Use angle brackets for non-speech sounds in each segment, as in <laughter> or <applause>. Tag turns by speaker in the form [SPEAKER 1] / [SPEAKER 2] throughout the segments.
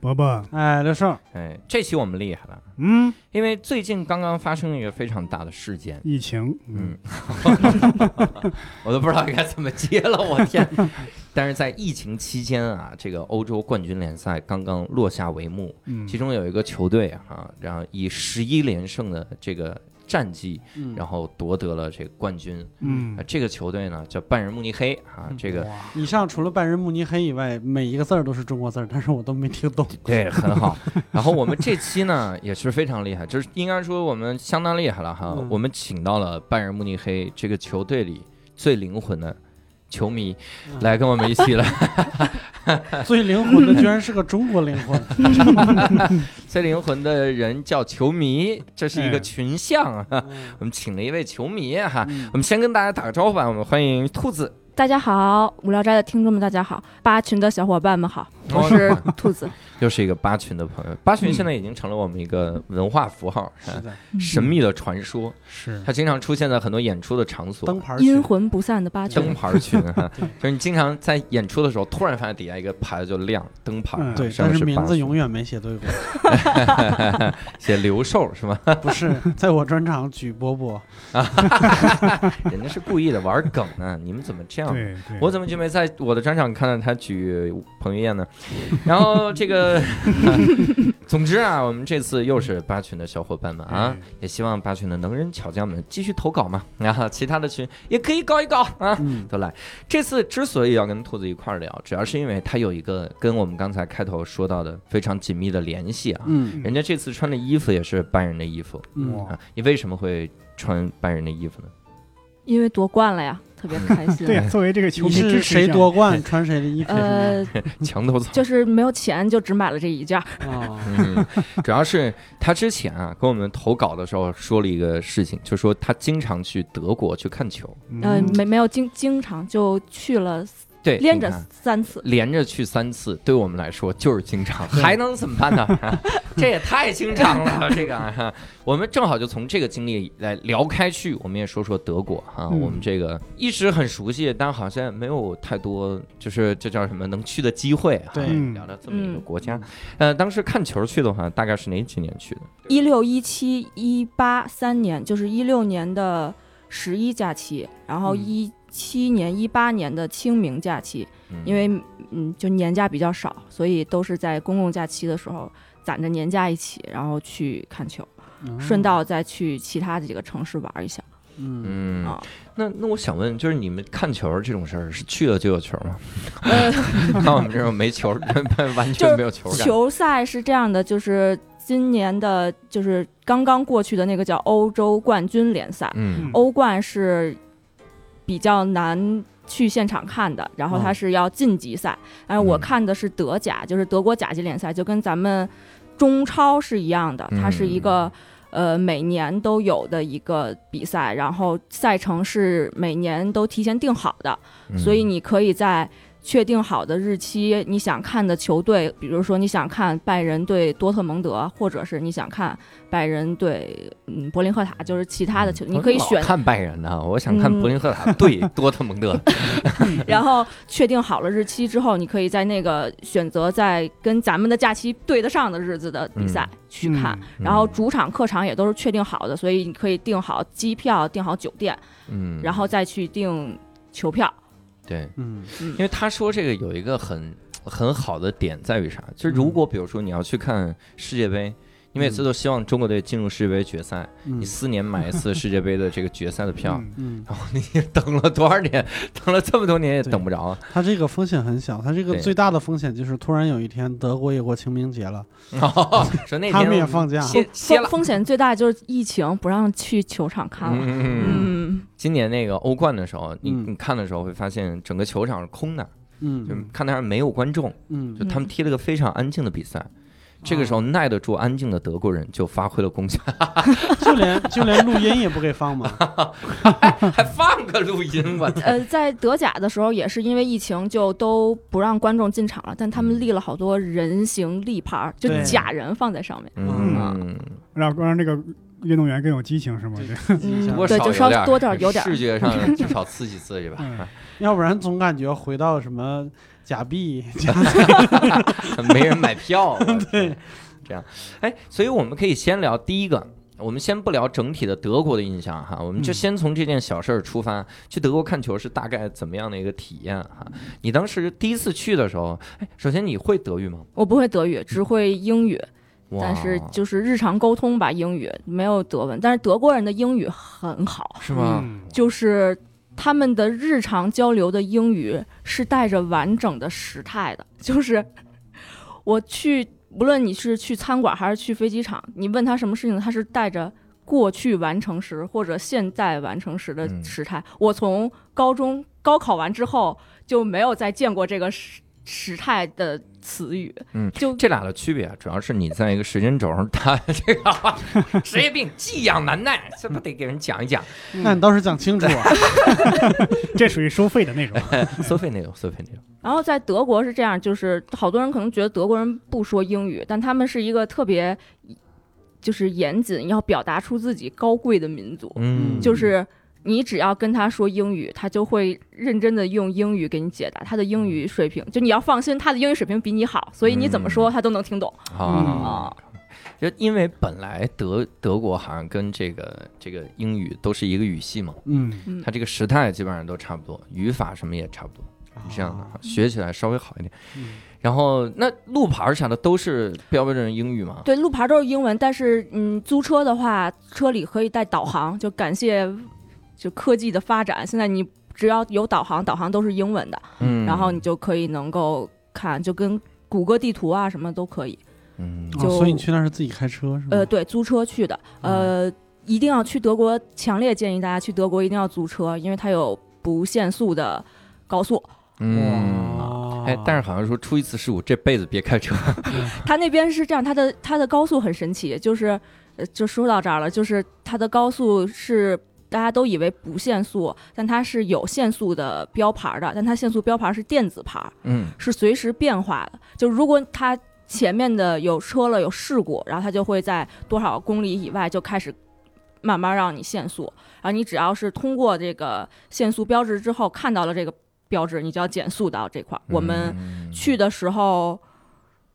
[SPEAKER 1] 伯伯，
[SPEAKER 2] 哎，刘胜，
[SPEAKER 3] 哎，这期我们厉害了，
[SPEAKER 1] 嗯，
[SPEAKER 3] 因为最近刚刚发生了一个非常大的事件。
[SPEAKER 1] 疫情，
[SPEAKER 3] 嗯， <laughs> 我都不知道该怎么接了，我天！ <laughs> 但是在疫情期间啊，这个欧洲冠军联赛刚刚落下帷幕，
[SPEAKER 1] 嗯
[SPEAKER 3] 其中有一个球队啊，然后以十一连胜的这个战绩，
[SPEAKER 2] 嗯，
[SPEAKER 3] 然后夺得了这个冠军。
[SPEAKER 1] 嗯
[SPEAKER 3] 啊，，这个球队呢叫拜仁慕尼黑啊，这个
[SPEAKER 1] 哇
[SPEAKER 2] 以上除了拜仁慕尼黑以外，每一个字儿都是中国字儿，但是我都没听懂。
[SPEAKER 3] 对很
[SPEAKER 2] <laughs>
[SPEAKER 3] 好。然后我们这期呢也是非常厉害，就是应该说我们相当厉害了哈。
[SPEAKER 2] 嗯
[SPEAKER 3] 我们请到了拜仁慕尼黑这个球队里最灵魂的球迷
[SPEAKER 2] 嗯
[SPEAKER 3] 来跟我们一起
[SPEAKER 2] <laughs>
[SPEAKER 3] 来。
[SPEAKER 2] 最灵魂的居然是个中国灵魂，
[SPEAKER 3] 最灵魂的人叫球迷，这是一个
[SPEAKER 1] 哎
[SPEAKER 3] 群像啊。
[SPEAKER 2] 嗯
[SPEAKER 3] 我们请了一位球迷哈、
[SPEAKER 2] 嗯
[SPEAKER 3] 我们先跟大家打个招呼吧，我们欢迎兔子。
[SPEAKER 4] 大家好，无聊斋的听众们，大家好，八群的小伙伴们好，
[SPEAKER 2] 嗯
[SPEAKER 4] 我
[SPEAKER 3] 哦
[SPEAKER 4] 是兔子。
[SPEAKER 3] <laughs> 又是一个八群的朋友，八群现在已经成了我们一个文化符号，
[SPEAKER 2] 是的，
[SPEAKER 3] 神秘的传说，
[SPEAKER 1] 是
[SPEAKER 3] 它经常出现在很多演出的场所，
[SPEAKER 2] 灯牌儿
[SPEAKER 4] 阴
[SPEAKER 2] 群
[SPEAKER 4] 魂不散的 <laughs> 八群
[SPEAKER 3] 灯，牌群哈， <laughs> 就是你经常在演出的时候，突然发现底下一个牌子就亮灯牌，
[SPEAKER 1] 嗯
[SPEAKER 2] 对，
[SPEAKER 3] 上
[SPEAKER 2] 但
[SPEAKER 3] 面
[SPEAKER 2] 是名
[SPEAKER 3] 八
[SPEAKER 2] 字
[SPEAKER 3] 群
[SPEAKER 2] 永远没写对过。
[SPEAKER 3] 写刘寿是吗？ <laughs>
[SPEAKER 2] 不是，在我专场举波波，
[SPEAKER 3] 人家是故意的玩梗呢，你们怎么这样？
[SPEAKER 1] 对对，
[SPEAKER 3] 我怎么就没在我的专场看到他举彭于
[SPEAKER 1] <laughs>
[SPEAKER 3] 晏呢？然后这个， <laughs> 总之啊，我们这次又是八群的小伙伴们啊
[SPEAKER 1] 嗯，
[SPEAKER 3] 也希望八群的能人巧匠们继续投稿嘛，然后其他的群也可以搞一搞啊。
[SPEAKER 2] 嗯，
[SPEAKER 3] 都来，这次之所以要跟兔子一块儿聊，主要是因为他有一个跟我们刚才开头说到的非常紧密的联系啊。
[SPEAKER 2] 嗯
[SPEAKER 3] 人家这次穿的衣服也是拜仁的衣服
[SPEAKER 2] 嗯，
[SPEAKER 4] 哦
[SPEAKER 3] 啊，你为什么会穿拜仁的衣服呢？
[SPEAKER 4] 因为夺冠了呀，特别开
[SPEAKER 1] <laughs>
[SPEAKER 4] 心。
[SPEAKER 1] 对，作为这个球
[SPEAKER 2] 你
[SPEAKER 1] 迷支
[SPEAKER 2] 是
[SPEAKER 1] 持
[SPEAKER 2] 谁
[SPEAKER 1] 项
[SPEAKER 2] 夺冠穿谁的衣服是吗？
[SPEAKER 4] 呃，
[SPEAKER 3] 墙头草。
[SPEAKER 4] 就是没有钱，就只买了这一件儿。
[SPEAKER 2] 啊，
[SPEAKER 3] 嗯，主要是他之前啊跟我们投稿的时候说了一个事情，就说他经常去德国去看球，
[SPEAKER 4] 呃，
[SPEAKER 1] 嗯
[SPEAKER 4] 没没有经经常就去了
[SPEAKER 3] 对，
[SPEAKER 4] 连
[SPEAKER 3] 你
[SPEAKER 4] 着
[SPEAKER 3] 看
[SPEAKER 4] 三次。
[SPEAKER 3] 连着去三次，对我们来说就是经
[SPEAKER 4] <laughs>
[SPEAKER 3] 常，还能怎么办呢？ <laughs> 啊这也太经常
[SPEAKER 4] <laughs>
[SPEAKER 3] 了，这个、啊。我们正好就从这个经历来聊开去，我们也说说德国啊，
[SPEAKER 1] 嗯
[SPEAKER 3] 我们这个一直很熟悉，但好像没有太多就是这叫什么能去的机会啊。
[SPEAKER 2] 对
[SPEAKER 1] 嗯
[SPEAKER 3] 聊聊这么一个国
[SPEAKER 4] 嗯
[SPEAKER 3] 家，呃，当时看球去的话，大概是哪几年去的？
[SPEAKER 4] 一六、一七、一八三年，就是一六年的十一假期，然后
[SPEAKER 2] 嗯
[SPEAKER 4] 一七年、一八年的清明假期，
[SPEAKER 3] 嗯
[SPEAKER 4] 因为嗯，就年假比较少，所以都是在公共假期的时候攒着年假一起，然后去看球，
[SPEAKER 2] 嗯
[SPEAKER 4] 顺，道再去其他的几个城市玩一下
[SPEAKER 2] 嗯，
[SPEAKER 3] 嗯，
[SPEAKER 4] 啊。
[SPEAKER 3] 那那我想问，就是你们看球这种事儿，是去了就有球
[SPEAKER 4] <laughs>
[SPEAKER 3] 吗？
[SPEAKER 4] 呃，
[SPEAKER 3] 看我们这种没
[SPEAKER 4] <laughs>
[SPEAKER 3] 球，完
[SPEAKER 4] 就
[SPEAKER 3] 全
[SPEAKER 4] 是
[SPEAKER 3] 没有球感。
[SPEAKER 4] 球赛是这样的，就是今年的，就是刚刚过去的那个叫欧洲冠军联赛，
[SPEAKER 3] 嗯
[SPEAKER 4] 欧冠是比较难。去现场看的，然后它
[SPEAKER 2] 嗯
[SPEAKER 4] 是要晋级赛，但是我
[SPEAKER 3] 嗯
[SPEAKER 4] 看的是德甲，就是德国甲级联赛，就跟咱们中超是一样
[SPEAKER 3] 嗯
[SPEAKER 4] 的，它是一个呃每年都有的一个比赛，然后赛程是每年都提前定好的，
[SPEAKER 3] 嗯
[SPEAKER 4] 所以你可以在确定好的日期，你想看的球队，比如说你想看拜仁对多特蒙德，或者是你想看拜仁对嗯柏林赫塔，就是其
[SPEAKER 3] 嗯
[SPEAKER 4] 他的球，你可以
[SPEAKER 3] 我老 <laughs>
[SPEAKER 4] 选，嗯
[SPEAKER 3] 看拜仁呢，我想看柏林赫塔
[SPEAKER 4] <laughs>
[SPEAKER 3] 对多特蒙德。
[SPEAKER 4] 然后确定好了日期之后，你可以在那个选择在跟咱们的假期对得上的日子的比
[SPEAKER 3] 嗯
[SPEAKER 4] 赛
[SPEAKER 1] 嗯
[SPEAKER 4] 去看。，然后主场、客场也都是确定好的，所以你可以订好机票、订好酒店，
[SPEAKER 3] 嗯，
[SPEAKER 4] 然后再去订球票。
[SPEAKER 3] 对，
[SPEAKER 2] 嗯
[SPEAKER 3] 因为他说这个有一个很很好的点在于啥，就是如果比如说你要去看世界
[SPEAKER 4] 嗯
[SPEAKER 3] 杯。你每次都希望中国队进入世界杯决赛，
[SPEAKER 2] 嗯
[SPEAKER 3] 你四年买一次世界杯的这个决赛的票，
[SPEAKER 1] 嗯
[SPEAKER 2] 嗯，
[SPEAKER 3] 然后你也 <laughs> 等了多少年， <laughs> 等了这么多年也
[SPEAKER 2] 对
[SPEAKER 3] 等不着啊！
[SPEAKER 2] 它这个风险很小，它这个
[SPEAKER 3] 对
[SPEAKER 2] 最大的风险就是突然有一天德国也过清明节了，
[SPEAKER 3] <laughs> 说那天
[SPEAKER 2] 他们也放假，
[SPEAKER 3] 歇歇
[SPEAKER 4] 风
[SPEAKER 3] 了。
[SPEAKER 4] 风险最大就是疫情，不让去球场看了。
[SPEAKER 3] 嗯，
[SPEAKER 4] 嗯，
[SPEAKER 3] 今年那个欧冠的时候，你
[SPEAKER 2] 嗯
[SPEAKER 3] 你看的时候会发现整个球场是空的，就
[SPEAKER 2] 嗯
[SPEAKER 3] 看台上没有观众，
[SPEAKER 2] 嗯
[SPEAKER 3] 就他们踢了个非常安静的比赛。这个
[SPEAKER 4] 哦
[SPEAKER 3] 时候耐得住安静的德国人就发挥了功效，
[SPEAKER 2] 就连就连录音也不给放嘛。
[SPEAKER 3] 还放个录音吧。
[SPEAKER 4] <laughs> 呃，在德甲的时候也是因为疫情就都不让观众进场了，但他们立了好多人形立牌儿，就
[SPEAKER 2] 对
[SPEAKER 4] 假人放在
[SPEAKER 3] <laughs>
[SPEAKER 4] 上面。
[SPEAKER 3] 嗯，
[SPEAKER 1] 让让这个运动员更有激情是吗？这
[SPEAKER 2] 嗯
[SPEAKER 3] 多
[SPEAKER 4] 对，
[SPEAKER 3] 少
[SPEAKER 4] 就
[SPEAKER 3] 有
[SPEAKER 4] 稍
[SPEAKER 3] 点儿
[SPEAKER 4] 多点儿有点儿
[SPEAKER 3] 视觉上至少刺激刺激
[SPEAKER 4] <laughs>
[SPEAKER 3] 吧。
[SPEAKER 1] 嗯
[SPEAKER 2] 要不然总感觉回到什么假币假
[SPEAKER 3] 没人买票。
[SPEAKER 4] <laughs>
[SPEAKER 3] 对，这样，哎，所以我们可以先聊第一个，我们先不聊整体的德国的印象哈，我们就
[SPEAKER 2] 嗯
[SPEAKER 3] 先从这件小事儿出发，去德国看球是大概怎么样的一个体验哈？你当时第一次去的时候，哎，首先你会德语吗？
[SPEAKER 4] 我不会德语，只会英语，
[SPEAKER 3] 哇
[SPEAKER 4] 但是就是日常沟通吧，英语没有德文。但是德国人的英语很好，
[SPEAKER 3] 是吗？
[SPEAKER 2] 嗯
[SPEAKER 4] 就是他们的日常交流的英语是带着完整的时态的， <laughs> 就是我去，无论你是去餐馆还是去飞机场，你问他什么事情，他是带着。过去完成时或者现在完成时的
[SPEAKER 3] 嗯
[SPEAKER 4] 时态，我从高中高考完之后就没有再见过这个时时态的词语，
[SPEAKER 3] 嗯
[SPEAKER 4] 就
[SPEAKER 3] 这俩的区别啊主要是你在一个时间轴上，他这
[SPEAKER 4] <laughs>
[SPEAKER 3] 个职业病寄养难耐，这不得给人讲一讲？
[SPEAKER 4] 嗯
[SPEAKER 2] 那你倒是讲清楚啊！
[SPEAKER 1] 这属于收费的内容。
[SPEAKER 3] 收费内容，收费内容。
[SPEAKER 4] 然后在德国是这样，就是好多人可能觉得德国人不说英语，但他们是一个特别就是严谨，要表达出自己高贵的民族。
[SPEAKER 3] 嗯，
[SPEAKER 4] 就是你只要跟他说英语，他就会认真的用英语给你解答。他的英语水平，就你要放心，他的英语水平比你好，所以你怎么说他都能听懂。
[SPEAKER 2] 嗯
[SPEAKER 3] 啊。
[SPEAKER 4] 啊，
[SPEAKER 3] 就因为本来德德国好像跟这个这个英语都是一个语系嘛，
[SPEAKER 2] 嗯，
[SPEAKER 4] 嗯
[SPEAKER 3] 它，这个时态基本上都差不多，语法什么也差不多，是这样的
[SPEAKER 2] 啊
[SPEAKER 4] 哦
[SPEAKER 3] 哈，学起来稍微好一点。
[SPEAKER 2] 嗯
[SPEAKER 3] 然后那路牌啥的都是标准英语嘛，
[SPEAKER 4] 对，路牌都是英文，但是嗯，租车的话，车里可以带导航，就感谢就科技的发展，现在你只要有导航，导航都是英文的。
[SPEAKER 3] 嗯，
[SPEAKER 4] 然后你就可以能够看，就跟谷歌地图啊什么都可以。
[SPEAKER 3] 嗯
[SPEAKER 2] 啊
[SPEAKER 4] 就
[SPEAKER 2] 所以你去那儿是自己开车是吗？
[SPEAKER 4] 呃，对，租车去的，呃，一定要去德国，强烈建议大家去德国一定要租车，因为它有不限速的高速，
[SPEAKER 3] 嗯，
[SPEAKER 2] 哇
[SPEAKER 3] 哎，但是好像说出一次事故这辈子别开
[SPEAKER 4] <laughs>
[SPEAKER 3] 车，
[SPEAKER 4] 它那边是这样，它的它的高速很神奇，就是呃就说到这儿了，就是它的高速是。大家都以为不限速，但它是有限速的标牌的，但它限速标牌是电子牌，
[SPEAKER 3] 嗯
[SPEAKER 4] 是随时变化的。就如果它前面的有车了有事故，然后它就会在多少公里以外就开始慢慢让你限速，然后你只要是通过这个限速标志之后看到了这个标志，你就要减速到这块儿。我们
[SPEAKER 3] 嗯
[SPEAKER 4] 去的时候。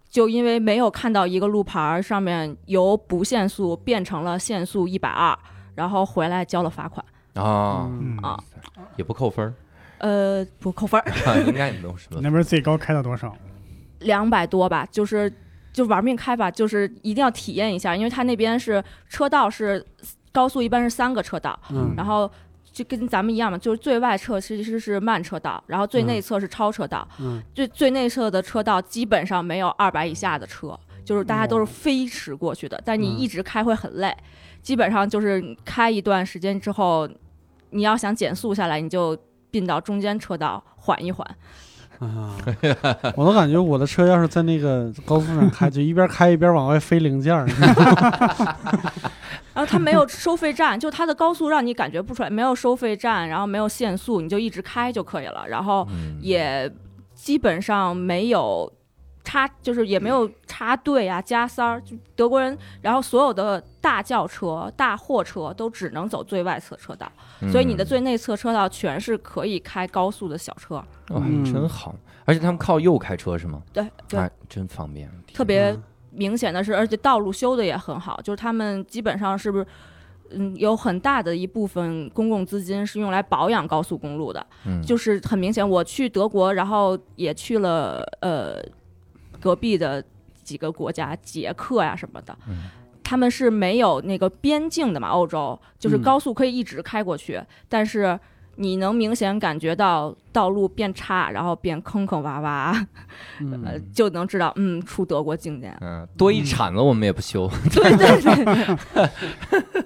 [SPEAKER 4] 就因为没有看到一个路牌儿上面由不限速变成了限速一百二，然后回来交了罚款，
[SPEAKER 3] 啊
[SPEAKER 1] 嗯，
[SPEAKER 4] 啊
[SPEAKER 3] 也不扣分
[SPEAKER 4] <laughs>
[SPEAKER 3] 儿， <laughs>
[SPEAKER 4] 呃，不扣分儿，
[SPEAKER 3] 应该也没有什么
[SPEAKER 1] 那边最高开到多少？
[SPEAKER 4] 两百多吧，就是就玩命开吧，就是一定要体验一下，因为它那边是车道是高速一般是三个车道，
[SPEAKER 2] 嗯
[SPEAKER 4] 然后就跟咱们一样嘛，就是最外侧其实是慢车道，然后最内侧是超车道，
[SPEAKER 2] 嗯
[SPEAKER 4] 最最内侧的车道基本上没有二百以下的车，就是大家都是
[SPEAKER 2] 哇
[SPEAKER 4] 飞驰过去的，但你
[SPEAKER 2] 嗯
[SPEAKER 4] 一直开会很累，基本上就是你开一段时间之后，你要想减速下来，你就并到中间车道缓一缓。
[SPEAKER 3] <laughs>
[SPEAKER 2] 啊，我都感觉我的车要是在那个高速上开，就一边开一边往外飞零件儿。
[SPEAKER 4] 然后它没有收费站，就它的高速让你感觉不出来，没有收费站，然后没有限速，你就一直开就可以了。然后
[SPEAKER 3] 嗯
[SPEAKER 4] 也基本上没有插，就是也没有插队啊、加塞儿。就德国人，然后所有的大轿车、大货车都只能走最外侧车道，所以你的
[SPEAKER 3] 嗯
[SPEAKER 4] 最内侧车道全是可以开高速的小车。
[SPEAKER 3] 哇
[SPEAKER 2] 嗯
[SPEAKER 3] 真好，而且他们靠右开车是吗？
[SPEAKER 4] 对对，
[SPEAKER 3] 哎，真方便，
[SPEAKER 4] 特别明显的是，而且道路修的也很好，就是他们基本上是不是，嗯，有很大的一部分公共资金是用来保养高速公路的，
[SPEAKER 3] 嗯
[SPEAKER 4] 就是很明显。我去德国，然后也去了呃隔壁的几个国家，捷克呀、什么的。
[SPEAKER 3] 嗯
[SPEAKER 4] 他们是没有那个边境的嘛？欧洲就是
[SPEAKER 2] 嗯
[SPEAKER 4] 高速可以一直开过去，但是你能明显感觉到道路变差，然后变坑坑洼洼，
[SPEAKER 2] 嗯，
[SPEAKER 4] 呃，就能知道嗯出德国境界了。
[SPEAKER 3] 嗯，多一铲子我们也不修。
[SPEAKER 4] 对对对，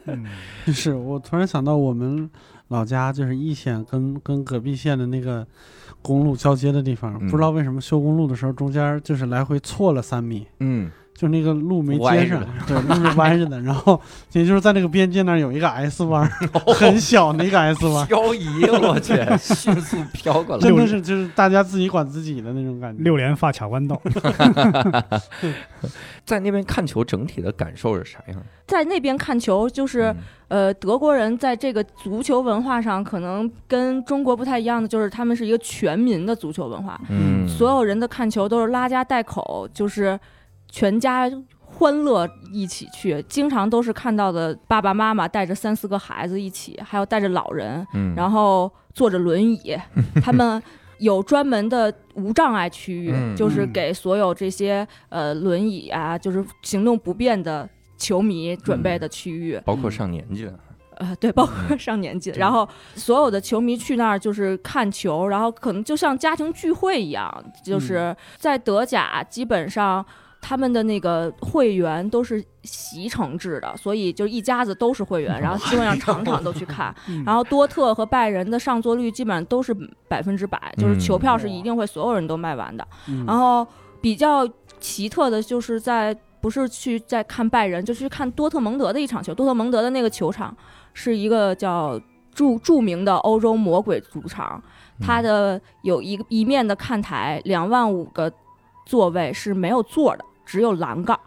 [SPEAKER 1] 嗯，
[SPEAKER 4] 呃
[SPEAKER 2] 是我突然想到我们老家就是易县跟跟隔壁县的那个公路交接的地方，
[SPEAKER 3] 嗯
[SPEAKER 2] 不知道为什么修公路的时候中间就是来回错了三米，
[SPEAKER 4] <laughs>
[SPEAKER 3] 嗯，
[SPEAKER 2] 就那个路没
[SPEAKER 3] 弯
[SPEAKER 2] 接
[SPEAKER 3] 着
[SPEAKER 2] 上
[SPEAKER 3] 的，
[SPEAKER 2] 对，路是弯着
[SPEAKER 3] <laughs>
[SPEAKER 2] 的。然后也就是在那个边界那儿有一个 S 弯，很小的
[SPEAKER 3] <laughs>
[SPEAKER 2] 一个 S 弯，
[SPEAKER 3] 漂移，我
[SPEAKER 4] <laughs>
[SPEAKER 3] 去，迅速飘过来。
[SPEAKER 2] 真的是就是大家自己管自己的那种感觉。
[SPEAKER 1] 六连发卡弯道，
[SPEAKER 3] 在那边看球，整体的感受是啥样？
[SPEAKER 4] 在那边看球，就是
[SPEAKER 3] 嗯
[SPEAKER 4] 呃，德国人在这个足球文化上，可能跟中国不太一样的，就是他们是一个全民的足球文化，
[SPEAKER 3] 嗯，
[SPEAKER 4] 所有人的看球都是拉家带口，就是全家欢乐一起去，经常都是看到的爸爸妈妈带着三四个孩子一起，还有带着老人，
[SPEAKER 3] 嗯，
[SPEAKER 4] 然后坐着
[SPEAKER 3] <laughs>
[SPEAKER 4] 轮椅，他们。有专门的无障碍区域，
[SPEAKER 3] 嗯
[SPEAKER 4] 就是
[SPEAKER 1] 嗯
[SPEAKER 4] 给所有这些呃轮椅啊，就是行动不便的球迷准备的区域。
[SPEAKER 3] 包括上年纪的，嗯
[SPEAKER 4] 呃，对，包括上年纪的，然后所有的球迷去那儿就是看球，然后可能就像家庭聚会一样，
[SPEAKER 3] 嗯
[SPEAKER 4] 就是在德甲基本上。他们的那个会员都是席城制的，所以就一家子都是会
[SPEAKER 3] 哦
[SPEAKER 4] 员，然后基
[SPEAKER 3] <laughs>
[SPEAKER 4] 本上场场都去看。 <laughs>
[SPEAKER 1] 嗯
[SPEAKER 4] 然后多特和拜仁的上座率基本上都是百分之百，就是球票是一定会所有人都卖完的。
[SPEAKER 3] 啊
[SPEAKER 2] 嗯，
[SPEAKER 4] 然后比较奇特的就是在不是去在看拜仁，就去看多特蒙德的一场球。多特蒙德的那个球场是一个叫著著名的欧洲魔鬼主场，
[SPEAKER 3] 嗯
[SPEAKER 4] 它的有一一面的看台，两万五个座位是没有座的，只有栏杆，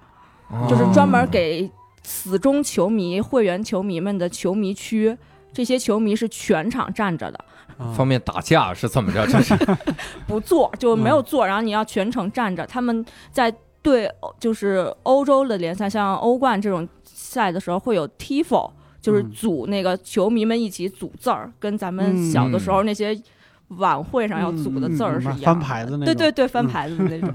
[SPEAKER 3] 嗯
[SPEAKER 4] 就是专门
[SPEAKER 3] 哦
[SPEAKER 4] 给死忠球迷、会员球迷们的球迷区。这些球迷是全场站着的，
[SPEAKER 2] 啊
[SPEAKER 3] 方便打架是怎么着？这是
[SPEAKER 4] 不坐就没有坐，然后你要全程站着。他们在对就是欧洲的联赛，像欧冠这种赛的时候，会有 tifo，就是
[SPEAKER 2] 嗯
[SPEAKER 4] 组那个球迷们一起组字儿，跟咱们小的时候那些晚会上要组的字儿是一样
[SPEAKER 2] 翻
[SPEAKER 4] 的。
[SPEAKER 2] 牌子那
[SPEAKER 4] 对
[SPEAKER 2] 种
[SPEAKER 4] 对对，翻牌子的那种。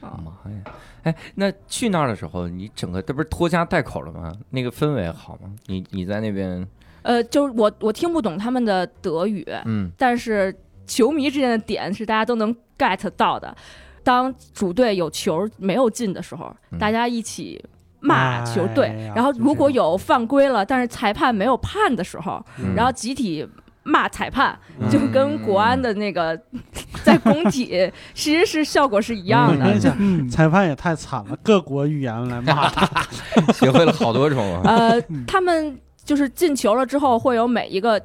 [SPEAKER 4] 啊
[SPEAKER 3] 妈呀！哎，那去那儿的时候，你整个这不是拖家带口了吗？那个氛围好吗？你你在那边，
[SPEAKER 4] 呃，就是我我听不懂他们的德语，
[SPEAKER 3] 嗯
[SPEAKER 4] 但是球迷之间的点是大家都能 get 到的。当主队有球没有进的时候，
[SPEAKER 3] 嗯
[SPEAKER 4] 大家一起骂球队；
[SPEAKER 2] 哎呀
[SPEAKER 4] 然后
[SPEAKER 2] 真是
[SPEAKER 4] 如果有犯规了，但是裁判没有判的时候，
[SPEAKER 3] 嗯
[SPEAKER 4] 然后集体骂裁判，
[SPEAKER 2] 嗯
[SPEAKER 4] 就跟国安的那个 <laughs> 在工体其实是效果是一样
[SPEAKER 2] 我跟
[SPEAKER 4] 的
[SPEAKER 2] 你。讲，
[SPEAKER 1] 嗯，
[SPEAKER 2] <laughs> 裁判也太惨了，各国语言来骂他。
[SPEAKER 3] <laughs> 学会了好多种 <laughs> 啊。
[SPEAKER 4] 呃，他们就是进球了之后，会有每一个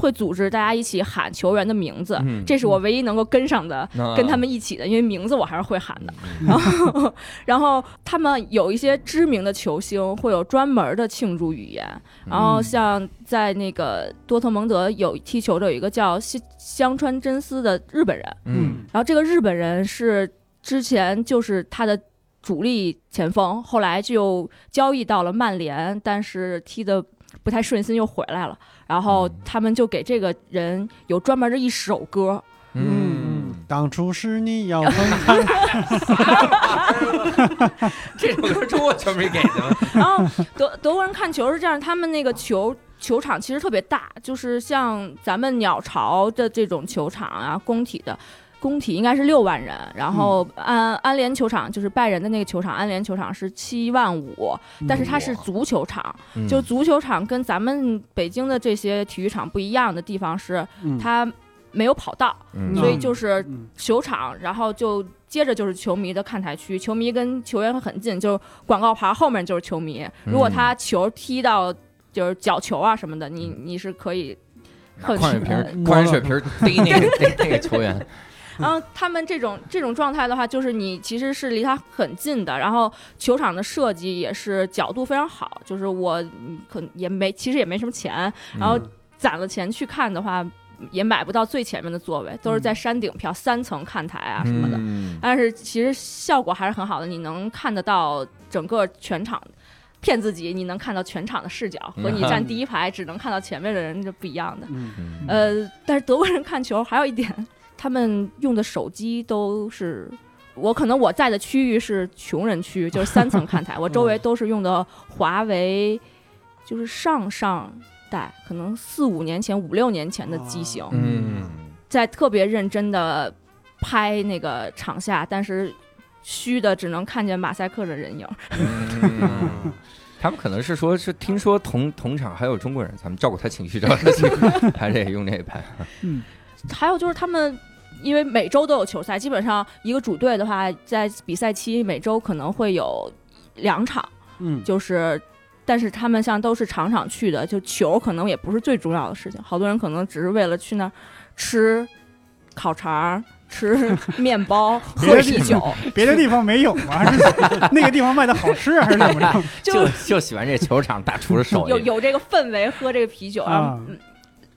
[SPEAKER 4] 会组织大家一起喊球员的名字，
[SPEAKER 3] 嗯
[SPEAKER 4] 这是我唯一能够跟上的
[SPEAKER 3] 那
[SPEAKER 4] 跟他们一起的，因为名字我还是会喊的。
[SPEAKER 3] 嗯
[SPEAKER 4] 然后，然后他们有一些知名的球星会有专门的庆祝语言，然后像在那个多特蒙德有踢球的有一个叫西香川真司的日本人，
[SPEAKER 3] 嗯
[SPEAKER 4] 然后这个日本人是之前就是他的主力前锋，后来就交易到了曼联，但是踢的不太顺心又回来了。然后他们就给这个人有专门的一首歌，
[SPEAKER 3] 嗯，
[SPEAKER 2] 当初是你要分
[SPEAKER 3] <laughs>
[SPEAKER 2] 开，
[SPEAKER 3] 这首歌中国球迷给的吗，
[SPEAKER 4] 然后德德国人看球是这样，他们那个球球场其实特别大，就是像咱们鸟巢的这种球场啊，工体的。工体应该是六万人，
[SPEAKER 2] 嗯
[SPEAKER 4] 然后安安联球场就是拜仁的那个球场，安联球场是七万五，
[SPEAKER 2] 嗯
[SPEAKER 4] 但是它是
[SPEAKER 3] 哇
[SPEAKER 4] 足球场，
[SPEAKER 3] 嗯
[SPEAKER 4] 就足球场跟咱们北京的这些体育场不一样的地方是，
[SPEAKER 2] 嗯
[SPEAKER 4] 它没有跑道，
[SPEAKER 3] 嗯
[SPEAKER 4] 所以
[SPEAKER 2] 嗯
[SPEAKER 4] 就是
[SPEAKER 2] 嗯
[SPEAKER 4] 球场，然后就接着就是球迷的看台区，球迷跟球员很近，就是广告牌后面就是球迷。如果他球踢到就是角球啊什么的，你你是可以
[SPEAKER 3] 拿
[SPEAKER 4] 很
[SPEAKER 3] 矿泉
[SPEAKER 4] 呃
[SPEAKER 3] 瓶，矿泉水瓶儿逮那个逮那个球 <laughs> 员，
[SPEAKER 4] 然后嗯他们这种这种状态的话，就是你其实是离他很近的，然后球场的设计也是角度非常好，就是我嗯可也没其实也没什么钱，然后攒了钱去看的话，也买不到最前面的座位，都是在山顶票、三层看台啊什么的。
[SPEAKER 3] 嗯
[SPEAKER 4] 但是其实效果还是很好的，你能看得到整个全场。骗自己，你能看到全场的视角，和你站第一排只能看到前面的人是不一样的。
[SPEAKER 2] 嗯
[SPEAKER 3] 嗯
[SPEAKER 4] 呃，但是德国人看球还有一点， <laughs> 他们用的手机都是。我可能我在的区域是穷人区，就是三层看台，我周围都是用的华为，就是上上代，可能四五年前、五六年前的机型，
[SPEAKER 2] 哦
[SPEAKER 3] 嗯
[SPEAKER 4] 在特别认真的拍那个场下，但是虚的只能看见马赛克的人影。
[SPEAKER 3] 嗯， <laughs> 他们可能是说是听说同同场还有中国人，咱们照顾他情绪，照顾他情 <laughs> 绪，还得用这一盘。
[SPEAKER 4] 还有就是他们。因为每周都有球赛，基本上一个主队的话，在比赛期每周可能会有两场，
[SPEAKER 2] 嗯，
[SPEAKER 4] 就是，但是他们像都是场场去的，就球可能也不是最重要的事情，好多人可能只是为了去那儿吃烤肠儿、吃面包、
[SPEAKER 1] 别
[SPEAKER 4] 喝
[SPEAKER 1] 的地
[SPEAKER 4] 啤酒，
[SPEAKER 1] 别的地方没有吗？ <laughs> 还是那个地方卖的好吃，还是怎么着？
[SPEAKER 3] 就
[SPEAKER 4] 就
[SPEAKER 3] 就喜欢这球场大厨的手
[SPEAKER 4] 有
[SPEAKER 3] 艺。
[SPEAKER 4] 有这个氛围，喝这个
[SPEAKER 1] <laughs>
[SPEAKER 4] 啤酒，然后
[SPEAKER 1] 啊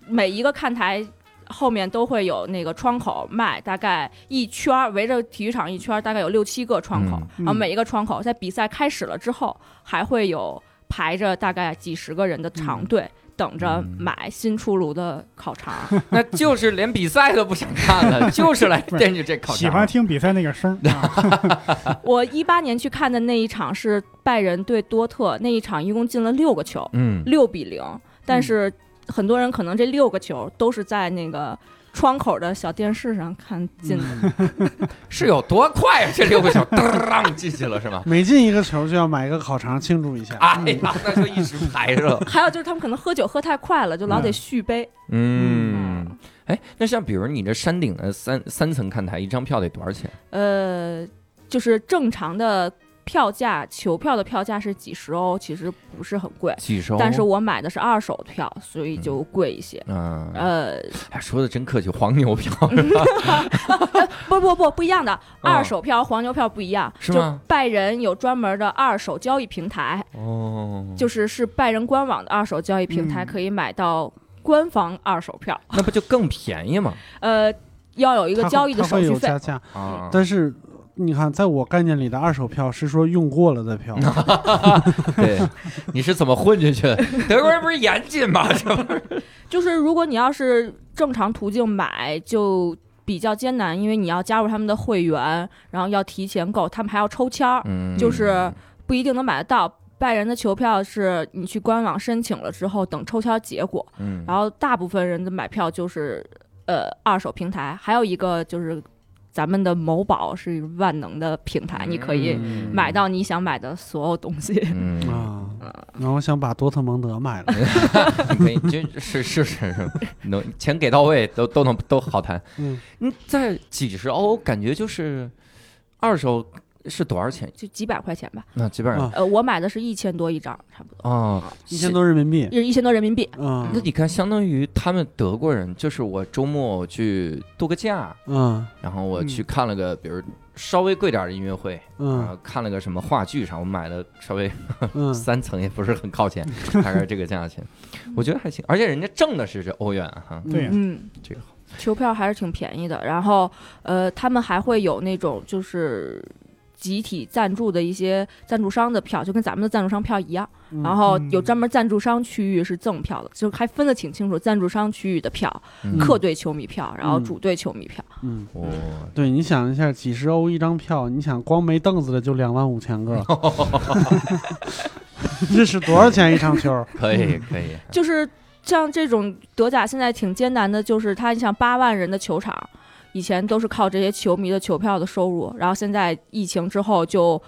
[SPEAKER 4] 每一个看台后面都会有那个窗口卖，大概一圈儿围着体育场一圈儿，大概有六七个窗口，
[SPEAKER 1] 嗯
[SPEAKER 4] 然后
[SPEAKER 1] 嗯
[SPEAKER 4] 每一个窗口在比赛开始了之后，还会有排着大概几十个人的长队。等着买新出炉的烤肠，
[SPEAKER 3] 那就是连比赛都不想看 <laughs> 了，就是来惦记这烤肠。
[SPEAKER 1] 喜欢听比赛那个声儿。啊
[SPEAKER 4] 我一八年去看的那一场是拜仁对多特，那一场一共进了六个球，
[SPEAKER 3] 嗯，
[SPEAKER 4] 六比零。但是很多人可能这六个球都是在那个窗口的小电视上看进的，
[SPEAKER 3] 是有多快啊？这六个 <laughs> 球，当进去了是吗？
[SPEAKER 2] 每进一个球就要买一个烤肠庆祝一下。
[SPEAKER 3] 哎呀，那就一直排着。
[SPEAKER 4] 还有就是他们可能喝酒喝太快了，就老得续杯。
[SPEAKER 3] <laughs> 嗯，哎，那像比如你这山顶的三三层看台，一张票得多少钱？
[SPEAKER 4] 呃，就是正常的票价，球票的票价是几十欧，其实不是很贵。
[SPEAKER 3] 几十欧？
[SPEAKER 4] 但是我买的是二手票，所以就贵一些。
[SPEAKER 3] 嗯，
[SPEAKER 4] 呃，
[SPEAKER 3] 哎，说的真客气，黄牛
[SPEAKER 4] <laughs>
[SPEAKER 3] 票
[SPEAKER 4] 不不不，不一样的，二手票、黄牛票不一样。
[SPEAKER 3] 嗯是
[SPEAKER 4] 就
[SPEAKER 3] 吗
[SPEAKER 4] 拜仁有专门的二手交易平台，
[SPEAKER 3] 哦，
[SPEAKER 4] 就是是拜仁官网的二手交易平台，
[SPEAKER 1] 嗯
[SPEAKER 4] 可以买到官方二手票。
[SPEAKER 3] 那不就更便宜吗？
[SPEAKER 4] 呃，要有一个
[SPEAKER 2] 它
[SPEAKER 4] 交
[SPEAKER 2] 会
[SPEAKER 4] 易的
[SPEAKER 2] 它
[SPEAKER 4] 手
[SPEAKER 2] 会
[SPEAKER 4] 续
[SPEAKER 2] 有
[SPEAKER 4] 费
[SPEAKER 2] 加。价，
[SPEAKER 4] <laughs>
[SPEAKER 3] 啊，
[SPEAKER 2] 但是你看，在我概念里的二手票是说用过了
[SPEAKER 3] <laughs>
[SPEAKER 2] 的票，
[SPEAKER 3] 对，你是怎么混进去的？德国人不是严谨吗？ <laughs> 这不是
[SPEAKER 4] 就是如果你要是正常途径买，就比较艰难，因为你要加入他们的会员，然后要提前购，他们还要抽签儿，
[SPEAKER 3] 嗯
[SPEAKER 4] 就是不一定能买得到。拜仁的球票是你去官网申请了之后，等抽签结果。
[SPEAKER 3] 嗯，
[SPEAKER 4] 然后大部分人的买票就是呃二手平台，还有一个就是咱们的某宝是万能的平台，你可以
[SPEAKER 3] 嗯
[SPEAKER 4] 买到你想买的所有东西。 <laughs>
[SPEAKER 3] 嗯，
[SPEAKER 2] 啊，然后想把多特蒙德买
[SPEAKER 4] 哎
[SPEAKER 2] 了，
[SPEAKER 3] <laughs> 你可以，就是是是是，能钱给到位都都能都好谈。
[SPEAKER 2] 嗯，
[SPEAKER 3] 你在几十欧，感觉就是二手是多少钱？
[SPEAKER 4] 就几百块钱吧，
[SPEAKER 3] 那基本上
[SPEAKER 2] 啊
[SPEAKER 4] 呃，我买的是一千多一张，差不多，
[SPEAKER 3] 哦，
[SPEAKER 2] 一千多人民币，
[SPEAKER 4] 一千多人民币。
[SPEAKER 2] 嗯
[SPEAKER 3] 那你看，相当于他们德国人，就是我周末我去度个假，
[SPEAKER 2] 嗯
[SPEAKER 3] 然后我
[SPEAKER 1] 嗯
[SPEAKER 3] 去看了个，比如稍微贵点儿的音乐会，然
[SPEAKER 4] 啊
[SPEAKER 2] 嗯
[SPEAKER 3] 后看了个什么话剧啥，我买了稍微
[SPEAKER 2] 嗯，
[SPEAKER 3] 三层也不是很靠前，还是这个价钱，我觉得还行。而且人家挣的是这欧元啊哈，
[SPEAKER 1] 对呀，
[SPEAKER 4] 嗯，
[SPEAKER 3] 这个好。
[SPEAKER 4] 球票还是挺便宜的。然后，呃，他们还会有那种就是集体赞助的一些赞助商的票，就跟咱们的赞助商票一样。
[SPEAKER 2] 嗯
[SPEAKER 4] <laughs> 然后
[SPEAKER 1] 嗯
[SPEAKER 4] 有专门赞助商区域是赠票的，就还分得挺清楚，赞助商区域的票、
[SPEAKER 3] 嗯
[SPEAKER 4] 客队球迷票，然后
[SPEAKER 2] 嗯
[SPEAKER 4] 主队球迷票。
[SPEAKER 2] 嗯，
[SPEAKER 3] 哇，
[SPEAKER 2] 对，你想一下，几十欧一张票，你想光没凳子的就两万五千
[SPEAKER 4] <laughs>
[SPEAKER 2] 个，这是多少钱一场
[SPEAKER 4] <laughs>
[SPEAKER 2] 球？
[SPEAKER 3] 可 <laughs> 以可以，
[SPEAKER 4] 就是像这种德甲现在挺艰难的，就是它你想八万人的球场，以前都是靠这些球迷的球票的收入，然后现在疫情之后就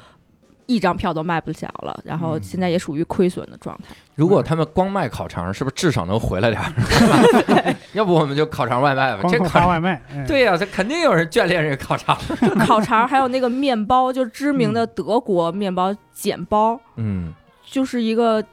[SPEAKER 4] 一张票都卖不了了，然后
[SPEAKER 3] 嗯
[SPEAKER 4] 现在也属于亏损的状态。 <laughs>
[SPEAKER 3] 如果他们光卖烤肠，是不是至少能回来点儿？ <laughs> 要不我们就烤肠外卖吧。
[SPEAKER 1] 光
[SPEAKER 3] 这
[SPEAKER 1] 靠
[SPEAKER 3] 烤
[SPEAKER 1] 发
[SPEAKER 3] 肠，
[SPEAKER 1] 外卖，哎
[SPEAKER 3] 对呀、这肯定有人眷恋这个烤肠。
[SPEAKER 4] 烤肠还有那个面包，就是知名的德国面包简包，
[SPEAKER 3] 嗯，
[SPEAKER 4] 就是一个。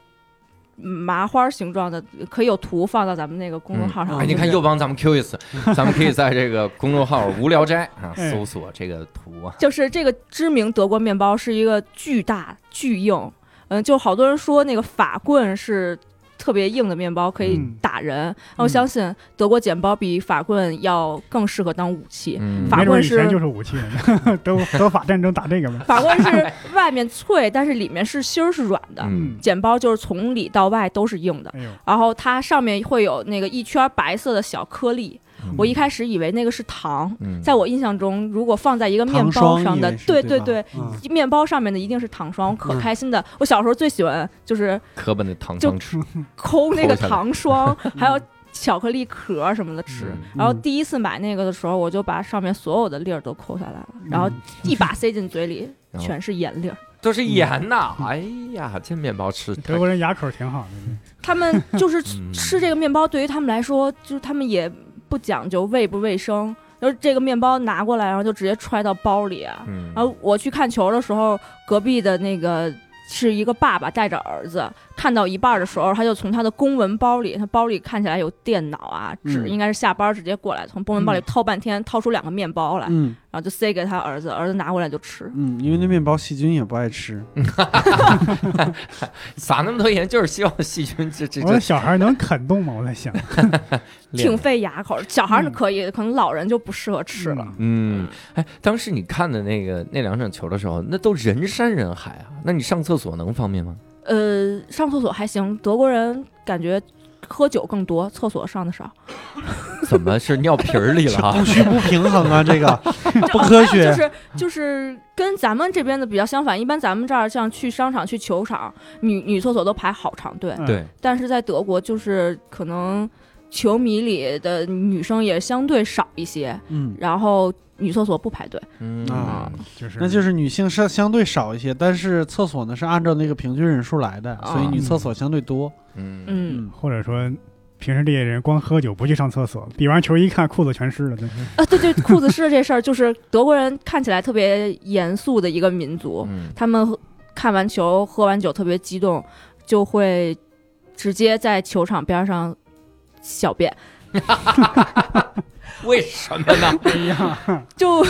[SPEAKER 4] 麻花形状的，可以有图放到咱们那个公众号上。
[SPEAKER 3] 哎，你看又帮咱们 Q 一次，咱们可以在这个公众号“无聊斋”啊
[SPEAKER 1] 哎
[SPEAKER 3] 搜索这个图啊。
[SPEAKER 4] 就是这个知名德国面包是一个巨大巨硬，嗯，就好多人说那个法棍是特别硬的面包，可以
[SPEAKER 1] 嗯
[SPEAKER 4] 打人。那我相信德国剪包比法棍要更适合当武器。
[SPEAKER 3] 嗯
[SPEAKER 4] 法
[SPEAKER 1] 没准
[SPEAKER 4] 棍
[SPEAKER 1] 以前
[SPEAKER 4] 是
[SPEAKER 1] 就是武器 <laughs> 呢，德德法战争打这个呗。
[SPEAKER 4] 法棍是
[SPEAKER 2] <laughs>
[SPEAKER 4] 外面脆，但是里面是芯儿是软的。
[SPEAKER 3] 嗯
[SPEAKER 4] 剪包就是从里到外都是硬的，
[SPEAKER 1] 哎呦，
[SPEAKER 4] 然后它上面会有那个一圈白色的小颗粒。
[SPEAKER 3] 嗯
[SPEAKER 4] 我一开始以为那个是糖，
[SPEAKER 3] 嗯，
[SPEAKER 4] 在我印象中，如果放在一个面
[SPEAKER 2] 糖
[SPEAKER 4] 包
[SPEAKER 2] 霜
[SPEAKER 4] 上
[SPEAKER 2] 以
[SPEAKER 4] 的
[SPEAKER 2] 为，是
[SPEAKER 4] 对
[SPEAKER 2] 对吧
[SPEAKER 4] 对，面包上面的一定是糖霜，我可
[SPEAKER 2] 嗯
[SPEAKER 4] 开心的。我小时候最喜欢就是
[SPEAKER 3] 磕巴那糖
[SPEAKER 4] 就
[SPEAKER 3] 糖吃，
[SPEAKER 4] 抠那
[SPEAKER 3] 抠
[SPEAKER 4] 个
[SPEAKER 3] 下来 <laughs>
[SPEAKER 4] 糖霜，还有巧克力壳什么的吃。
[SPEAKER 3] 嗯
[SPEAKER 4] 然后第一次买那个的时候，我就把上面所有的粒儿都抠下来了，
[SPEAKER 1] 嗯
[SPEAKER 4] 然后一把塞进嘴里，
[SPEAKER 3] 嗯 <laughs> 然后
[SPEAKER 4] 全是盐粒儿。
[SPEAKER 3] 都是盐呐。哎呀，这面包吃太
[SPEAKER 1] 德国人牙口挺好的，
[SPEAKER 4] 他们就是
[SPEAKER 3] <laughs> 嗯
[SPEAKER 4] 吃这个面包，对于他们来说，就是他们也不讲究卫不卫生，就是这个面包拿过来，然后就直接揣到包里啊。
[SPEAKER 3] 嗯
[SPEAKER 4] 然后我去看球的时候，隔壁的那个是一个爸爸带着儿子，看到一半儿的时候，他就从他的公文包里，他包里看起来有电脑啊、纸，
[SPEAKER 2] 嗯
[SPEAKER 4] 应该是下班儿直接过来，从公文包里
[SPEAKER 1] 嗯
[SPEAKER 4] 掏半天，掏出两个面包来，
[SPEAKER 2] 嗯
[SPEAKER 4] 然后就塞给他儿子，儿子拿过来就吃。
[SPEAKER 2] 嗯，因为那面包细菌也不爱
[SPEAKER 4] <laughs>
[SPEAKER 2] 吃，
[SPEAKER 3] 撒那么多盐就是希望细菌这这
[SPEAKER 1] 我说
[SPEAKER 3] 这
[SPEAKER 1] 小孩能啃动吗？我在想，
[SPEAKER 4] 挺费牙口，小孩儿可以，可能老人就不适合吃了。
[SPEAKER 1] 嗯
[SPEAKER 3] 嗯，哎，当时你看的那个那两场球的时候，那都人山人海啊，那你上厕所能方便吗？
[SPEAKER 2] 嗯
[SPEAKER 4] 呃，上厕所还行，德国人感觉喝酒更多，厕所上的少。
[SPEAKER 3] 怎么是尿瓶儿里了
[SPEAKER 1] <laughs>
[SPEAKER 3] 啊？
[SPEAKER 2] 需不平衡啊，这
[SPEAKER 4] <laughs>
[SPEAKER 2] 个 <laughs> 不科
[SPEAKER 4] 就
[SPEAKER 2] 学。
[SPEAKER 4] 是就是跟咱们这边的比较相反，一般咱们这儿像去商场、去球场，女女厕所都排好长队，
[SPEAKER 1] 嗯
[SPEAKER 3] 对，
[SPEAKER 4] 但是在德国就是可能球迷里的女生也相对少一些，
[SPEAKER 2] 嗯，
[SPEAKER 4] 然后女厕所不排队。
[SPEAKER 3] 嗯
[SPEAKER 2] 啊
[SPEAKER 1] 就是
[SPEAKER 2] 那就是是女性是相对少一些，但是厕所呢是按照那个平均人数来的，所以
[SPEAKER 4] 啊
[SPEAKER 2] 女厕所相对多。
[SPEAKER 3] 嗯，
[SPEAKER 4] 嗯，
[SPEAKER 1] 或者说。平时这些人光喝酒不去上厕所，比完球一看裤子全湿了，真是
[SPEAKER 4] 啊，对对，裤子湿这事儿，就是德国人看起来特别严肃的一个民族，
[SPEAKER 3] 嗯，
[SPEAKER 4] 他们喝看完球、喝完酒特别激动，就会直接在球场边上小便，
[SPEAKER 3] 为什么呢？
[SPEAKER 1] 不一样。
[SPEAKER 4] 就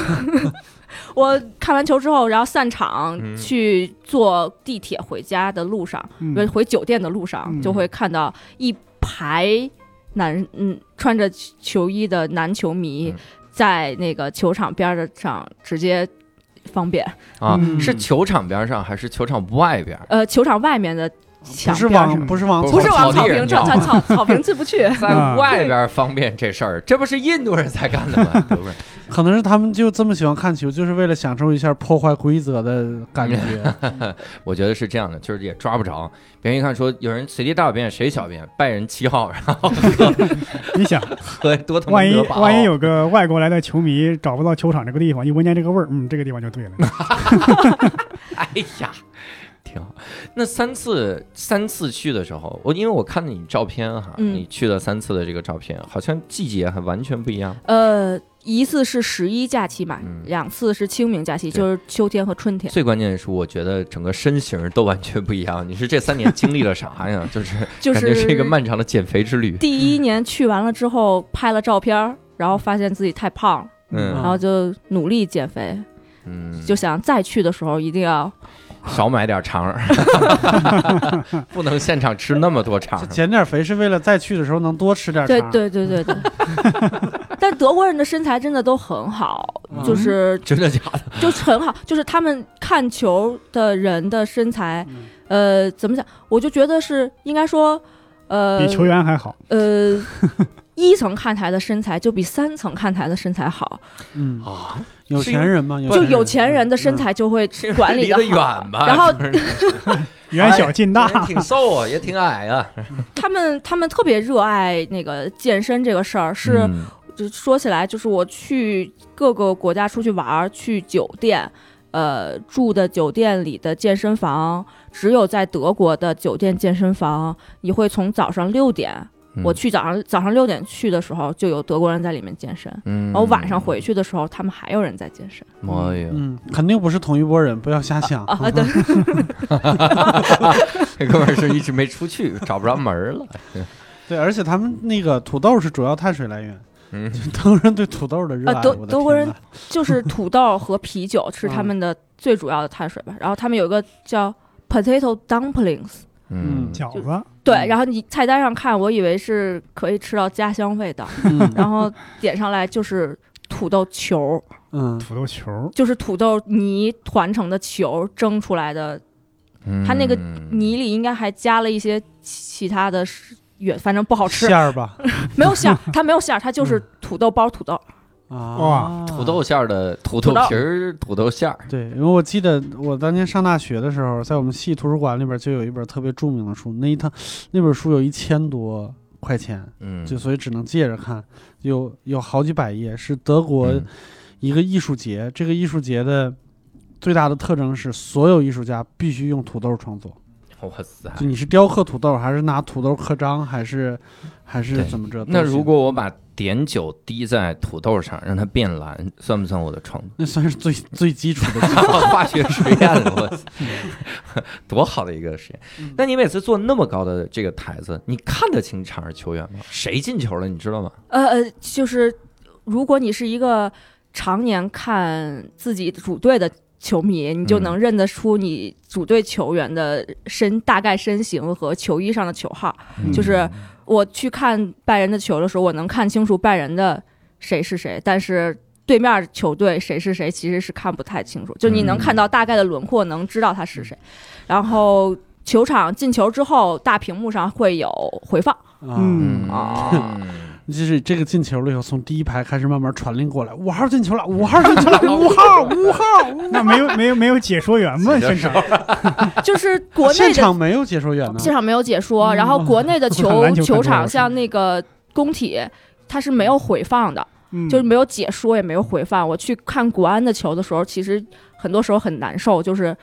[SPEAKER 4] 我看完球之后，然后散场
[SPEAKER 3] 嗯
[SPEAKER 4] 去坐地铁回家的路上，
[SPEAKER 1] 嗯
[SPEAKER 4] 不是回酒店的路上，
[SPEAKER 1] 嗯
[SPEAKER 4] 就会看到一排男嗯穿着球衣的男球迷
[SPEAKER 3] 嗯
[SPEAKER 4] 在那个球场边儿上直接方便，
[SPEAKER 3] 啊，
[SPEAKER 1] 嗯
[SPEAKER 3] 是球场边上还是球场外边？
[SPEAKER 4] 呃，球场外面的
[SPEAKER 2] 不
[SPEAKER 4] 墙
[SPEAKER 2] 是
[SPEAKER 4] 边儿上。
[SPEAKER 2] 往不是往
[SPEAKER 3] 哦不
[SPEAKER 4] 不是
[SPEAKER 3] 草
[SPEAKER 4] 往草
[SPEAKER 3] 地
[SPEAKER 4] 坪
[SPEAKER 3] 上
[SPEAKER 4] 上，
[SPEAKER 3] 尿
[SPEAKER 4] 草草草坪进
[SPEAKER 3] <laughs>
[SPEAKER 4] 不去。
[SPEAKER 1] 啊
[SPEAKER 3] 在外边方便这事儿，这不是印度人才干的吗？ <laughs> 对不对？
[SPEAKER 2] 可能是他们就这么喜欢看球，就是为了享受一下破坏规则的感
[SPEAKER 4] <laughs>
[SPEAKER 2] 觉。
[SPEAKER 3] 我觉得是这样的，就是也抓不着。别人一看说有人随地大小便，谁小便？拜仁七号， <laughs> 然后
[SPEAKER 1] 你想，
[SPEAKER 3] 和多特
[SPEAKER 1] 万
[SPEAKER 3] 蒙
[SPEAKER 1] 一
[SPEAKER 3] 德堡。
[SPEAKER 1] 万一有个外国来的球迷找不到球场这个地方，一闻见这个味儿，嗯，这个地方就对了。
[SPEAKER 3] <laughs> 哎呀，挺好。那三次三次去的时候，我因为我看了你照片哈，
[SPEAKER 4] 嗯
[SPEAKER 3] 你去了三次的这个照片，好像季节还完全不一样。
[SPEAKER 4] 呃，一次是十一假期嘛，
[SPEAKER 3] 嗯
[SPEAKER 4] 两次是清明假期，
[SPEAKER 3] 对
[SPEAKER 4] 就是秋天和春天，
[SPEAKER 3] 最关键的是，我觉得整个身形都完全不一样。你是这三年经历了啥呀？ <laughs> 就是
[SPEAKER 4] 就
[SPEAKER 3] 感觉是一个漫长的减肥之旅。
[SPEAKER 4] 第一年去完了之后拍了照片儿，然后发现自己太胖了，
[SPEAKER 3] 嗯
[SPEAKER 4] 然后就努力减肥，
[SPEAKER 3] 嗯，
[SPEAKER 4] 就想再去的时候一定要
[SPEAKER 3] 少买点肠儿， <laughs> 不能现场吃那么多肠
[SPEAKER 2] 就
[SPEAKER 3] 儿。 <laughs>
[SPEAKER 2] 减点肥是为了再去的时候能多吃点
[SPEAKER 4] 对
[SPEAKER 2] 肠。
[SPEAKER 4] 对对
[SPEAKER 1] <laughs>
[SPEAKER 4] 对对。但德国人的身材真的都很好，
[SPEAKER 2] 嗯
[SPEAKER 4] 就是
[SPEAKER 3] 真的假的？ <laughs>
[SPEAKER 4] 就是很好， <laughs> 就是他们看球的人的身材，
[SPEAKER 1] 嗯
[SPEAKER 4] 呃，怎么讲？我就觉得是应该说，呃，
[SPEAKER 1] 比球员还好，
[SPEAKER 4] 呃， <laughs> 一层看台的身材就比三层看台的身材好，
[SPEAKER 2] 嗯，
[SPEAKER 3] 啊，
[SPEAKER 2] 有钱人嘛，
[SPEAKER 1] 嗯
[SPEAKER 4] 就有钱人的身材就会管理
[SPEAKER 3] 离
[SPEAKER 4] 的
[SPEAKER 3] 得远吧。
[SPEAKER 4] 然后
[SPEAKER 3] 就是
[SPEAKER 1] 远小近大。
[SPEAKER 3] 人挺瘦啊，也挺矮啊。
[SPEAKER 4] 他们他们特别热爱那个健身这个事儿，是、
[SPEAKER 3] 嗯
[SPEAKER 4] 就说起来，就是我去各个国家出去玩儿，去酒店，呃，住的酒店里的健身房，只有在德国的酒店健身房，你会从早上六点，
[SPEAKER 3] 嗯
[SPEAKER 4] 我去早上早上六点去的时候，就有德国人在里面健身，
[SPEAKER 3] 嗯
[SPEAKER 4] 然后晚上回去的时候，他们还有人在健身。
[SPEAKER 3] 哎呦，
[SPEAKER 2] 嗯，肯定不是同一波人，不要瞎想。嗯
[SPEAKER 4] 啊，对，
[SPEAKER 3] <laughs> 这哥们儿是一直没出去，找不着门儿了。
[SPEAKER 2] 对，而且他们那个土豆是主要碳水来源，
[SPEAKER 3] 嗯， <laughs>
[SPEAKER 2] 德国人对土豆的热爱。
[SPEAKER 4] 啊德
[SPEAKER 2] 我的天
[SPEAKER 4] 德国人 <laughs>
[SPEAKER 2] 哪
[SPEAKER 4] 就是土豆和啤酒
[SPEAKER 3] 嗯
[SPEAKER 4] 是他们的最主要的碳水吧。然后他们有一个叫 potato dumplings，
[SPEAKER 3] 嗯，
[SPEAKER 1] 饺子，
[SPEAKER 4] 对，
[SPEAKER 2] 嗯
[SPEAKER 4] 然后你菜单上看，我以为是可以吃到家乡味道，
[SPEAKER 2] 嗯
[SPEAKER 4] 然后
[SPEAKER 2] <laughs>
[SPEAKER 4] 点上来就是土豆球，
[SPEAKER 2] 嗯，
[SPEAKER 1] 土豆球，
[SPEAKER 4] 就是土豆泥团成的球蒸出来的，
[SPEAKER 3] 嗯
[SPEAKER 4] 他那个泥里应该还加了一些其他的食也反正不好吃
[SPEAKER 2] 馅，儿
[SPEAKER 4] <laughs>
[SPEAKER 2] 嗯吧。
[SPEAKER 4] 没有
[SPEAKER 2] <laughs>
[SPEAKER 4] 馅儿，它没有馅儿，它就是土豆包土豆。
[SPEAKER 2] 啊，
[SPEAKER 1] 哇
[SPEAKER 3] 土豆馅儿的土豆
[SPEAKER 4] 土豆
[SPEAKER 3] 皮儿、土豆馅儿。
[SPEAKER 2] 对，因为我记得我当年上大学的时候，在我们系图书馆里边就有一本特别著名的书，那一套那本书有一千多块钱，
[SPEAKER 3] 嗯，
[SPEAKER 2] 就所以只能借着看，有有好几百页，是德国
[SPEAKER 3] 嗯
[SPEAKER 2] 一个艺术节，这个艺术节的最大的特征是所有艺术家必须用土豆创作，
[SPEAKER 3] 哇塞！
[SPEAKER 2] 就你是雕刻土豆，还是拿土豆刻章，还是还是
[SPEAKER 3] 对
[SPEAKER 2] 怎么着？
[SPEAKER 3] 那
[SPEAKER 2] 都行
[SPEAKER 3] 如果我把碘酒滴在土豆上，让它变蓝，算不算我的 <laughs> 创作？
[SPEAKER 2] 那算是最最基础
[SPEAKER 3] <laughs>
[SPEAKER 2] 的啊
[SPEAKER 3] 化学实验了，我操 <laughs> 多好的一个实验
[SPEAKER 2] 嗯！
[SPEAKER 3] 那你每次做那么高的这个台子，你看得清场上球员吗？谁进球了，你知道吗？
[SPEAKER 4] 呃呃，就是如果你是一个常年看自己主队的球迷，你就
[SPEAKER 3] 嗯
[SPEAKER 4] 能认得出你主队球员的身、大概身形和球衣上的球号。
[SPEAKER 3] 嗯
[SPEAKER 4] 就是
[SPEAKER 1] 嗯
[SPEAKER 4] 我去看拜仁的球的时候，我能看清楚拜仁的谁是谁，但是。对面球队谁是谁其实是看不太清楚，就你能
[SPEAKER 1] 嗯
[SPEAKER 4] 看到大概的轮廓，能知道他是谁。然后球场进球之后，大屏幕上会有回放，
[SPEAKER 2] 啊。
[SPEAKER 1] 嗯
[SPEAKER 3] 啊，
[SPEAKER 2] 就是这个进球了以后，从第一排开始慢慢传令过来，五号进球了，五号进 <laughs> 球了，五号，五号。
[SPEAKER 1] 那没有没有没有解说员
[SPEAKER 3] <laughs>
[SPEAKER 1] 吗？现场
[SPEAKER 3] 啊
[SPEAKER 4] 就是
[SPEAKER 1] 啊
[SPEAKER 4] 国内
[SPEAKER 2] 啊现
[SPEAKER 4] 的
[SPEAKER 2] 场没有解说员呢，
[SPEAKER 4] 现场没有解说，
[SPEAKER 2] 嗯
[SPEAKER 4] 然后国
[SPEAKER 1] <laughs>
[SPEAKER 4] 内的球
[SPEAKER 1] 篮球看多了
[SPEAKER 4] 球场像那个工体。它是没有回放的，
[SPEAKER 1] 嗯
[SPEAKER 4] 就是没有解说，也没有回放。我去看国安的球的时候，其实很多时候很难受，就是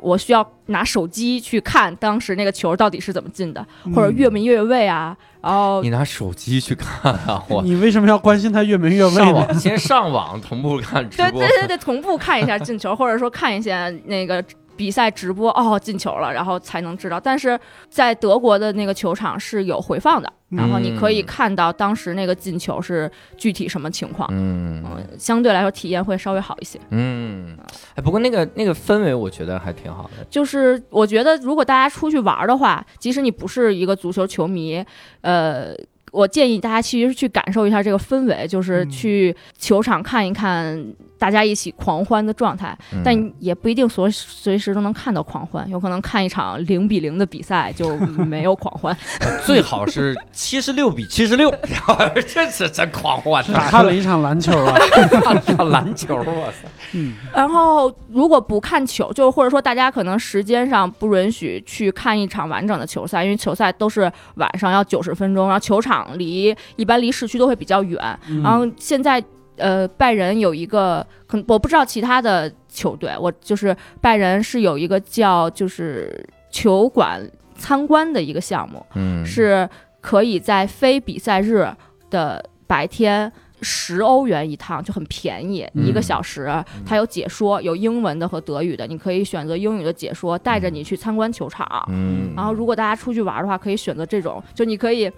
[SPEAKER 4] 我需要拿手机去看当时那个球到底是怎么进的，
[SPEAKER 1] 嗯
[SPEAKER 4] 或者越门越位啊，然后
[SPEAKER 3] 嗯你拿手机去看 <laughs> 啊！我
[SPEAKER 2] 你为什么要关心他越没越位
[SPEAKER 3] 上
[SPEAKER 2] 呢？
[SPEAKER 3] 网先上网同步看直
[SPEAKER 4] 对
[SPEAKER 3] 播
[SPEAKER 4] 对，对对，同步看一下进球，或者说看一下那个比赛直播，哦，进球了，然后才能知道。但是在德国的那个球场是有回放的，然后你可以
[SPEAKER 3] 嗯
[SPEAKER 4] 看到当时那个进球是具体什么情况，
[SPEAKER 3] 嗯
[SPEAKER 4] 嗯，相对来说体验会稍微好一些。
[SPEAKER 3] 嗯，哎，不过那个那个氛围，我觉得还挺好的。
[SPEAKER 4] 就是我觉得，如果大家出去玩的话，即使你不是一个足球球迷，呃，我建议大家其实去感受一下这个氛围，就是
[SPEAKER 1] 嗯
[SPEAKER 4] 去球场看一看大家一起狂欢的状态。
[SPEAKER 3] 嗯
[SPEAKER 4] 但也不一定所随时都能看到狂欢，有可能看一场零比零的比赛就没有狂欢。
[SPEAKER 3] 最好是七十六比七十六，然后 <laughs> 这是真狂欢
[SPEAKER 2] 只
[SPEAKER 3] 呐！
[SPEAKER 2] 看了一场篮球 <laughs> 啊，嗯
[SPEAKER 3] 上篮球，我操！
[SPEAKER 4] 然后如果不看球，就或者说大家可能时间上不允许去看一场完整的球赛，因为球赛都是晚上要九十分钟，然后球场离一般离市区都会比较远。
[SPEAKER 2] 嗯
[SPEAKER 4] 然后现在呃，拜仁有一个，可能我不知道其他的球队，我就是拜仁是有一个叫就是球馆参观的一个项目，
[SPEAKER 3] 嗯，
[SPEAKER 4] 是可以在非比赛日的白天。十欧元一趟就很便宜，
[SPEAKER 3] 嗯
[SPEAKER 4] 一个小时，它有解说，有英文的和德语的，你可以选择英语的解说，带着你去参观球场。
[SPEAKER 3] 嗯，
[SPEAKER 4] 然后，如果大家出去玩的话，可以选择这种，就你可以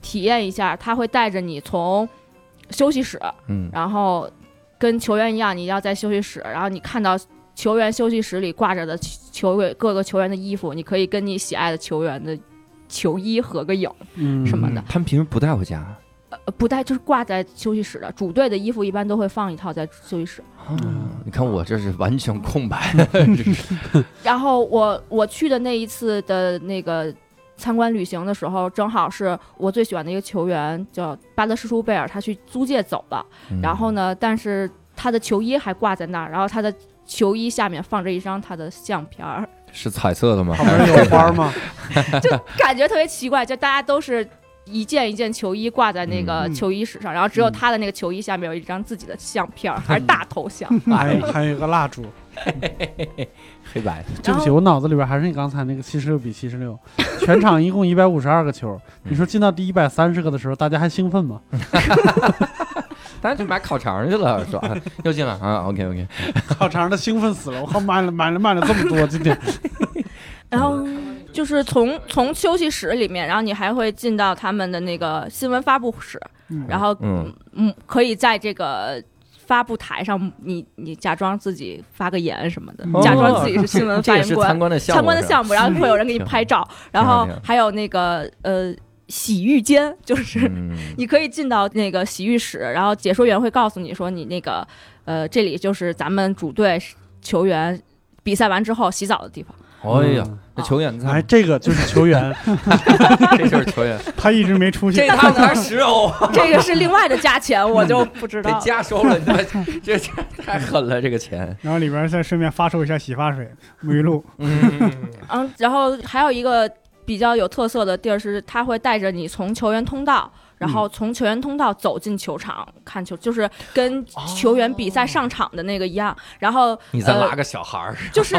[SPEAKER 4] 体验一下，他会带着你从休息室，
[SPEAKER 3] 嗯
[SPEAKER 4] 然后跟球员一样，你要在休息室，然后你看到球员休息室里挂着的球球员各个球员的衣服，你可以跟你喜爱的球员的球衣合个影，
[SPEAKER 2] 嗯
[SPEAKER 4] 什么的
[SPEAKER 3] 他们平时不带回家，啊
[SPEAKER 4] 呃，不带就是挂在休息室的。主队的衣服一般都会放一套在休息室。嗯
[SPEAKER 3] 你看我这是完全空白，
[SPEAKER 4] 然后我我去的那一次的那个参观旅行的时候，正好是我最喜欢的一个球员叫巴德施舒贝尔，他去租借走了。 <laughs>
[SPEAKER 1] 嗯
[SPEAKER 4] 然后呢，但是他的球衣还挂在那儿，然后他的球衣下面放着一张他的相片
[SPEAKER 1] <laughs>
[SPEAKER 4] 儿，
[SPEAKER 3] 嗯是彩色的吗？
[SPEAKER 2] 旁边有花 <laughs> 吗？
[SPEAKER 4] 就感觉特别奇怪，就大家都是。一件一件球衣挂在那个
[SPEAKER 1] 嗯
[SPEAKER 4] 球衣史上，然后只有他的那个球衣下面有一张自己的相
[SPEAKER 1] <laughs>
[SPEAKER 4] 片儿，还是大头像。
[SPEAKER 2] 还有还有一个蜡烛。
[SPEAKER 3] 黑白的，
[SPEAKER 2] 对不起，我脑子里边还是你刚才那个七十六比七十六，全场一共一百五十二个 <laughs> 球。你说进到第一百三十个的时候，大家还兴 <laughs> 奋吗？
[SPEAKER 3] 大家去买烤肠去了，是吧？又进来啊，OK OK，
[SPEAKER 2] 烤肠的兴奋死了，我靠，买了买了买了这么多，今天
[SPEAKER 4] 然后就是从从休息室里面，然后你还会进到他们的那个新闻发布室，
[SPEAKER 1] 嗯
[SPEAKER 4] 然后
[SPEAKER 3] 嗯
[SPEAKER 4] 嗯，可以在这个发布台上，你你假装自己发个言什么的，
[SPEAKER 1] 哦
[SPEAKER 4] 假装自己是新闻
[SPEAKER 3] 这
[SPEAKER 4] 发
[SPEAKER 3] 也
[SPEAKER 4] 言
[SPEAKER 3] 是
[SPEAKER 4] 官
[SPEAKER 3] 参，观的项目，
[SPEAKER 4] 参观的项目，然后会有人给你
[SPEAKER 3] 挺好
[SPEAKER 4] 拍照，然后还有那个呃洗浴间，就是
[SPEAKER 3] 嗯
[SPEAKER 4] 你可以进到那个洗浴室，然后解说员会告诉你说你那个呃这里就是咱们主队球员比赛完之后洗澡的地方。
[SPEAKER 3] <laughs> 哎呀，
[SPEAKER 4] 嗯
[SPEAKER 3] 那球员
[SPEAKER 2] 哎，
[SPEAKER 3] 在，
[SPEAKER 2] 这个就是球 <laughs> 员，
[SPEAKER 3] 这就是球
[SPEAKER 4] <laughs>
[SPEAKER 3] 员，
[SPEAKER 1] 他一直没出去
[SPEAKER 3] 这，趟拿十欧，
[SPEAKER 4] 这个是另外的价钱，我就不
[SPEAKER 3] <laughs>
[SPEAKER 4] 知
[SPEAKER 3] 得
[SPEAKER 4] 道。
[SPEAKER 3] 加收
[SPEAKER 4] <laughs>
[SPEAKER 3] 了， <laughs> 这这太狠了，这个钱，
[SPEAKER 1] 然后里边再顺便发售一下洗发水、沐浴
[SPEAKER 4] <laughs>
[SPEAKER 1] 露。
[SPEAKER 3] 嗯，
[SPEAKER 4] 嗯，然后还有一个比较有特色的地儿是，他会带着你从球员通道，然后从球员通道走进球场看球，就是跟球员比赛上场的那个一样。然后
[SPEAKER 3] <laughs> 你再
[SPEAKER 4] 呃
[SPEAKER 3] 拉个小孩儿，
[SPEAKER 4] 就是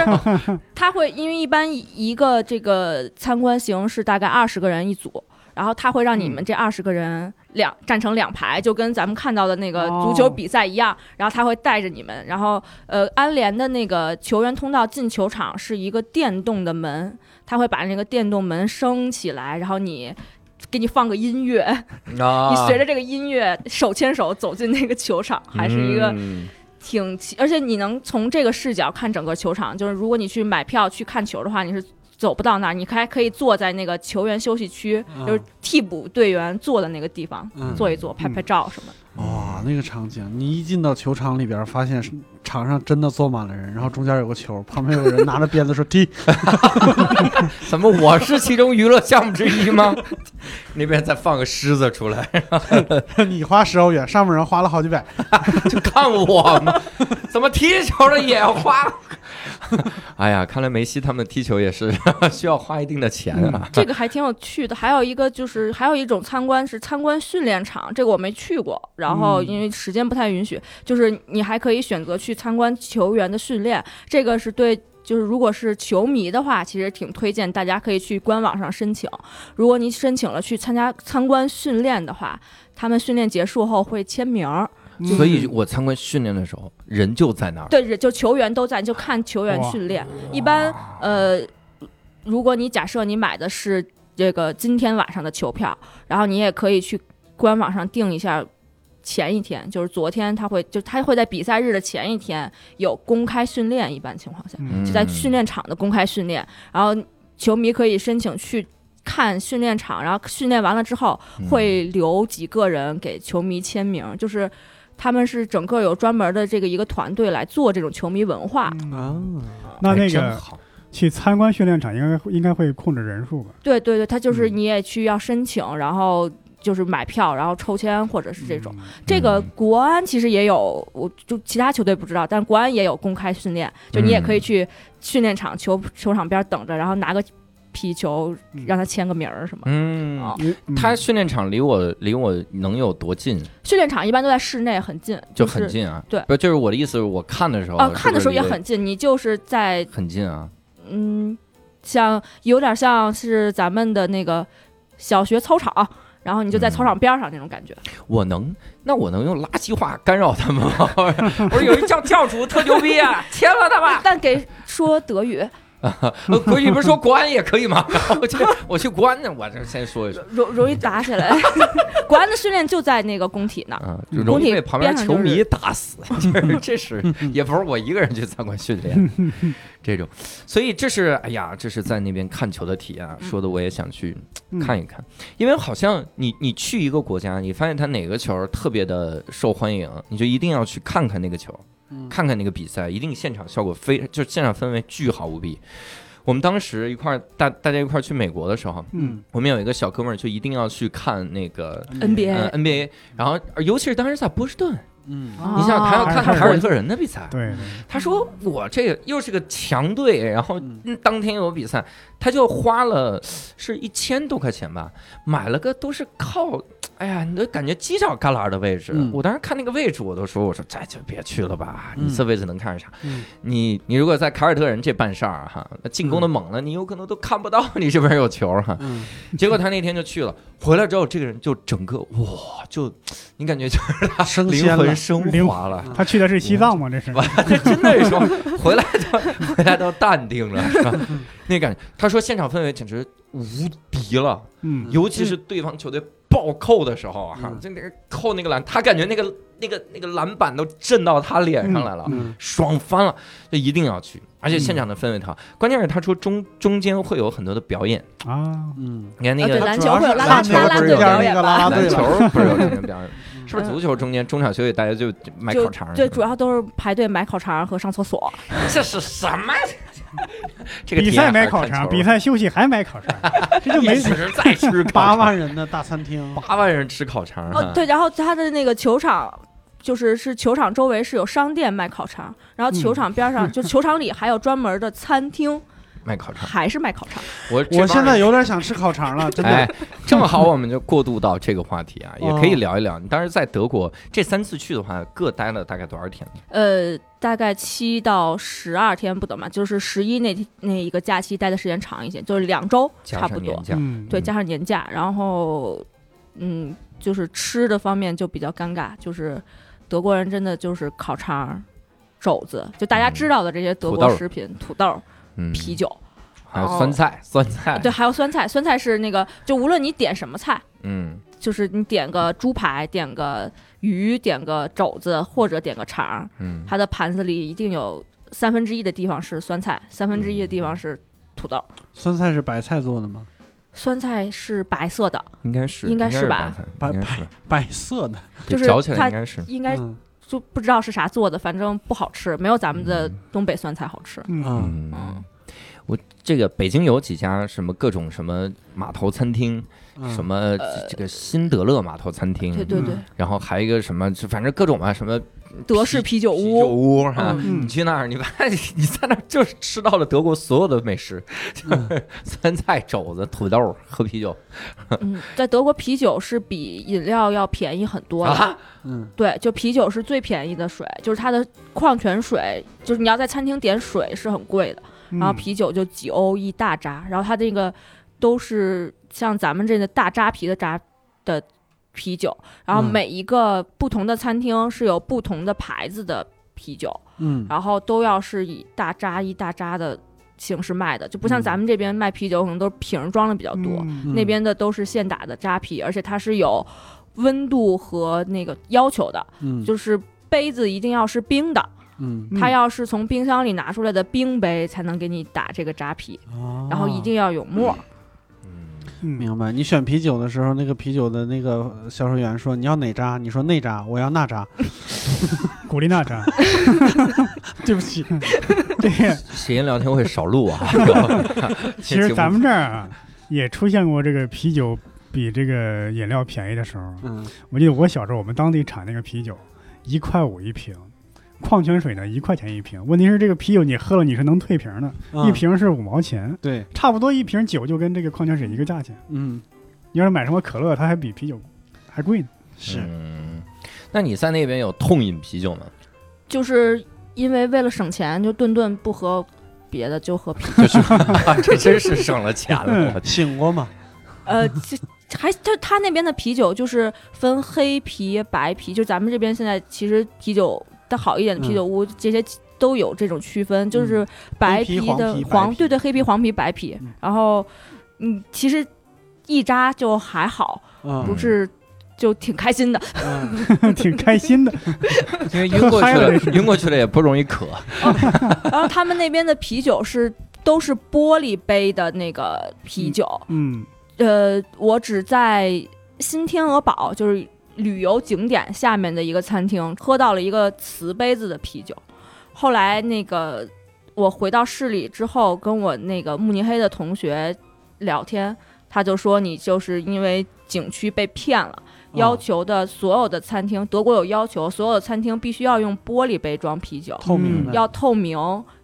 [SPEAKER 4] 他会，因为一般一个这个参观形式大概二十个人一组，然后他会让你们这二十个人两站成两排，就跟咱们看到的那个足球比赛一样。然后他会带着你们，然后呃，安联的那个球员通道进球场是一个电动的门，他会把那个电动门升起来，然后你。给你放个音乐，
[SPEAKER 3] 啊
[SPEAKER 4] 呃你随着这个音乐手牵手走进那个球场，还是一个
[SPEAKER 3] 嗯
[SPEAKER 4] 挺奇，而且你能从这个视角看整个球场。就是如果你去买票去看球的话，你是走不到那儿，你还可以坐在那个球员休息区，
[SPEAKER 2] 嗯
[SPEAKER 4] 就是替补队员坐的那个地方、
[SPEAKER 2] 嗯
[SPEAKER 4] 坐一坐，拍拍照什么的。
[SPEAKER 2] 哇，那个场景，你一进到球场里边，发现是场上真的坐满了人，然后中间有个球，旁边有人拿着鞭子说 <laughs> 踢，
[SPEAKER 3] 怎么我是其中娱乐项目之一吗？ <laughs> 那边再放个狮子出来， <laughs>
[SPEAKER 2] 你花十欧元，上面人花了好几百，
[SPEAKER 3] 就看我吗？ <laughs> 怎么踢球的也要花？ <laughs> 哎呀，看来梅西他们踢球也是 <laughs> 需要花一定的钱啊。
[SPEAKER 4] 这个还挺有趣的。还有一个就是，还有一种参观是参观训练场，这个我没去过，然后因为时间不太允许，就是你还可以选择去参观球员的训练，这个是对。就是如果是球迷的话，其实挺推荐大家可以去官网上申请。如果你申请了去参加参观训练的话，他们训练结束后会签名儿，
[SPEAKER 3] 所以我参观训练的时候，人就在那儿。
[SPEAKER 4] 对，就球员都在，你就看球员训练。一般呃，如果你假设你买的是这个今天晚上的球票，然后你也可以去官网上订一下。前一天就是昨天，他会就他会在比赛日的前一天有公开训练，一般情况下
[SPEAKER 3] 嗯
[SPEAKER 4] 就在训练场的公开训练，然后球迷可以申请去看训练场，然后训练完了之后
[SPEAKER 3] 嗯
[SPEAKER 4] 会留几个人给球迷签名，就是他们是整个有专门的这个一个团队来做这种球迷文
[SPEAKER 3] 嗯
[SPEAKER 4] 化。
[SPEAKER 2] 啊，
[SPEAKER 1] 嗯那
[SPEAKER 3] 还
[SPEAKER 1] 那
[SPEAKER 3] 真
[SPEAKER 1] 个
[SPEAKER 3] 好
[SPEAKER 1] 去参观训练场应该应该会控制人数吧？
[SPEAKER 4] 对对对，他就是
[SPEAKER 1] 嗯
[SPEAKER 4] 你也去要申请，然后就是买票，然后抽签或者是这种。
[SPEAKER 1] 嗯
[SPEAKER 4] 这个国安其实也有，我就其他球队不知道，但国安也有公开训练，
[SPEAKER 3] 嗯
[SPEAKER 4] 就你也可以去训练场球球场边等着，然后拿个皮球
[SPEAKER 2] 嗯
[SPEAKER 4] 让他签个名儿什么。
[SPEAKER 3] 嗯
[SPEAKER 4] 哦
[SPEAKER 1] 因为嗯
[SPEAKER 3] 他训练场离我离我能有多近？
[SPEAKER 4] 训练场一般都在室内，很近，
[SPEAKER 3] 就是很近啊。
[SPEAKER 4] 对
[SPEAKER 3] 不就是我的意思，我看的时候
[SPEAKER 4] 啊，看的时候也
[SPEAKER 3] 是不是
[SPEAKER 4] 很近，你就是在
[SPEAKER 3] 离得很近啊。
[SPEAKER 4] 嗯，像有点像是咱们的那个小学操场，然后你就在操场边儿上那种感觉。
[SPEAKER 3] 我能，那我能用垃圾话干扰他们吗？
[SPEAKER 4] <laughs>
[SPEAKER 3] 我说有一教教主特牛逼啊， <laughs> 签了他吧。
[SPEAKER 4] 但给说德 <laughs> 语，
[SPEAKER 3] 呃国语不是说国安也可以吗？然 <laughs> 后我去我去国安呢，我这先说一说。
[SPEAKER 4] 容容易打起 <laughs> 来。国安的训练就在那个工体那儿，
[SPEAKER 3] 啊，
[SPEAKER 1] 嗯
[SPEAKER 3] 就容易被旁边球迷打
[SPEAKER 1] <laughs>
[SPEAKER 3] 死，就是这是也不是我一个人去参观训练
[SPEAKER 1] <laughs>
[SPEAKER 3] 这种，所以这是哎呀，这是在那边看球的体验啊，说的我也想去
[SPEAKER 1] 嗯
[SPEAKER 3] 看一看，因为好像你你去一个国家，你发现他哪个球特别的受欢迎，你就一定要去看看那个球，
[SPEAKER 2] 嗯
[SPEAKER 3] 看看那个比赛，一定现场效果非就是现场氛围巨好无比。我们当时一块儿大大家一块儿去美国的时候，
[SPEAKER 2] 嗯
[SPEAKER 3] 我们有一个小哥们儿就一定要去看那个
[SPEAKER 4] NBA
[SPEAKER 3] 嗯 NBA，然后尤其是当时在波士顿，
[SPEAKER 2] 嗯
[SPEAKER 4] 啊
[SPEAKER 1] 哦
[SPEAKER 3] 你想想他要看
[SPEAKER 1] 还是
[SPEAKER 3] 凯尔特人的比赛，
[SPEAKER 1] 对，对
[SPEAKER 3] 他说我这个又是个强队，然后
[SPEAKER 2] 嗯
[SPEAKER 3] 嗯当天有比赛，他就花了是一千多块钱吧，买了个都是靠，哎呀，你都感觉犄角旮旯的位置
[SPEAKER 2] 嗯。
[SPEAKER 3] 我当时看那个位置，我都说我说这就别去了吧，
[SPEAKER 2] 嗯
[SPEAKER 3] 你这位置能看上啥
[SPEAKER 2] 嗯？
[SPEAKER 3] 你你如果在凯尔特人这办事儿啊哈，那
[SPEAKER 1] 嗯
[SPEAKER 3] 进攻的猛了，你有可能都看不到你这边有球哈。
[SPEAKER 2] 嗯，
[SPEAKER 3] 结果他那天就去了，回来之后这个人就整个哇，就你感觉就
[SPEAKER 2] 升
[SPEAKER 3] 灵
[SPEAKER 2] 仙了
[SPEAKER 3] 魂，升
[SPEAKER 1] 灵
[SPEAKER 3] 华了。
[SPEAKER 1] 他去的是西藏吗？这是
[SPEAKER 3] 我这真的是说回来都回来都淡定了，是吧？那感觉，他说现场氛围简直无敌了，
[SPEAKER 1] 嗯
[SPEAKER 3] 尤其是对方球队暴扣的时候啊，
[SPEAKER 2] 嗯
[SPEAKER 3] 就那个扣那个篮，他感觉那个那个那个篮板都震到他脸上来了。
[SPEAKER 2] 嗯
[SPEAKER 3] 爽翻了，就一定要去，而且现场的氛围特好。关键是他说中中间会有很多的表演，
[SPEAKER 1] 啊，
[SPEAKER 2] 嗯，
[SPEAKER 3] 你看那
[SPEAKER 4] 啊对
[SPEAKER 3] 个
[SPEAKER 4] 篮球会有啦啦
[SPEAKER 3] 主要是
[SPEAKER 4] 啦啦
[SPEAKER 3] 篮球
[SPEAKER 4] 队
[SPEAKER 3] 不是有
[SPEAKER 4] 表
[SPEAKER 2] 那
[SPEAKER 4] 演
[SPEAKER 2] 个啦
[SPEAKER 4] 吧
[SPEAKER 2] 啦，
[SPEAKER 3] 篮
[SPEAKER 2] 队
[SPEAKER 3] 球
[SPEAKER 2] 了
[SPEAKER 3] 不是有这种表
[SPEAKER 4] <laughs>
[SPEAKER 3] 演，啊是不是
[SPEAKER 4] 嗯
[SPEAKER 3] 足球中间中场休息大家就买
[SPEAKER 4] 就
[SPEAKER 3] 烤肠儿？
[SPEAKER 4] 对，主要都是排队买烤肠和上厕所。
[SPEAKER 3] 这是什么？ <laughs> 这个
[SPEAKER 1] 比
[SPEAKER 3] 体验
[SPEAKER 1] 赛买
[SPEAKER 3] 还是
[SPEAKER 1] 烤
[SPEAKER 3] 看
[SPEAKER 1] 肠，
[SPEAKER 3] 球
[SPEAKER 1] 比赛休息还买烤肠，
[SPEAKER 3] <laughs>
[SPEAKER 1] 这就没
[SPEAKER 3] 一直在吃八
[SPEAKER 2] 八万人的大餐厅，
[SPEAKER 3] 八万人吃烤肠、啊
[SPEAKER 4] 哦，对，然后他的那个球场。就是是球场周围是有商店卖烤肠，然后球场边上、就球场里还有专门的餐厅，
[SPEAKER 3] 卖烤肠。
[SPEAKER 4] 还是卖烤肠。
[SPEAKER 3] 我
[SPEAKER 2] 我现在有点想吃烤肠了，真
[SPEAKER 3] 哎
[SPEAKER 2] <laughs> 的。，
[SPEAKER 3] 正好我们就过渡到这个话题啊，也可以
[SPEAKER 2] 哦
[SPEAKER 3] 聊一聊。你当时在德国这三次去的话，各待了大概多少天？
[SPEAKER 4] 呃，大概七到十二天不等嘛，就是十一那那一个假期待的时间长一些，就是两周差
[SPEAKER 3] 加
[SPEAKER 4] 不
[SPEAKER 3] 上
[SPEAKER 4] 多
[SPEAKER 3] 年。假，
[SPEAKER 1] 嗯，
[SPEAKER 4] 对，
[SPEAKER 3] 嗯
[SPEAKER 4] 加上年假，然后嗯，就是吃的方面就比较尴尬，就是德国人真的就是烤肠儿、肘子，就大家知道的这些德
[SPEAKER 3] 土
[SPEAKER 4] 国
[SPEAKER 3] 豆儿
[SPEAKER 4] 食品，土豆儿、
[SPEAKER 3] 嗯，
[SPEAKER 4] 啤酒，哦
[SPEAKER 3] 还有酸菜，酸菜，
[SPEAKER 4] 对，，还有酸菜，酸菜是那个，就无论你点什么菜，
[SPEAKER 3] 嗯，
[SPEAKER 4] 就是你点个猪排，点个鱼，点个肘子，或者点个肠儿，
[SPEAKER 3] 嗯，
[SPEAKER 4] 它的盘子里一定有三分之一的地方是酸菜，三分之一的地方是土豆。
[SPEAKER 2] 酸菜是白菜做的吗？
[SPEAKER 4] 酸菜是白色的，
[SPEAKER 3] 应该是，
[SPEAKER 4] 应该是
[SPEAKER 3] 是
[SPEAKER 4] 吧
[SPEAKER 3] 白菜？
[SPEAKER 2] 白
[SPEAKER 3] 应该是，
[SPEAKER 2] 白色的，
[SPEAKER 4] 就
[SPEAKER 3] 对
[SPEAKER 4] 是
[SPEAKER 3] 嚼起来
[SPEAKER 4] 它
[SPEAKER 3] 应该是，
[SPEAKER 4] 应该
[SPEAKER 2] 嗯
[SPEAKER 4] 就不知道是啥做的，反正不好吃，没有咱们的
[SPEAKER 3] 嗯
[SPEAKER 4] 东北酸菜好吃。
[SPEAKER 1] 嗯，
[SPEAKER 2] 啊，
[SPEAKER 3] 嗯。我这个北京有几家什么各种什么码头餐厅，
[SPEAKER 2] 嗯
[SPEAKER 3] 什么这这个新德勒码头餐厅，
[SPEAKER 4] 对对对，
[SPEAKER 3] 然后还有一个什么，就反正各种吧，什么
[SPEAKER 4] 德式啤酒
[SPEAKER 3] 啤酒
[SPEAKER 4] 屋，
[SPEAKER 3] 屋哈、
[SPEAKER 4] 嗯
[SPEAKER 3] 你去那儿，你发现你在那儿就是吃到了德国所有的美食，就是 <laughs> 酸菜、肘子、土豆、喝啤酒
[SPEAKER 4] 嗯，在德国啤酒是比饮料要便宜很多的。
[SPEAKER 3] 啊，
[SPEAKER 2] 嗯
[SPEAKER 4] 对，就啤酒是最便宜的水，就是它的矿泉水，就是你要在餐厅点水是很贵的，
[SPEAKER 1] 嗯
[SPEAKER 4] 然后啤酒就几欧一大扎，然后它这个都是像咱们这个大扎啤的扎的啤酒，然后
[SPEAKER 2] 嗯
[SPEAKER 4] 每一个不同的餐厅是有不同的牌子的啤酒，
[SPEAKER 2] 嗯
[SPEAKER 4] 然后都要是以大扎一大扎的形式卖的，就不像
[SPEAKER 2] 嗯
[SPEAKER 4] 咱们这边卖啤酒可能都是瓶儿装的比较多，
[SPEAKER 1] 嗯
[SPEAKER 2] 嗯
[SPEAKER 4] 那边的都是现打的扎啤，而且它是有温度和那个要求的，
[SPEAKER 2] 嗯
[SPEAKER 4] 就是杯子一定要是冰的，
[SPEAKER 2] 嗯，
[SPEAKER 4] 它要是从冰箱里拿出来的冰杯才能给你打这个扎啤，
[SPEAKER 2] 哦
[SPEAKER 4] 然后一定要有沫儿。
[SPEAKER 3] 嗯，
[SPEAKER 1] 嗯
[SPEAKER 2] 明白。你选啤酒的时候，那个啤酒的那个销售员说你要哪扎，你说那扎，我要那扎。
[SPEAKER 1] 鼓励那扎，
[SPEAKER 2] 对不起，
[SPEAKER 1] 这个
[SPEAKER 3] 谐音聊天会少 <laughs> 录啊。
[SPEAKER 1] 其实咱们这儿啊，也出现过这个啤酒比这个饮料便宜的时候。
[SPEAKER 2] 嗯
[SPEAKER 1] 我记得我小时候，我们当地产那个啤酒一块五一瓶，矿泉水呢一块钱一瓶。问题是这个啤酒你喝了你是能退瓶的，
[SPEAKER 2] 嗯
[SPEAKER 1] 一瓶是五毛钱，
[SPEAKER 2] 对，
[SPEAKER 1] 差不多一瓶酒就跟这个矿泉水一个价钱。
[SPEAKER 2] 嗯
[SPEAKER 1] 你要是买什么可乐，它还比啤酒还贵呢。 <laughs>
[SPEAKER 2] 是
[SPEAKER 3] 嗯，那你在那边有痛饮啤酒 <laughs> 吗？
[SPEAKER 4] 就是因为为了省钱，就顿顿不喝别的，就
[SPEAKER 2] <laughs>
[SPEAKER 4] 喝啤酒。
[SPEAKER 3] 就是、啊、这真是省了钱了。
[SPEAKER 2] 醒过吗？
[SPEAKER 4] 呃，这还他他那边的啤酒就是分黑啤、白啤，就咱们这边现在其实啤酒的好一点
[SPEAKER 2] 嗯
[SPEAKER 4] 的啤酒屋、这些都有这种区分，就是白
[SPEAKER 2] 黑啤
[SPEAKER 4] 的
[SPEAKER 2] 黄啤白
[SPEAKER 4] 黄
[SPEAKER 2] 啤
[SPEAKER 4] 对对黑啤、黄啤、白啤，
[SPEAKER 2] 嗯
[SPEAKER 4] 然后嗯，其实一扎就还好，
[SPEAKER 3] 嗯
[SPEAKER 4] 不是。就挺开心的，
[SPEAKER 2] 嗯，
[SPEAKER 1] 挺开心的。
[SPEAKER 3] 因为晕过去
[SPEAKER 1] 喝嗨 <laughs>
[SPEAKER 3] 了
[SPEAKER 1] 了这，是
[SPEAKER 3] 晕过去了也不容易渴。
[SPEAKER 4] 然后他们那边的啤酒是都是玻璃杯的那个啤酒，
[SPEAKER 1] 嗯
[SPEAKER 4] 呃，我只在新天鹅堡，就是旅游景点下面的一个餐厅，喝到了一个瓷杯子的啤酒。后来那个我回到市里之后，跟我那个慕尼黑的同学聊天，他就说你就是因为景区被骗了。要求的所有的餐厅，德国有要求，所有的餐厅必须要用玻璃杯装啤酒，
[SPEAKER 2] 透明
[SPEAKER 1] 嗯
[SPEAKER 2] 的，
[SPEAKER 4] 要透明，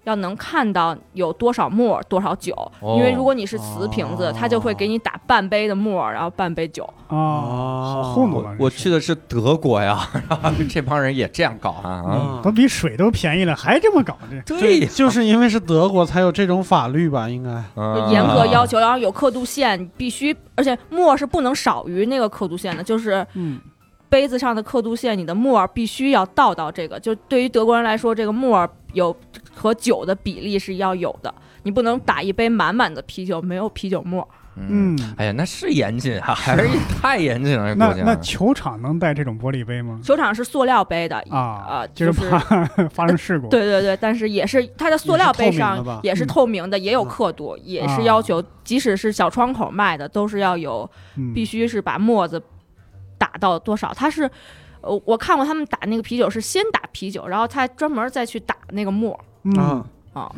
[SPEAKER 4] 要能看到有多少沫、多少酒。因为如果你是瓷瓶子，
[SPEAKER 2] 哦
[SPEAKER 4] 它就会给你打半杯的沫，然后半杯酒。
[SPEAKER 1] 哦，
[SPEAKER 2] 哦，
[SPEAKER 1] 好糊弄
[SPEAKER 3] 我我去的是德国呀，然后 <laughs> 这帮人也这样搞啊
[SPEAKER 4] 嗯
[SPEAKER 3] 啊！
[SPEAKER 2] 啊
[SPEAKER 1] 嗯都比水都便宜了，还这么搞这。
[SPEAKER 3] 对呀，
[SPEAKER 2] 就是因为是德国才有这种法律吧？应该
[SPEAKER 3] 啊
[SPEAKER 4] 严格要求，然后有刻度线，必须，而且沫是不能少于那个刻度线的，就是
[SPEAKER 1] 嗯
[SPEAKER 4] 杯子上的刻度线，你的沫必须要倒到这个。就对于德国人来说，这个沫有和酒的比例是要有的，你不能打一杯满满的啤酒，没有啤酒沫。
[SPEAKER 3] 嗯
[SPEAKER 1] 嗯，
[SPEAKER 3] 哎呀，那是严谨啊，还是太严谨了，这
[SPEAKER 1] 那
[SPEAKER 3] 国家。
[SPEAKER 1] 那球场能带这种玻璃杯吗？
[SPEAKER 4] 球场是塑料杯的，
[SPEAKER 1] 啊
[SPEAKER 4] 呃，
[SPEAKER 1] 就是
[SPEAKER 4] 就是
[SPEAKER 1] 怕 <laughs> 发生事故。
[SPEAKER 4] 对对对，但是也是它的塑料杯
[SPEAKER 2] 也是透明的
[SPEAKER 4] 上
[SPEAKER 2] 吧
[SPEAKER 4] 也是
[SPEAKER 1] 嗯啊
[SPEAKER 4] 透明的，也有刻度，也是要求，即使是小窗口卖的，都是要有，
[SPEAKER 1] 嗯，
[SPEAKER 4] 必须是把沫子打到多少。它是，呃，我看过他们打那个啤酒是先打啤酒，然后他专门再去打那个沫。
[SPEAKER 1] 嗯
[SPEAKER 2] 啊，
[SPEAKER 4] 啊，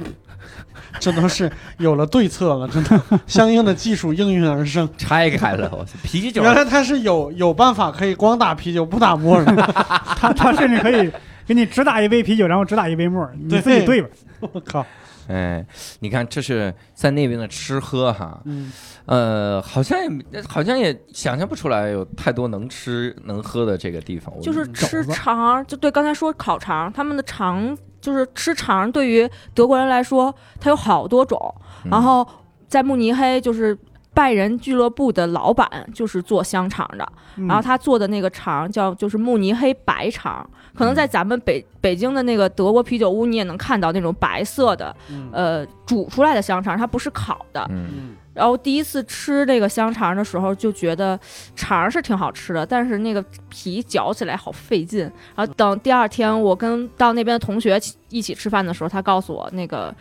[SPEAKER 2] 这都是有了对策了，真的，相应的技术应运而生。
[SPEAKER 3] <laughs> 拆开了，我去啤酒
[SPEAKER 2] 原来他是有有办法可以光打啤酒不打沫
[SPEAKER 4] <laughs>
[SPEAKER 2] 的，
[SPEAKER 1] 他他甚至可以给你只打一杯啤酒，然后只打一杯沫儿，你
[SPEAKER 2] 对
[SPEAKER 1] 自己兑吧。
[SPEAKER 2] 我靠！
[SPEAKER 3] 哎，你看这是在那边的吃喝哈，
[SPEAKER 2] 嗯，
[SPEAKER 3] 呃，好像也好像也想象不出来有太多能吃能喝的这个地方。我
[SPEAKER 4] 就是
[SPEAKER 2] 嗯
[SPEAKER 4] 吃
[SPEAKER 2] 肘子
[SPEAKER 4] 肠儿，就对，刚才说烤肠儿，他们的肠就是吃肠儿，对于德国人来说，它有好多种。
[SPEAKER 3] 嗯
[SPEAKER 4] 然后在慕尼黑，就是拜仁俱乐部的老板就是做香肠的，
[SPEAKER 1] 嗯
[SPEAKER 4] 然后他做的那个肠叫就是慕尼黑白肠，可能在咱们北北京的那个德国啤酒屋，你也能看到那种白色的，
[SPEAKER 2] 嗯
[SPEAKER 4] 呃，煮出来的香肠，它不是烤的。
[SPEAKER 3] 嗯
[SPEAKER 2] 嗯
[SPEAKER 4] 然后第一次吃那个香肠的时候，就觉得肠儿是挺好吃的，但是那个皮嚼起来好费劲。然后等第二天我跟到那边的同学一起吃饭的时候，他告诉我那个。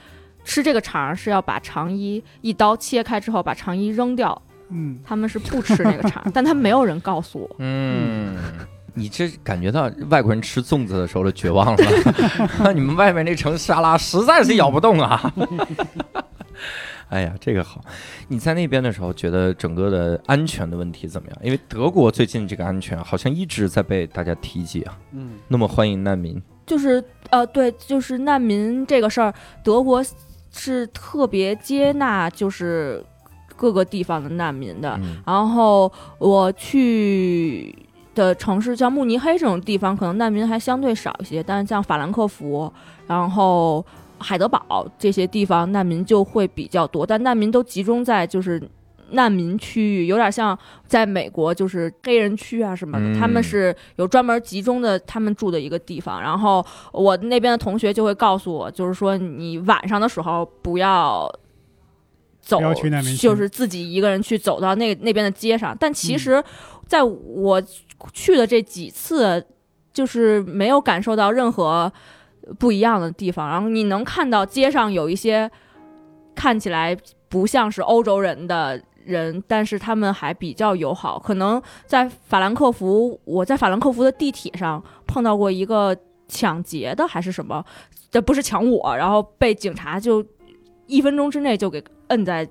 [SPEAKER 4] 吃这个肠儿是要把肠衣一刀切开之后把肠衣扔掉，
[SPEAKER 1] 嗯，
[SPEAKER 4] 他们是不吃那个肠儿，但他没有人告诉我。
[SPEAKER 3] 嗯。你这感觉到外国人吃粽子的时候的绝 <laughs> 望了，你们外面那层沙拉实在是咬不动啊！哎呀，这个好。你在那边的时候，觉得整个的安全的问题怎么样？因为德国最近这个安全好像一直在被大家提及啊，
[SPEAKER 2] 嗯
[SPEAKER 3] 那么欢迎难民。
[SPEAKER 4] 就是呃，对，就是难民这个事儿，德国是特别接纳就是各个地方的难民的。
[SPEAKER 3] 嗯
[SPEAKER 4] 然后我去的城市，像慕尼黑这种地方，可能难民还相对少一些，但是像法兰克福，然后海德堡这些地方，难民就会比较多，但难民都集中在就是。难民区域有点像在美国，就是黑人区啊什么的，
[SPEAKER 3] 嗯
[SPEAKER 4] 他们是有专门集中的他们住的一个地方。然后我那边的同学就会告诉我，就是说你晚上的时候不要走，
[SPEAKER 1] 不要去那边去
[SPEAKER 4] 就是自己一个人去走到那那边的街上。但其实，在我去的这几次，就是没有感受到任何不一样的地方。然后你能看到街上有一些看起来不像是欧洲人的。人，但是他们还比较友好。可能在法兰克福，我在法兰克福的地铁上碰到过一个抢劫的，还是什么？这不是抢我，然后被警察就一分钟之内就给摁在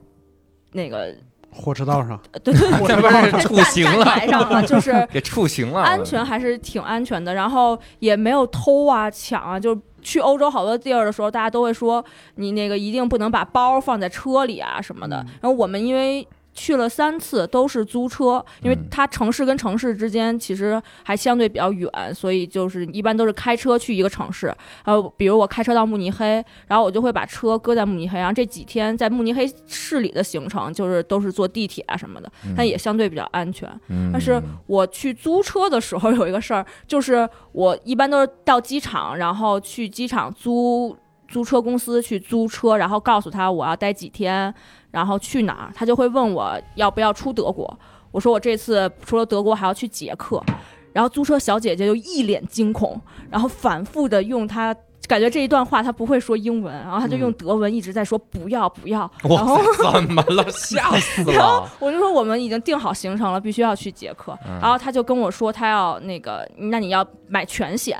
[SPEAKER 4] 那个
[SPEAKER 2] 火车道上，
[SPEAKER 4] 呃对对
[SPEAKER 3] 这不是
[SPEAKER 4] 站
[SPEAKER 3] 处刑
[SPEAKER 4] 站
[SPEAKER 3] 了啊
[SPEAKER 4] 台上
[SPEAKER 3] <laughs>
[SPEAKER 4] 了，就是
[SPEAKER 3] 给处刑了，
[SPEAKER 4] 安全还是挺安全的，然后也没有偷啊抢啊，就是去欧洲好多地儿的时候，大家都会说你那个一定不能把包放在车里啊什么的。
[SPEAKER 2] 嗯
[SPEAKER 4] 然后我们因为去了三次都是租车，因为
[SPEAKER 3] 嗯
[SPEAKER 4] 它城市跟城市之间其实还相对比较远，所以就是一般都是开车去一个城市。然后比如我开车到慕尼黑，然后我就会把车搁在慕尼黑，然后这几天在慕尼黑市里的行程就是都是坐地铁啊什么的，
[SPEAKER 3] 嗯，
[SPEAKER 4] 但也相对比较安全。
[SPEAKER 3] 嗯，
[SPEAKER 4] 但是我去租车的时候有一个事儿，就是我一般都是到机场，然后去机场租租车公司去租车，然后告诉他我要待几天，然后去哪儿，他就会问我要不要出德国。我说我这次除了德国还要去捷克，然后租车小姐姐就一脸惊恐，然后反复的用她。感觉这一段话她不会说英文，然后她就用德文一直在说不要不要，然后
[SPEAKER 3] 哇塞，怎么了？吓死
[SPEAKER 4] <laughs> 然后
[SPEAKER 3] 了！
[SPEAKER 4] 我就说我们已经定好行程了，必须要去捷克。
[SPEAKER 3] 嗯
[SPEAKER 4] 然后他就跟我说他要那个，那你要买全险，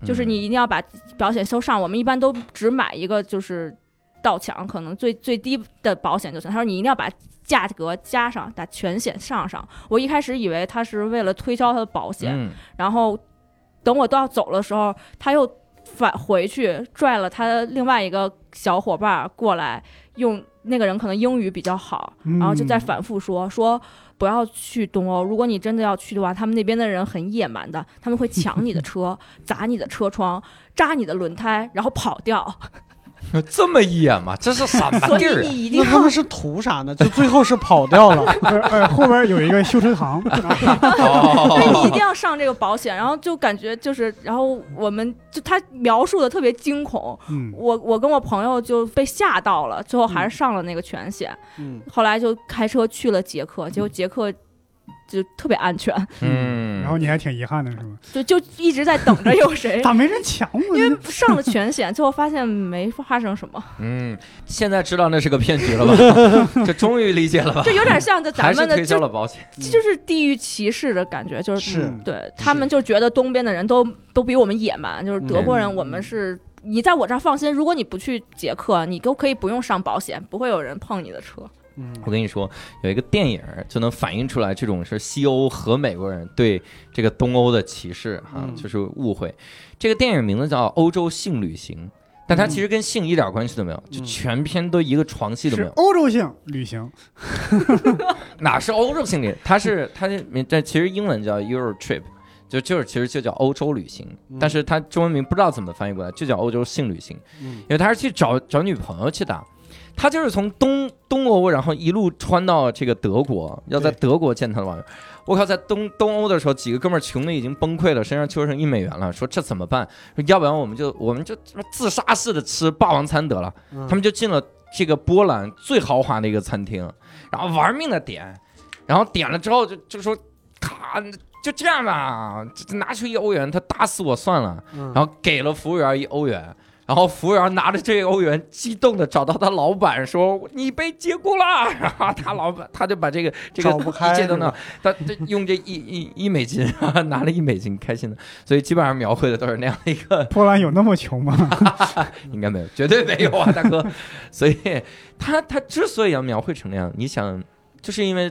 [SPEAKER 3] 嗯
[SPEAKER 4] 就是你一定要把保险都上。我们一般都只买一个，就是盗抢可能最最低的保险就行。他说你一定要把价格加上，把全险上上。我一开始以为他是为了推销他的保险，
[SPEAKER 3] 嗯
[SPEAKER 4] 然后等我到走的时候，他又返回去拽了他另外一个小伙伴儿过来，用那个人可能英语比较好，
[SPEAKER 1] 嗯
[SPEAKER 4] 然后就在反复说说。不要去东欧，如果你真的要去的话，他们那边的人很野蛮的，他们会
[SPEAKER 3] <laughs>
[SPEAKER 4] 抢你的车，砸你的车窗，扎你的轮胎，然后跑掉。
[SPEAKER 3] 这么野吗？这是什么
[SPEAKER 4] 所以
[SPEAKER 3] 地儿啊？
[SPEAKER 4] 你一
[SPEAKER 3] <laughs>
[SPEAKER 2] <laughs> 那
[SPEAKER 4] 定
[SPEAKER 2] 他
[SPEAKER 4] 要
[SPEAKER 2] 们是图啥呢？就最后是跑掉了，
[SPEAKER 4] <laughs>
[SPEAKER 1] 呃呃后边有一个修车行，
[SPEAKER 4] 所以你
[SPEAKER 3] 哦
[SPEAKER 4] 一定要上这个保险。然后就感觉就是，然后我们就他描述的特别惊恐，
[SPEAKER 1] 嗯，
[SPEAKER 4] 我我跟我朋友就被吓到了，最后还是上了那个全险。
[SPEAKER 2] 嗯，
[SPEAKER 4] 后来就开车去了捷克，结果捷克就特别安全，
[SPEAKER 3] 嗯，
[SPEAKER 1] 然后你还挺遗憾的是吗？
[SPEAKER 4] 就就一直在等着
[SPEAKER 3] <laughs>
[SPEAKER 4] 有谁。
[SPEAKER 1] 咋没人抢我？
[SPEAKER 4] 因
[SPEAKER 1] 呢？
[SPEAKER 4] 为上了全险，最后发现没发生什么，
[SPEAKER 3] 嗯，现在知道那是个骗局了
[SPEAKER 4] <laughs>
[SPEAKER 3] 吧？这终于理解了吧？
[SPEAKER 4] 这有
[SPEAKER 3] <laughs>
[SPEAKER 4] 点像在咱
[SPEAKER 3] 还是
[SPEAKER 4] 们的
[SPEAKER 3] 推销
[SPEAKER 4] 就
[SPEAKER 3] 了保险，
[SPEAKER 4] 就是地域歧视的感觉，就是
[SPEAKER 2] 是
[SPEAKER 1] 嗯
[SPEAKER 4] 对他们就觉得东边的人都都比我们野蛮，就是
[SPEAKER 3] 嗯
[SPEAKER 4] 德国人，我们是你在我这儿放心，如果你不去捷克，你都可以不用上保险，不会有人碰你的车。
[SPEAKER 2] 嗯
[SPEAKER 3] 我跟你说，有一个电影儿就能反映出来这种是西欧和美国人对这个东欧的歧视哈、
[SPEAKER 2] 嗯
[SPEAKER 3] 就是误会。这个电影名字叫《欧洲性旅行》，但
[SPEAKER 4] 嗯
[SPEAKER 3] 它其实跟性一点关系都没有，就全篇都一个床戏都
[SPEAKER 1] 是
[SPEAKER 3] 没有，
[SPEAKER 1] 欧洲性旅行，
[SPEAKER 3] 哪是欧洲性的？它是它是这其实英文叫 Euro Trip，就就是其实就叫欧洲旅行，
[SPEAKER 2] 嗯
[SPEAKER 3] 但是它中文名不知道怎么翻译过来，就叫欧洲性旅行，
[SPEAKER 2] 嗯
[SPEAKER 3] 因为他是去找找女朋友去的。他就是从东东欧，然后一路穿到这个德国，要在德国见他的网友。我靠，在东东欧的时候，几个哥们儿穷的已经崩溃了，身上就剩一美元了，说这怎么办？说要不然我们就我们就自杀式的吃霸王餐得了。
[SPEAKER 2] 嗯
[SPEAKER 3] 他们就进了这个波兰最豪华的一个餐厅，然后玩命的点，然后点了之后就就说，咔，就这样吧，就拿出一欧元，他打死我算了。
[SPEAKER 2] 嗯
[SPEAKER 3] 然后给了服务员一欧元，然后服务员拿着这个欧元，激动的找到他老板说：“你被解雇了。” <laughs> 然后他老板他就把这个这个
[SPEAKER 2] 找不开
[SPEAKER 3] 一切都
[SPEAKER 2] 是吧
[SPEAKER 3] 弄，他这用这一一一美金 <laughs> 拿了一美金，开心的。所以基本上描绘的都是那样的一个，
[SPEAKER 1] 波兰有那么穷吗？
[SPEAKER 3] 应该没有，绝对没有啊，大哥。 <laughs> 所以他他之所以要描绘成那样，你想，就是因为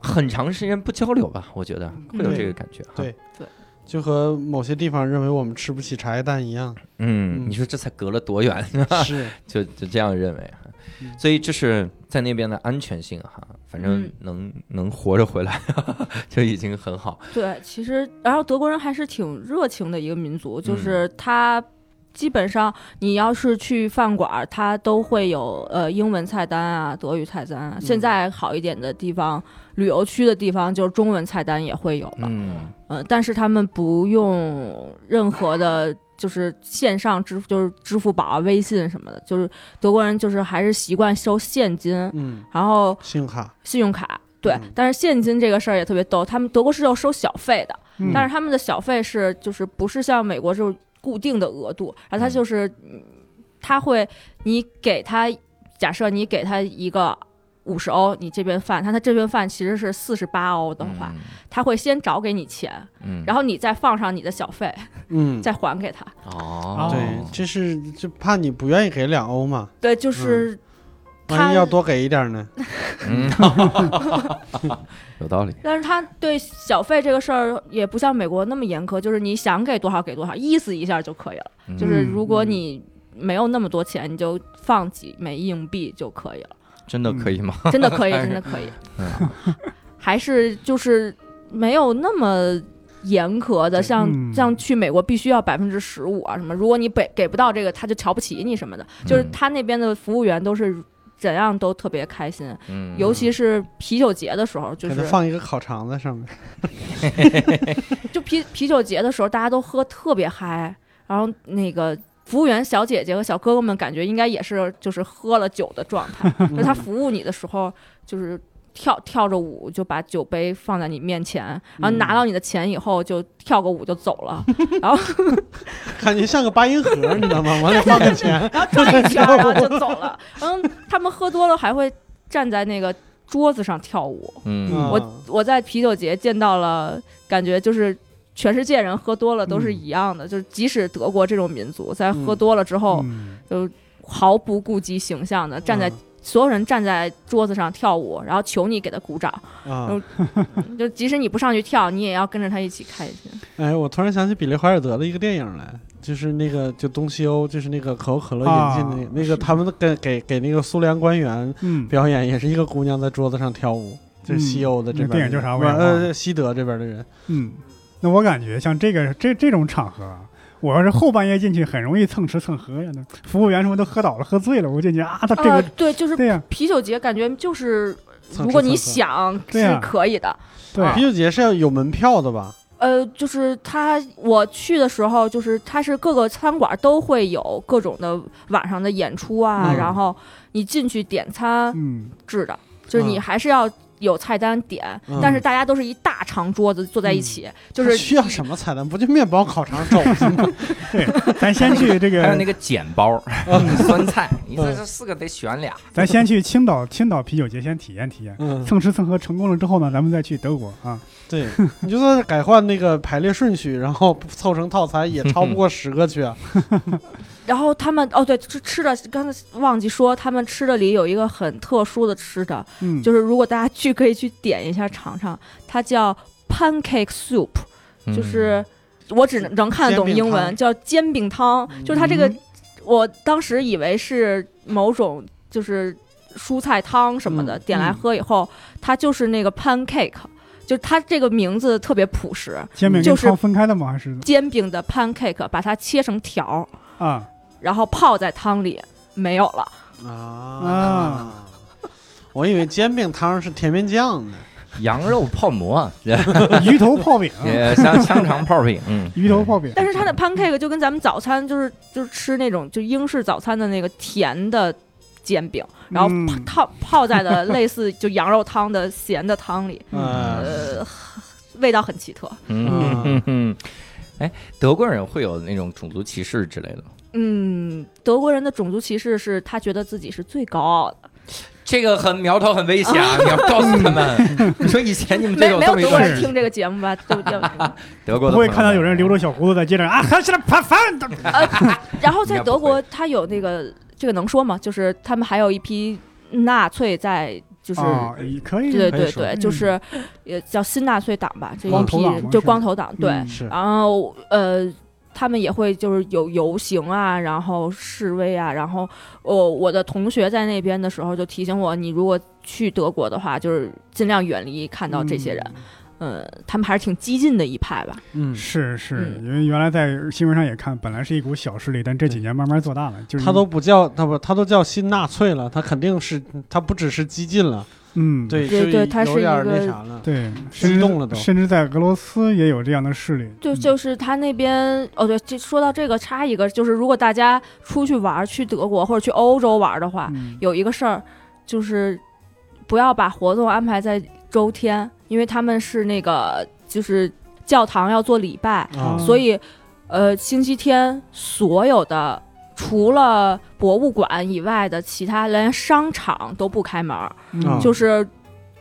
[SPEAKER 3] 很长时间不交流吧，我觉得会有这个感觉哈。
[SPEAKER 2] 嗯对
[SPEAKER 4] 对，
[SPEAKER 2] 就和某些地方认为我们吃不起茶叶蛋一样，
[SPEAKER 3] 嗯，
[SPEAKER 2] 嗯
[SPEAKER 3] 你说这才隔了多远？
[SPEAKER 2] 是
[SPEAKER 3] 就就这样认为哈
[SPEAKER 2] 嗯，
[SPEAKER 3] 所以这是在那边的安全性哈，反正
[SPEAKER 4] 嗯
[SPEAKER 3] 能、能活着回来 <laughs> 就已经很好。
[SPEAKER 4] 对，其实然后德国人还是挺热情的一个民族，就
[SPEAKER 3] 嗯
[SPEAKER 4] 是他基本上你要是去饭馆儿，他都会有呃英文菜单啊、德语菜单啊。现
[SPEAKER 2] 嗯
[SPEAKER 4] 在好一点的地方，旅游区的地方就是中文菜单也会有了，
[SPEAKER 3] 嗯，
[SPEAKER 4] 呃，但是他们不用任何的。就是线上支付，就是支付宝啊、微信什么的，就是德国人就是还是习惯收现金，
[SPEAKER 2] 嗯，
[SPEAKER 4] 然后
[SPEAKER 2] 信用卡
[SPEAKER 4] 信用卡。对
[SPEAKER 2] 嗯，
[SPEAKER 4] 但是现金这个事儿也特别逗，他们德国是要收小费的，
[SPEAKER 1] 嗯
[SPEAKER 4] 但是他们的小费是就是不是像美国就是固定的额度，然后他就是嗯他会你给他假设你给他一个五十欧，你这顿饭，他他这顿饭其实是四十八欧的
[SPEAKER 3] 嗯
[SPEAKER 4] 话，他会先找给你钱，
[SPEAKER 3] 嗯，嗯，
[SPEAKER 4] 然后你再放上你的小费，
[SPEAKER 2] 嗯，
[SPEAKER 4] 再还给他。
[SPEAKER 3] 哦，
[SPEAKER 2] 对，这是就怕你不愿意给两欧嘛，
[SPEAKER 4] 对，就是
[SPEAKER 2] 万
[SPEAKER 4] 他
[SPEAKER 2] 一要多给一点呢？
[SPEAKER 3] 嗯， <laughs> 有道理。
[SPEAKER 4] 但是他对小费这个事儿也不像美国那么严苛，就是你想给多少给多少，意思一下就可以了。
[SPEAKER 3] 嗯
[SPEAKER 4] 就是如果你没有那么多钱，你就放几枚硬币就可以了，
[SPEAKER 3] 真的可以吗？
[SPEAKER 4] 真的可以，
[SPEAKER 3] 还是
[SPEAKER 4] 真的可以
[SPEAKER 3] 嗯。
[SPEAKER 4] <laughs> 还是就是没有那么。严苛的，
[SPEAKER 2] 对
[SPEAKER 4] 像
[SPEAKER 1] 嗯
[SPEAKER 4] 像去美国必须要百分之十五啊什么，如果你给给不到这个，他就瞧不起你什么的。 <laughs> 就是
[SPEAKER 3] 嗯
[SPEAKER 4] 他那边的服务员都是怎样都特别开心，
[SPEAKER 3] 嗯，
[SPEAKER 4] 尤其是啤酒节的时候，就
[SPEAKER 2] 给
[SPEAKER 4] 是
[SPEAKER 2] 他放一个烤肠在上面，
[SPEAKER 4] 就啤啤酒节的时候，大家都喝特别嗨，然后那个服务员小姐姐和小哥哥们感觉应该也是就是喝了酒的状态，
[SPEAKER 2] <laughs>
[SPEAKER 4] 就他服务你的时候就是。跳跳着舞就把酒杯放在你面前，然后
[SPEAKER 3] 嗯
[SPEAKER 4] 拿到你的钱以后就跳个舞就走
[SPEAKER 3] <laughs>
[SPEAKER 4] 了，然后
[SPEAKER 2] 感觉像个八音盒，你知道吗？往里放个钱，
[SPEAKER 4] 然后转一圈儿，然后啊就走了。嗯，他们喝多了还会站在那个桌子上跳舞。
[SPEAKER 3] 嗯，
[SPEAKER 2] 我
[SPEAKER 4] <laughs> 我在啤酒节见到了，感觉就是全世界人喝多了都是一样的，就是即使德国这种民族在喝多了之后，
[SPEAKER 1] 嗯
[SPEAKER 4] 毫不顾及形象的站在、所有人站在桌子上跳舞，然后求你给他鼓掌，
[SPEAKER 2] 啊
[SPEAKER 4] 嗯，就即使你不上去跳，你也要跟着他一起开心。
[SPEAKER 2] 哎，我突然想起比利怀尔德的一个电影来，就是那个就东西欧，就是那个可口可乐引进的那
[SPEAKER 1] 啊
[SPEAKER 2] 那个，他们给给给那个苏联官员
[SPEAKER 1] 嗯，
[SPEAKER 2] 表演，也是一个姑娘在桌子上跳舞，这是西欧的这边的
[SPEAKER 1] 嗯那电
[SPEAKER 2] 人
[SPEAKER 1] 影叫啥我
[SPEAKER 2] 不
[SPEAKER 1] 也忘了
[SPEAKER 2] 呃，西德这边的人，
[SPEAKER 1] 嗯，那我感觉像这个这这种场合啊，我要是后半夜进去，很容易蹭吃蹭喝呀。那服务员什么都喝倒了、喝醉了，我进去啊，他这
[SPEAKER 4] 呃
[SPEAKER 1] 个、，
[SPEAKER 4] 对，就是
[SPEAKER 1] 对呀、
[SPEAKER 4] 啤酒节，感觉就是
[SPEAKER 2] 蹭吃
[SPEAKER 4] 如果
[SPEAKER 2] 蹭喝
[SPEAKER 4] 你想
[SPEAKER 1] 对
[SPEAKER 4] 是
[SPEAKER 1] 啊
[SPEAKER 4] 可以的。
[SPEAKER 1] 对、
[SPEAKER 2] 啤酒节是要有门票的吧？
[SPEAKER 4] 呃，就是他，我去的时候，就是他是各个餐馆都会有各种的晚上的演出啊，
[SPEAKER 2] 嗯
[SPEAKER 4] 然后你进去点餐
[SPEAKER 1] 嗯，
[SPEAKER 4] 制的，就是你
[SPEAKER 2] 嗯
[SPEAKER 4] 还是要有菜单点，
[SPEAKER 2] 嗯
[SPEAKER 4] 但是大家都是一大长桌子坐在一起，就
[SPEAKER 2] 他
[SPEAKER 4] 是
[SPEAKER 2] 需要什么菜单？不就面包、烤肠、肘子
[SPEAKER 4] <laughs>
[SPEAKER 2] 吗？
[SPEAKER 1] 咱先去这
[SPEAKER 3] 还有
[SPEAKER 1] 个
[SPEAKER 3] 那，个碱包、酸菜，你说这四个得选 <laughs> 俩。
[SPEAKER 1] <laughs> 咱先去青岛青岛啤酒节先体验体验。
[SPEAKER 2] 嗯，
[SPEAKER 1] 蹭吃蹭喝成功了之后呢，咱们再去德国啊。
[SPEAKER 2] 对，你就算改换那个排列顺序，然后凑成套餐，也超不过十个去啊。
[SPEAKER 4] 然后他们哦对，吃吃的，刚才忘记说，他们吃的里有一个很特殊的吃的，
[SPEAKER 1] 嗯，
[SPEAKER 4] 就是如果大家去可以去点一下尝尝，它叫 pancake soup。就是我只能能看得懂英
[SPEAKER 2] 煎饼
[SPEAKER 4] 文，
[SPEAKER 2] 汤
[SPEAKER 4] 叫煎饼汤，就是它这个。我当时以为是某种就是蔬菜汤什么的，
[SPEAKER 2] 嗯
[SPEAKER 4] 点来
[SPEAKER 2] 嗯
[SPEAKER 4] 喝以后，它就是那个 pancake，就是它这个名字特别朴实，
[SPEAKER 1] 煎饼
[SPEAKER 4] 就
[SPEAKER 1] 跟
[SPEAKER 4] 是
[SPEAKER 1] 汤分开的吗？还是 <laughs>
[SPEAKER 4] 煎饼的 pancake，把它切成条儿，
[SPEAKER 1] 啊？
[SPEAKER 4] 然后泡在汤里，没有了。
[SPEAKER 2] 啊，我以为煎饼汤是甜面酱呢。
[SPEAKER 3] 羊肉泡馍，啊
[SPEAKER 1] 鱼头泡
[SPEAKER 4] <laughs>
[SPEAKER 1] 饼，啊
[SPEAKER 3] 也呃香香肠泡饼，嗯，
[SPEAKER 1] 鱼头泡饼。
[SPEAKER 4] 但是它的 pancake 就跟咱们早餐就是就是吃那种就英式早餐的那个甜的煎饼，然后
[SPEAKER 1] 嗯
[SPEAKER 4] 泡泡泡在的类似就羊肉汤的咸的汤里，
[SPEAKER 1] 嗯
[SPEAKER 2] 呃，
[SPEAKER 4] 呃，味道很奇特。
[SPEAKER 3] 嗯嗯嗯。哎，德国人会有那种种族歧视之类的吗？
[SPEAKER 4] 嗯，德国人的种族歧视是他觉得自己是最高傲的，
[SPEAKER 3] 这个很苗头很危险啊！你嗯要告诉他们，你说以前你们这
[SPEAKER 4] 没
[SPEAKER 3] 种
[SPEAKER 4] 没
[SPEAKER 3] 这
[SPEAKER 4] 有
[SPEAKER 3] 么一
[SPEAKER 4] 德国
[SPEAKER 3] 段
[SPEAKER 4] 人听这个节目吧？对不对？
[SPEAKER 3] 德国
[SPEAKER 1] 不
[SPEAKER 3] 的
[SPEAKER 1] 会
[SPEAKER 3] 朋友
[SPEAKER 1] 看到
[SPEAKER 3] 们
[SPEAKER 1] 有人留着小胡子在街上啊，还是反反的
[SPEAKER 4] 呃然后
[SPEAKER 3] 应
[SPEAKER 4] 在
[SPEAKER 3] 该不
[SPEAKER 4] 德国，他有那个这个能说吗？就是他们还有一批纳粹在，就是、
[SPEAKER 1] 啊，也可以
[SPEAKER 4] 对
[SPEAKER 2] 可以
[SPEAKER 4] 对
[SPEAKER 2] 说
[SPEAKER 4] 对，
[SPEAKER 1] 嗯
[SPEAKER 4] 就是也叫新纳粹党吧，这一
[SPEAKER 1] 光头
[SPEAKER 4] 批
[SPEAKER 1] 党吗
[SPEAKER 4] 就是光头党，对。
[SPEAKER 1] 嗯
[SPEAKER 2] 是
[SPEAKER 4] 然后呃，他们也会就是有游行啊，然后示威啊，然后我、我的同学在那边的时候就提醒我，你如果去德国的话，就是尽量远离看到这些人。嗯，他们还是挺激进的一派吧。
[SPEAKER 2] 嗯，
[SPEAKER 1] 是是，
[SPEAKER 4] 嗯
[SPEAKER 1] 因为原来在新闻上也看，本来是一股小势力，但这几年慢慢做大了。就是
[SPEAKER 2] 他都不叫他不他都叫新纳粹了，他肯定是他不只是激进了，
[SPEAKER 1] 嗯，
[SPEAKER 2] 对
[SPEAKER 4] 对
[SPEAKER 2] 就
[SPEAKER 4] 对他是
[SPEAKER 2] 有点
[SPEAKER 4] 一
[SPEAKER 2] 那
[SPEAKER 4] 个
[SPEAKER 2] 啥了。
[SPEAKER 1] 对，
[SPEAKER 2] 激
[SPEAKER 1] 甚至
[SPEAKER 2] 动了都
[SPEAKER 1] 甚至在俄罗斯也有这样的势力。
[SPEAKER 4] 就
[SPEAKER 1] 嗯
[SPEAKER 4] 就是他那边哦，对，这说到这个插一个，就是如果大家出去玩儿，去德国或者去欧洲玩儿的话，
[SPEAKER 1] 嗯
[SPEAKER 4] 有一个事儿，就是不要把活动安排在周天，因为他们是那个就是教堂要做礼拜，
[SPEAKER 2] 啊，
[SPEAKER 1] 嗯
[SPEAKER 4] 所以呃星期天所有的除了博物馆以外的其他连商场都不开门儿，
[SPEAKER 1] 嗯
[SPEAKER 2] 啊
[SPEAKER 4] 就是是。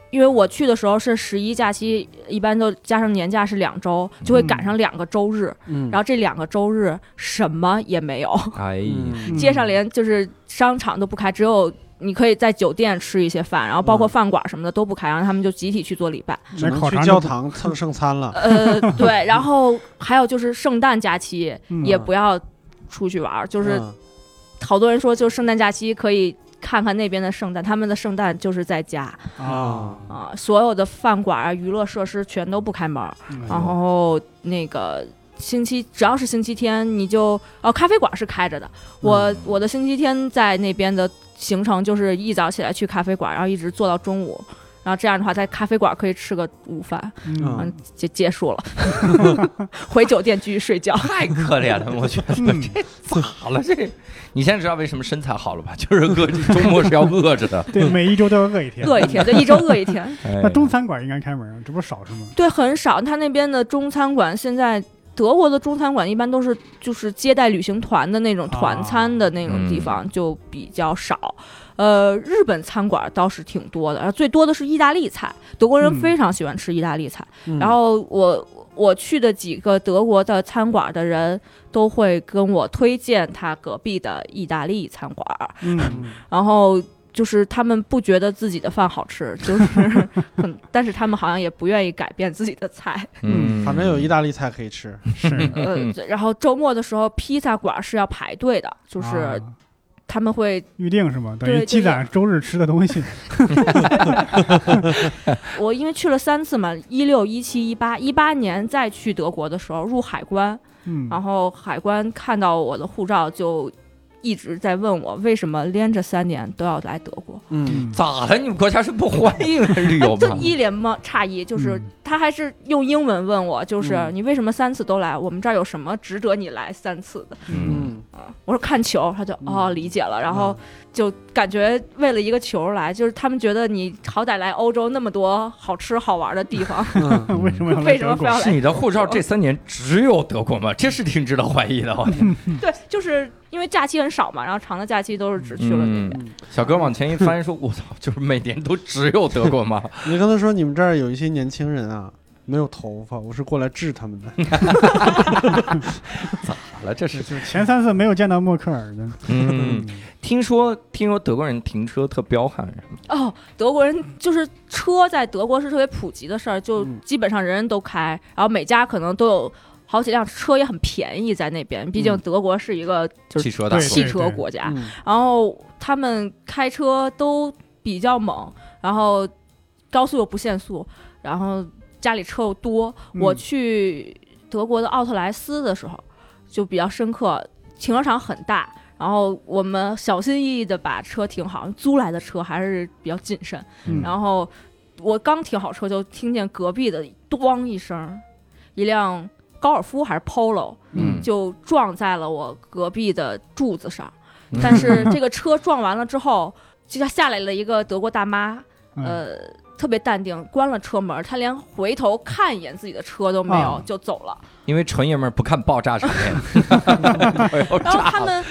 [SPEAKER 4] 因为我去的时候是十一假期，一般都加上年假是两周，就会赶上两个周日。
[SPEAKER 2] 嗯，
[SPEAKER 4] 然后这两个周日什么也没有，
[SPEAKER 3] 哎呀，
[SPEAKER 2] 嗯
[SPEAKER 4] 街上连就是商场都不开，只有你可以在酒店吃一些饭，然后包括
[SPEAKER 2] 嗯
[SPEAKER 4] 饭馆什么的都不开，然后他们就集体去做礼拜。
[SPEAKER 2] 只能
[SPEAKER 1] 烤
[SPEAKER 2] 去
[SPEAKER 1] 肠
[SPEAKER 2] 教
[SPEAKER 1] 都
[SPEAKER 2] 堂蹭圣餐了。 <laughs>
[SPEAKER 4] 呃，对，然后还有就是圣诞假期
[SPEAKER 1] 嗯
[SPEAKER 4] 也不要出去玩儿， <laughs> 就是
[SPEAKER 2] 嗯
[SPEAKER 4] 好多人说，就圣诞假期可以看看那边的圣诞，他们的圣诞就是在家
[SPEAKER 2] 啊，
[SPEAKER 4] 啊、所有的饭馆啊、娱乐设施全都不开门儿，
[SPEAKER 1] 嗯
[SPEAKER 4] 然后那个星期只要是星期天，你就哦，咖啡馆是开着的。我、
[SPEAKER 3] 嗯
[SPEAKER 4] 我的星期天在那边的行程就是一早起来去咖啡馆，然后一直坐到中午，然后这样的话在咖啡馆可以吃个午饭，
[SPEAKER 1] 嗯
[SPEAKER 4] 嗯，结结束了， <laughs> 回酒店继续睡觉。
[SPEAKER 3] 太可怜 <laughs> 了，我觉得
[SPEAKER 1] 嗯
[SPEAKER 3] 这咋了？这你现在知道为什么身材好了吧？ <laughs> 就是饿，周末是要饿着的。
[SPEAKER 1] 对，每一周都要饿一天。
[SPEAKER 4] 饿一天，对，一周饿一天。
[SPEAKER 3] <laughs> 哎
[SPEAKER 1] <laughs> 那中餐馆应该开门啊，这不少是吗？
[SPEAKER 4] 对，很少。他那边的中餐馆现在。德国的中餐馆一般都是就是接待旅行团的那种团餐的那种地方、就比较少，呃，日本餐馆倒是挺多的，然后最多的是意大利菜，德国人
[SPEAKER 1] 嗯
[SPEAKER 4] 非常喜欢吃意大利菜。
[SPEAKER 2] 嗯
[SPEAKER 4] 然后我我去的几个德国的餐馆的人都会跟我推荐他隔壁的意大利餐馆，
[SPEAKER 1] 嗯，
[SPEAKER 2] 嗯
[SPEAKER 4] 然后就是他们不觉得自己的饭好吃，就是 <laughs> 很，但是他们好像也不愿意改变自己的菜。
[SPEAKER 3] 嗯，
[SPEAKER 2] 反正有意大利菜可以吃。 <laughs>
[SPEAKER 1] 是，
[SPEAKER 4] 呃，然后周末的时候，披萨馆是要排队的，就是
[SPEAKER 1] 啊
[SPEAKER 4] 他们会，
[SPEAKER 1] 预定是吗？等
[SPEAKER 4] 对
[SPEAKER 1] 于
[SPEAKER 4] 就
[SPEAKER 1] 积
[SPEAKER 4] 是
[SPEAKER 1] 攒周日吃的东
[SPEAKER 4] <laughs>
[SPEAKER 1] 西。
[SPEAKER 4] 我因为去了三次嘛，一六、一七、一八，一八年再去德国的时候入海关，
[SPEAKER 1] 嗯，
[SPEAKER 4] 然后海关看到我的护照就。一直在问我为什么连着三年都要来德国，
[SPEAKER 2] 嗯，
[SPEAKER 3] 咋了？你们国家是不欢迎旅游 <laughs>
[SPEAKER 4] 就
[SPEAKER 3] 吗？
[SPEAKER 4] 一脸懵诧异，就是
[SPEAKER 1] 嗯
[SPEAKER 4] 他还是用英文问我，就是
[SPEAKER 2] 嗯
[SPEAKER 4] 你为什么三次都来？我们这儿有什么值得你来三次的？
[SPEAKER 3] 嗯，
[SPEAKER 2] 嗯，
[SPEAKER 4] 我说看球，他就哦
[SPEAKER 2] 嗯
[SPEAKER 4] 理解了，然后就感觉为了一个球来，就是他们觉得你好歹来欧洲那么多好吃好玩的地
[SPEAKER 2] <laughs>
[SPEAKER 4] 方，
[SPEAKER 1] <laughs>
[SPEAKER 2] 嗯
[SPEAKER 1] 为什么要来
[SPEAKER 4] 为什么
[SPEAKER 1] 德
[SPEAKER 4] 非
[SPEAKER 1] 国？
[SPEAKER 4] 要
[SPEAKER 3] 是
[SPEAKER 4] 来？
[SPEAKER 3] 你的护照这三年只有德国吗？这是挺值得怀疑的。哦我天，
[SPEAKER 4] 对，就是因为假期很少嘛，然后长的假期都是只去了那边。
[SPEAKER 2] 嗯
[SPEAKER 3] 小哥往前一翻，说：“我操， <laughs> 就是每年都只有德国吗
[SPEAKER 2] 你刚才说你们这儿有一些年轻人啊，没有头发，我是过来治他们的。？”
[SPEAKER 3] 咋了？这是
[SPEAKER 1] 就前
[SPEAKER 2] <laughs>
[SPEAKER 1] 三次没有见到默克尔的，
[SPEAKER 3] 嗯，听说听说德国人停车特彪悍，是吗
[SPEAKER 4] 哦，德国人就是车在德国是特别普及的事儿，就
[SPEAKER 2] 嗯
[SPEAKER 4] 基本上人人都开，然后每家可能都有好几辆车也很便宜，在那边，毕竟
[SPEAKER 2] 嗯
[SPEAKER 4] 德国是一个就是
[SPEAKER 3] 汽车大
[SPEAKER 1] 对
[SPEAKER 3] 国
[SPEAKER 4] 汽车国家，
[SPEAKER 2] 嗯
[SPEAKER 4] 然后他们开车都比较猛，然后高速又不限速，然后家里车又多。
[SPEAKER 1] 嗯
[SPEAKER 4] 我去德国的奥特莱斯的时候就比较深刻，停车场很大。然后我们小心翼翼的把车停好，租来的车还是比较谨慎。
[SPEAKER 2] 嗯
[SPEAKER 4] 然后我刚停好车，就听见隔壁的“咣”一声，一辆高尔夫还是 Polo
[SPEAKER 3] 嗯
[SPEAKER 4] 就撞在了我隔壁的柱子上。
[SPEAKER 3] 嗯
[SPEAKER 4] 但是这个车撞完了之后，就下来了一个德国大妈，
[SPEAKER 1] 嗯
[SPEAKER 4] 呃，特别淡定，关了车门，她连回头看一眼自己的车都没有，
[SPEAKER 3] 嗯
[SPEAKER 1] 啊
[SPEAKER 4] 就走了。
[SPEAKER 3] 因为纯爷们儿不看爆炸场面，要
[SPEAKER 4] 然后
[SPEAKER 3] 炸
[SPEAKER 4] 他
[SPEAKER 3] 了
[SPEAKER 4] 们。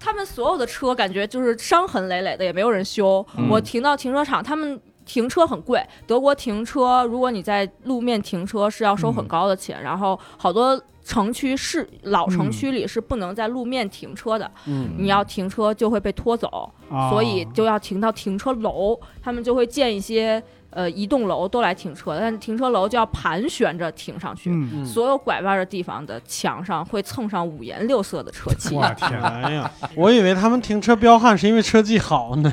[SPEAKER 4] 他们所有的车感觉就是伤痕累累的，也没有人修。
[SPEAKER 3] 嗯
[SPEAKER 4] 我停到停车场，他们停车很贵。德国停车，如果你在路面停车是要收很
[SPEAKER 3] 嗯
[SPEAKER 4] 高的钱，然后好多城区是老城
[SPEAKER 1] 嗯
[SPEAKER 4] 区里是不能在路面停车的，
[SPEAKER 2] 嗯
[SPEAKER 4] 你要停车就会被拖走。
[SPEAKER 1] 啊
[SPEAKER 4] 所以就要停到停车楼，他们就会建一些呃一栋楼都来停车，但是停车楼就要盘旋着停上去，
[SPEAKER 1] 嗯，
[SPEAKER 2] 嗯
[SPEAKER 4] 所有拐弯的地方的墙上会蹭上五颜六色的车漆，
[SPEAKER 1] 我天，
[SPEAKER 2] 哎呀， <laughs> 我以为他们停车彪悍是因为车技好呢。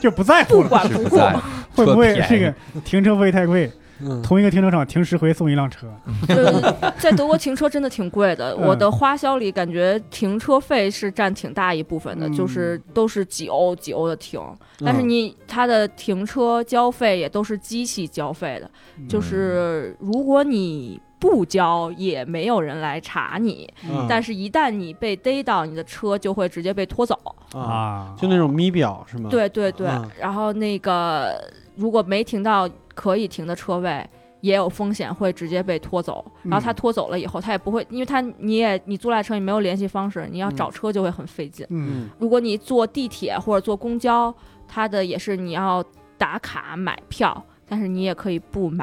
[SPEAKER 1] 就不在乎
[SPEAKER 4] <laughs> 不
[SPEAKER 1] 了，
[SPEAKER 4] 管
[SPEAKER 3] 是
[SPEAKER 4] 不
[SPEAKER 3] 不
[SPEAKER 4] 顾。
[SPEAKER 3] 在，
[SPEAKER 1] 会不会
[SPEAKER 3] 车
[SPEAKER 1] 这
[SPEAKER 3] 便宜
[SPEAKER 1] 个停车费太贵？
[SPEAKER 2] 嗯，
[SPEAKER 1] 同一个停车场停十回送一辆车，
[SPEAKER 4] 呃，在德国停车真的挺贵的，
[SPEAKER 1] 嗯
[SPEAKER 4] 我的花销里感觉停车费是占挺大一部分的，
[SPEAKER 1] 嗯
[SPEAKER 4] 就是都是几欧几欧的停，
[SPEAKER 2] 嗯
[SPEAKER 4] 但是你它的停车交费也都是机器交费的。
[SPEAKER 2] 嗯
[SPEAKER 4] 就是如果你不交，也没有人来查你。
[SPEAKER 2] 嗯，
[SPEAKER 4] 但是，一旦你被逮到，你的车就会直接被拖走。
[SPEAKER 2] 嗯啊，
[SPEAKER 1] 啊，
[SPEAKER 2] 就那种咪表是吗？，
[SPEAKER 4] 对对对
[SPEAKER 2] 嗯，
[SPEAKER 4] 然后那个如果没停到可以停的车位。也有风险会直接被拖走，
[SPEAKER 1] 嗯
[SPEAKER 4] 然后他拖走了以后，他也不会，因为他你也你租来车，你没有联系方式，你要
[SPEAKER 2] 嗯
[SPEAKER 4] 找车就会很费劲。
[SPEAKER 1] 嗯
[SPEAKER 2] 嗯
[SPEAKER 4] 如果你坐地铁或者坐公交，它的也是你要打卡买票，但是你也可以不买，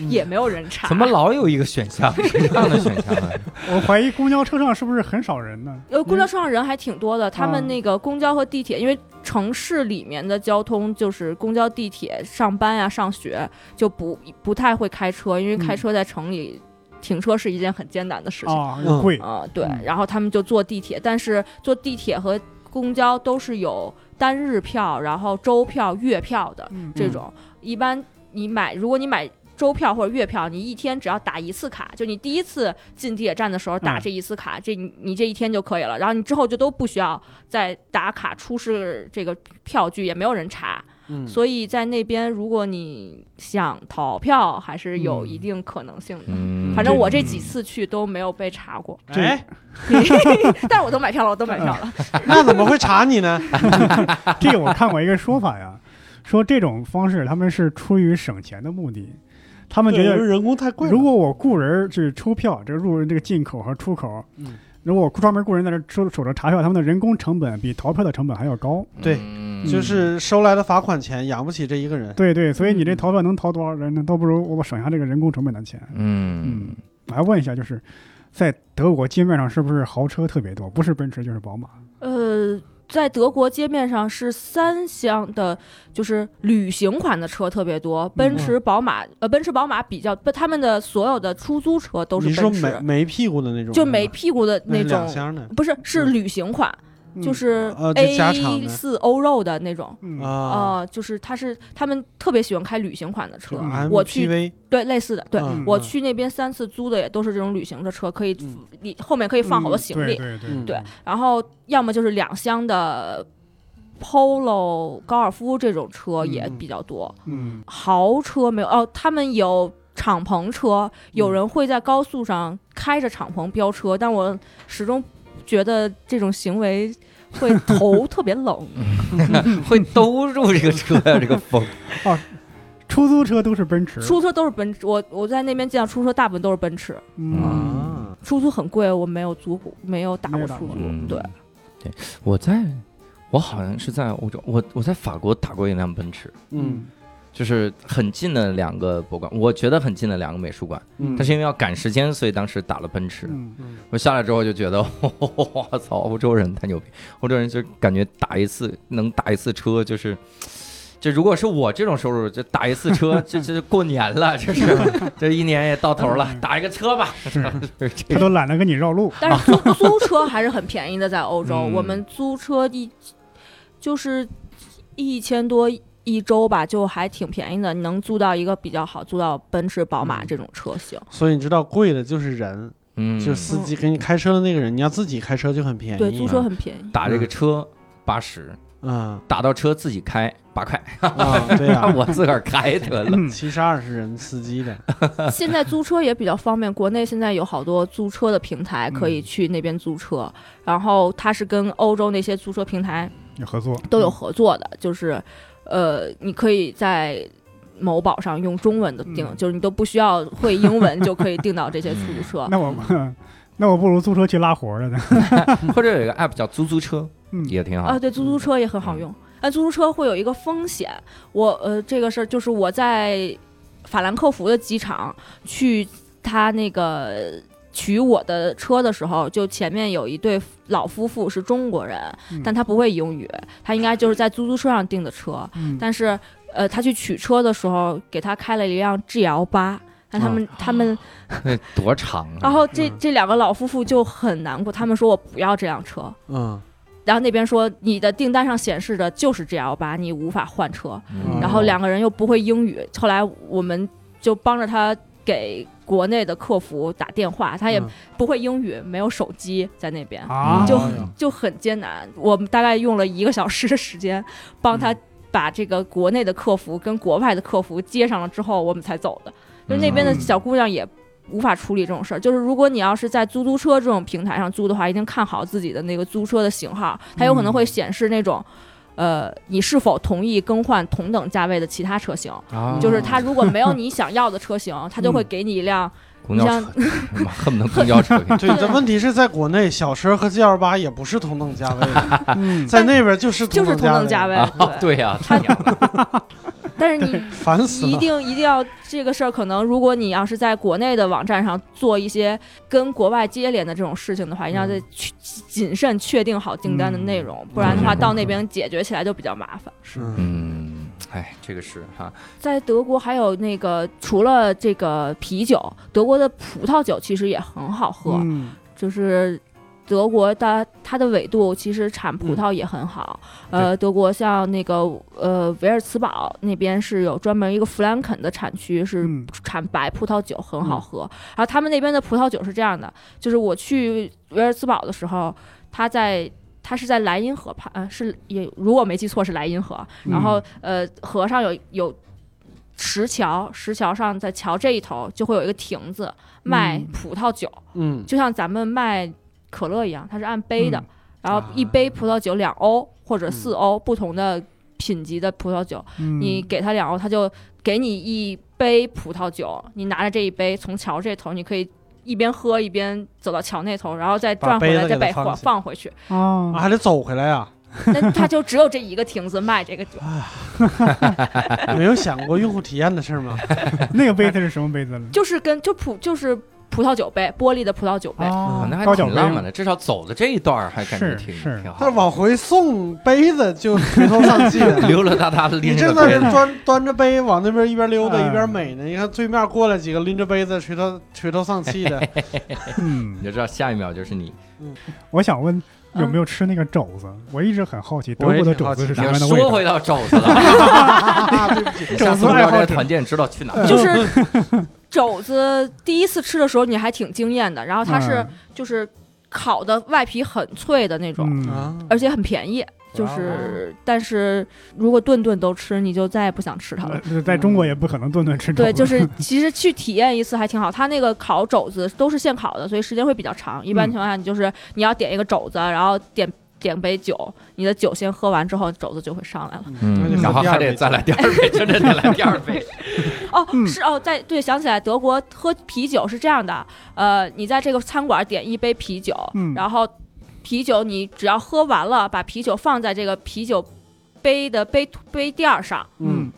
[SPEAKER 2] 嗯
[SPEAKER 4] 也没有人
[SPEAKER 3] <laughs>
[SPEAKER 4] 查。
[SPEAKER 3] 怎么老有一个选项是这样的选项呢？
[SPEAKER 1] 我怀疑公交车上是不是很少人呢？
[SPEAKER 4] 呃，公交车上人还挺多的，他们那
[SPEAKER 3] 嗯
[SPEAKER 4] 个公交和地铁，因为城市里面的交通就是公交、地铁，上班呀、上学就不不太会开车，
[SPEAKER 3] 嗯
[SPEAKER 4] 因为开车在城里、停车是一件很艰难的事
[SPEAKER 3] 哦
[SPEAKER 4] 情。
[SPEAKER 1] 啊，又贵，
[SPEAKER 4] 啊、对
[SPEAKER 1] 嗯，
[SPEAKER 4] 然后他们就坐地铁，但是坐地铁和公交都是有单日票，然后周票、月票的
[SPEAKER 1] 嗯
[SPEAKER 4] 这种。一般你买，如果你买周票或者月票，你一天只要打一次卡，就你第一次进地铁站的时候打
[SPEAKER 1] 嗯
[SPEAKER 4] 这一次卡，这你你这一天就可以了。然后你之后就都不需要再打卡出示这个票据，也没有人查。
[SPEAKER 2] 嗯，
[SPEAKER 4] 所以在那边，如果你想逃票，还是有一
[SPEAKER 1] 嗯
[SPEAKER 4] 定可能性的。
[SPEAKER 3] 嗯
[SPEAKER 4] 反正我这几次去都没有被查过。
[SPEAKER 1] 这
[SPEAKER 2] 哎，
[SPEAKER 4] 但是我都买票了，我都买票了。
[SPEAKER 2] <laughs> 那怎么会查你呢？
[SPEAKER 1] <laughs> 这个我看过一个说法呀，说这种方式他们是出于省钱的目的，他们觉
[SPEAKER 2] 对我
[SPEAKER 1] 得
[SPEAKER 2] 说人工太贵了。
[SPEAKER 1] 如果我雇人去抽票，这个入这个进口和出口，
[SPEAKER 2] 嗯
[SPEAKER 1] 如果我专门雇人在这守守着查票，他们的人工成本比逃票的成本还要高。
[SPEAKER 2] 对
[SPEAKER 3] 嗯
[SPEAKER 2] 就是收来的罚款钱养不起这一个人。
[SPEAKER 1] 对对，所以
[SPEAKER 3] 嗯
[SPEAKER 1] 你这逃票能逃多少人呢？倒不如我省下这个人工成本的钱。
[SPEAKER 3] 嗯，
[SPEAKER 1] 我还问一下，就是在德国街面上是不是豪车特别多？不是奔驰就是宝马。
[SPEAKER 4] 呃，在德国街面上是三厢的，就是旅行款的车特别多，奔驰、宝马，呃，奔驰、宝马比较，不，他们的所有的出租车都是
[SPEAKER 2] 你说
[SPEAKER 4] 奔
[SPEAKER 2] 没
[SPEAKER 4] 驰，
[SPEAKER 2] 没屁股的那种，
[SPEAKER 4] 就没屁股的
[SPEAKER 2] 那是
[SPEAKER 4] 种
[SPEAKER 2] 两，厢的
[SPEAKER 4] 不是，是
[SPEAKER 2] 嗯
[SPEAKER 4] 旅行款，就是
[SPEAKER 2] 呃就加长
[SPEAKER 4] A
[SPEAKER 2] 的
[SPEAKER 4] 四欧肉的那种。
[SPEAKER 1] 嗯
[SPEAKER 2] 啊。
[SPEAKER 4] 呃，就是他是他们特别喜欢开旅行款的车，
[SPEAKER 2] 啊
[SPEAKER 1] 嗯
[SPEAKER 4] 我去
[SPEAKER 2] MPV
[SPEAKER 4] 对类似的，对、
[SPEAKER 2] 嗯
[SPEAKER 4] 我
[SPEAKER 2] 嗯
[SPEAKER 4] 去那边三次租的也都是这种旅行的车，可以
[SPEAKER 2] 嗯
[SPEAKER 4] 里、后面可以放好多行李，
[SPEAKER 1] 对对对
[SPEAKER 2] 嗯，
[SPEAKER 4] 对然后要么就是两厢的 Polo、高尔夫这种车也比较多，
[SPEAKER 1] 嗯
[SPEAKER 4] 豪车没有哦，他们有敞篷车，有人会在高速上开着敞篷飙车，但我始终觉得这种行为会头特别
[SPEAKER 1] <laughs>
[SPEAKER 4] 冷。
[SPEAKER 1] 嗯
[SPEAKER 3] 会兜住这个车呀，这个风。
[SPEAKER 1] 出租车都是奔驰。
[SPEAKER 4] 出租车都是奔驰，我我在那边见到出租车大部分都是奔驰，
[SPEAKER 1] 嗯，
[SPEAKER 2] 啊，
[SPEAKER 4] 出租很贵，我没有租过，没有打
[SPEAKER 1] 没
[SPEAKER 4] 过
[SPEAKER 1] 有打
[SPEAKER 4] 出
[SPEAKER 1] 过
[SPEAKER 4] 租，
[SPEAKER 3] 嗯
[SPEAKER 4] 对，
[SPEAKER 3] 对，我在，我好像是在欧洲，我我在法国打过一辆奔驰，
[SPEAKER 2] 嗯
[SPEAKER 3] 就是很近的两个博物馆，我觉得很近的两个美术馆，
[SPEAKER 2] 嗯，
[SPEAKER 3] 但是因为要赶时间，所以当时打了奔驰。
[SPEAKER 1] 嗯
[SPEAKER 2] 嗯
[SPEAKER 3] 我下来之后就觉得， <laughs> 我操，欧洲人太牛逼！欧洲人就感觉打一次能打一次车，就是这如果是我这种收入，这打一次
[SPEAKER 4] <laughs>
[SPEAKER 3] 车，这这过年了，这是
[SPEAKER 4] 嗯
[SPEAKER 3] <laughs> 这一年也到头了，打一个车吧。
[SPEAKER 1] 是
[SPEAKER 3] <laughs> 就是这
[SPEAKER 1] 他
[SPEAKER 3] 个
[SPEAKER 1] 都懒得跟你绕路。
[SPEAKER 4] 但是租租车还是很便宜的，在欧洲，
[SPEAKER 3] 嗯
[SPEAKER 4] 我们租车一就是一千多一周吧，就还挺便宜的，你能租到一个比较好，租到奔驰、宝马
[SPEAKER 3] 嗯
[SPEAKER 4] 这种车型。
[SPEAKER 2] 所以你知道贵的就是人，
[SPEAKER 3] 嗯，
[SPEAKER 2] 就司机给你开车的那个人，你要自己开车就很便宜。啊
[SPEAKER 4] 对，租车很便
[SPEAKER 5] <laughs>
[SPEAKER 4] 宜。
[SPEAKER 3] 打这个车八十，
[SPEAKER 2] 嗯
[SPEAKER 3] 打到车自己开八块，
[SPEAKER 2] 啊，对呀、
[SPEAKER 3] 让 <laughs> 我自个儿开得了。
[SPEAKER 1] 嗯，
[SPEAKER 2] 七十二是人司机的，
[SPEAKER 4] 现在租车也比较方便，国内现在有好多租车的平台可以去那边租车，然后它是跟欧洲那些租车平台
[SPEAKER 1] 有合作
[SPEAKER 4] 都有合作的，就是，呃，你可以在某宝上用中文的订，
[SPEAKER 1] 嗯
[SPEAKER 4] 就是你都不需要会英文就可以订到这些出租车。
[SPEAKER 1] 那我那我不如租车去拉活儿了呢。
[SPEAKER 3] 或者有一个 app 叫租租车，
[SPEAKER 1] 嗯
[SPEAKER 3] 也挺好
[SPEAKER 4] 啊，。对，出租车也很好用，但出租车会有一个风险，我呃，这个事儿就是我在法兰克福的机场去他那个。取我的车的时候，就前面有一对老夫妇是中国人，
[SPEAKER 1] 嗯
[SPEAKER 4] 但他不会英语，他应该就是在出租车上订的车。
[SPEAKER 1] 嗯
[SPEAKER 4] 但是呃，他去取车的时候给他开了一辆 GL 八。但他们、他们，
[SPEAKER 3] 那多长啊？
[SPEAKER 5] 哦
[SPEAKER 4] 然后这、
[SPEAKER 2] 嗯
[SPEAKER 4] 这两个老夫妇就很难过，他们说我不要这辆车，
[SPEAKER 2] 嗯，
[SPEAKER 4] 然后那边说你的订单上显示的就是 GL 八，你无法换车。
[SPEAKER 3] 嗯
[SPEAKER 4] 然后 <laughs> 两个人又不会英语，后来我们就帮着他给国内的客服打电话，他也
[SPEAKER 2] 嗯
[SPEAKER 4] 不会英语，没有手机在那边，
[SPEAKER 1] 啊，
[SPEAKER 4] <laughs> 就
[SPEAKER 2] 哎呦
[SPEAKER 4] 就很艰难。我们大概用了一个小时的时间，帮他把这个国内的客服跟国外的客服接上了之后，我们才走的。就那边的小姑娘也无法处理这种事儿。就是如果你要是在租租车这种平台上租的话，一定看好自己的那个租车的型号，它有可能会显示那种。呃，你是否同意更换同等价位的其他车型？
[SPEAKER 3] 啊
[SPEAKER 4] 就是它如果没 <laughs> 有你想要的车型，它就会给你一辆
[SPEAKER 3] 公交车， <laughs> 妈恨不得公交
[SPEAKER 4] <laughs>
[SPEAKER 3] 车给你。
[SPEAKER 2] 对，但问题是在国内，小车和 G L 八也不是同等价位
[SPEAKER 4] <laughs>
[SPEAKER 2] 的，
[SPEAKER 1] 嗯
[SPEAKER 2] 在那边就是
[SPEAKER 4] 就是同等价
[SPEAKER 2] 位，
[SPEAKER 4] 位。
[SPEAKER 3] 啊，
[SPEAKER 4] <laughs>
[SPEAKER 3] 对呀，太娘了
[SPEAKER 4] 但是你
[SPEAKER 2] 烦死
[SPEAKER 4] 一
[SPEAKER 2] 了。
[SPEAKER 4] 定一定要这个事儿，可能如果你要是在国内的网站上做一些跟国外接连的这种事情的话，一定要再去谨慎确定好订单的内容，不然的话
[SPEAKER 3] 嗯
[SPEAKER 4] 到那边解决起来就比较麻烦。
[SPEAKER 2] 是
[SPEAKER 3] 嗯，哎，这个是哈，
[SPEAKER 4] 在德国还有那个除了这个啤酒，德国的葡萄酒其实也很好喝，
[SPEAKER 1] 嗯
[SPEAKER 4] 就是德国的它的纬度其实产葡萄也很好。呃，德国像那个呃维尔茨堡那边是有专门一个弗兰肯的产区，是
[SPEAKER 1] 嗯
[SPEAKER 4] 产白葡萄酒很好喝。然后他们那边的葡萄酒是这样的，就是我去维尔茨堡的时候，他在。它是在莱茵河畔，呃，是也如果没记错是莱茵河，
[SPEAKER 1] 嗯
[SPEAKER 4] 然后呃河上有有石桥，石桥上在桥这一头就会有一个亭子卖
[SPEAKER 1] 嗯
[SPEAKER 4] 葡萄酒，
[SPEAKER 2] 嗯，
[SPEAKER 4] 就像咱们卖可乐一样，它是按杯的，
[SPEAKER 1] 嗯
[SPEAKER 4] 然后一杯葡萄酒两欧或者四欧，不同的品级的葡萄酒，
[SPEAKER 1] 嗯
[SPEAKER 4] 你给他两欧，他就给你一杯葡萄酒，你拿着这一杯从桥这头，你可以。一边喝一边走到桥那头，然后再转回
[SPEAKER 2] 把杯
[SPEAKER 4] 来，
[SPEAKER 2] 子
[SPEAKER 4] 再
[SPEAKER 2] 给
[SPEAKER 4] 被
[SPEAKER 2] 它放
[SPEAKER 4] 放
[SPEAKER 2] 下
[SPEAKER 4] 放回去。
[SPEAKER 1] 哦
[SPEAKER 2] 啊还得走回来
[SPEAKER 4] <laughs>
[SPEAKER 2] 呀、
[SPEAKER 4] 那他就只有这一个亭子卖这个酒，
[SPEAKER 2] 没有想过用户体验的事儿吗？
[SPEAKER 3] 哎
[SPEAKER 1] 那个杯子是什么杯子了？
[SPEAKER 4] 就是跟就葡就是葡萄酒杯，玻璃的葡萄酒杯。
[SPEAKER 3] 啊
[SPEAKER 1] 哦
[SPEAKER 3] 那还
[SPEAKER 1] 高脚
[SPEAKER 3] 挺
[SPEAKER 1] 杯
[SPEAKER 3] 浪漫的，至少走的这一段儿还感觉
[SPEAKER 1] 是
[SPEAKER 3] 挺
[SPEAKER 1] 是
[SPEAKER 3] 挺好
[SPEAKER 2] 但
[SPEAKER 3] 的。
[SPEAKER 2] 是。往回送杯子就垂头丧气的
[SPEAKER 3] 溜溜达达地
[SPEAKER 2] 你
[SPEAKER 3] 拎
[SPEAKER 2] 正
[SPEAKER 3] 着
[SPEAKER 2] 在
[SPEAKER 3] 杯
[SPEAKER 2] 这
[SPEAKER 3] 子，
[SPEAKER 2] 端端着杯往那边一边溜达
[SPEAKER 1] 嗯
[SPEAKER 2] 一边美呢，你看对面过来几个拎着杯子垂头垂头丧气的，
[SPEAKER 3] 你
[SPEAKER 1] 嗯，
[SPEAKER 3] 就知道下一秒就是你。
[SPEAKER 1] <laughs> 我想问有没有吃那个肘子？我一直很好奇德国的肘子是
[SPEAKER 3] 你
[SPEAKER 1] 啥
[SPEAKER 3] 要
[SPEAKER 1] 样的味
[SPEAKER 3] 说
[SPEAKER 1] 道。
[SPEAKER 3] 回到肘子了，
[SPEAKER 2] 啊，对不起，
[SPEAKER 3] 你下次
[SPEAKER 1] 肘子爱
[SPEAKER 3] 聊
[SPEAKER 1] 好者
[SPEAKER 3] 这个团建知道去哪儿。
[SPEAKER 4] 就是肘子第一次吃的时候你还挺惊艳的，然后哦它是
[SPEAKER 1] 嗯
[SPEAKER 4] 就是烤的外皮很脆的那种，
[SPEAKER 1] 嗯，
[SPEAKER 2] 啊，
[SPEAKER 4] 而且很便宜。就是，但是如果顿顿都吃，你就再也不想吃它了。
[SPEAKER 1] 呃在中国也不可能顿顿吃肘 <laughs> 子。
[SPEAKER 4] <laughs> 对，就是其实去体验一次还挺好。它那个烤肘子都是现烤的，所以时间会比较长。一
[SPEAKER 1] 嗯
[SPEAKER 4] 般情况下，你就是你要点一个肘子，然后点点杯酒，你的酒先喝完之后，肘子就会上来了。
[SPEAKER 2] 那
[SPEAKER 3] 嗯，
[SPEAKER 2] 就喝
[SPEAKER 3] 然后
[SPEAKER 2] 第
[SPEAKER 3] 还
[SPEAKER 2] 二
[SPEAKER 3] 得
[SPEAKER 2] 杯
[SPEAKER 3] 再来第二杯，真的得来第二杯。
[SPEAKER 4] 哦，
[SPEAKER 1] 嗯
[SPEAKER 4] 是哦，在对，想起来德国喝啤酒是这样的，呃，你在这个餐馆点一杯啤酒，
[SPEAKER 1] 嗯
[SPEAKER 4] 然后啤酒你只要喝完了，把啤酒放在这个啤酒杯的杯杯垫儿上，
[SPEAKER 1] 嗯，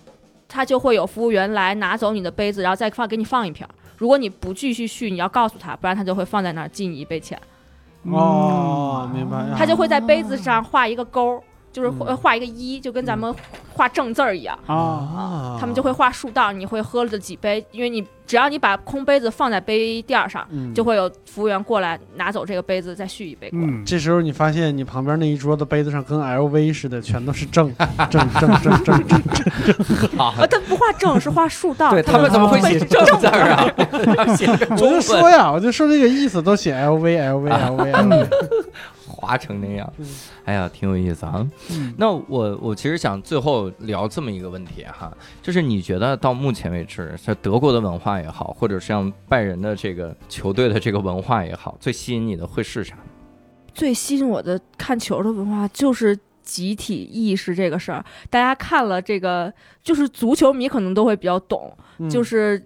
[SPEAKER 4] 它就会有服务员来拿走你的杯子，然后再放给你放一瓶儿。如果你不继续续，你要告诉他，不然他就会放在那儿记你一杯钱。
[SPEAKER 1] 嗯
[SPEAKER 2] 哦，明白，
[SPEAKER 5] 啊
[SPEAKER 4] 他就会在杯子上画一个勾儿，就是
[SPEAKER 2] 嗯
[SPEAKER 4] 会画一个一，就跟咱
[SPEAKER 5] 嗯
[SPEAKER 4] 们画正字儿一样。
[SPEAKER 1] 啊，
[SPEAKER 2] 啊
[SPEAKER 4] 他们就会画竖道，你会喝了几杯，因为你只要你把空杯子放在杯垫儿上，
[SPEAKER 2] 嗯
[SPEAKER 4] 就会有服务员过来拿走这个杯子，再续一杯过来。
[SPEAKER 1] 嗯，
[SPEAKER 2] 这时候你发现你旁边那一桌的杯子上跟 LV 似的，全都是
[SPEAKER 3] <laughs>
[SPEAKER 2] 正正正正正正，
[SPEAKER 5] 好
[SPEAKER 4] 啊，他不画正，是画竖道。
[SPEAKER 5] 对他们怎么会写
[SPEAKER 4] <laughs>
[SPEAKER 5] 正字儿啊？他们写的中
[SPEAKER 2] 我就
[SPEAKER 5] 文
[SPEAKER 2] 说呀，我就说这个意思，都写 LV LV
[SPEAKER 3] 啊 <laughs>
[SPEAKER 2] LV，,
[SPEAKER 5] 划成那样
[SPEAKER 2] 嗯，
[SPEAKER 5] 哎呀，挺有意思啊。
[SPEAKER 1] 嗯
[SPEAKER 5] 那我我其实想最后聊这么一个问题哈，就是你觉得到目前为止，在德国的文化也好，或者像拜仁的这个球队的这个文化也好，最吸引你的会是啥？
[SPEAKER 4] 最吸引我的看球的文化就是集体意识这个事儿。大家看了这个，就是足球迷可能都会比较懂，
[SPEAKER 2] 嗯
[SPEAKER 4] 就是。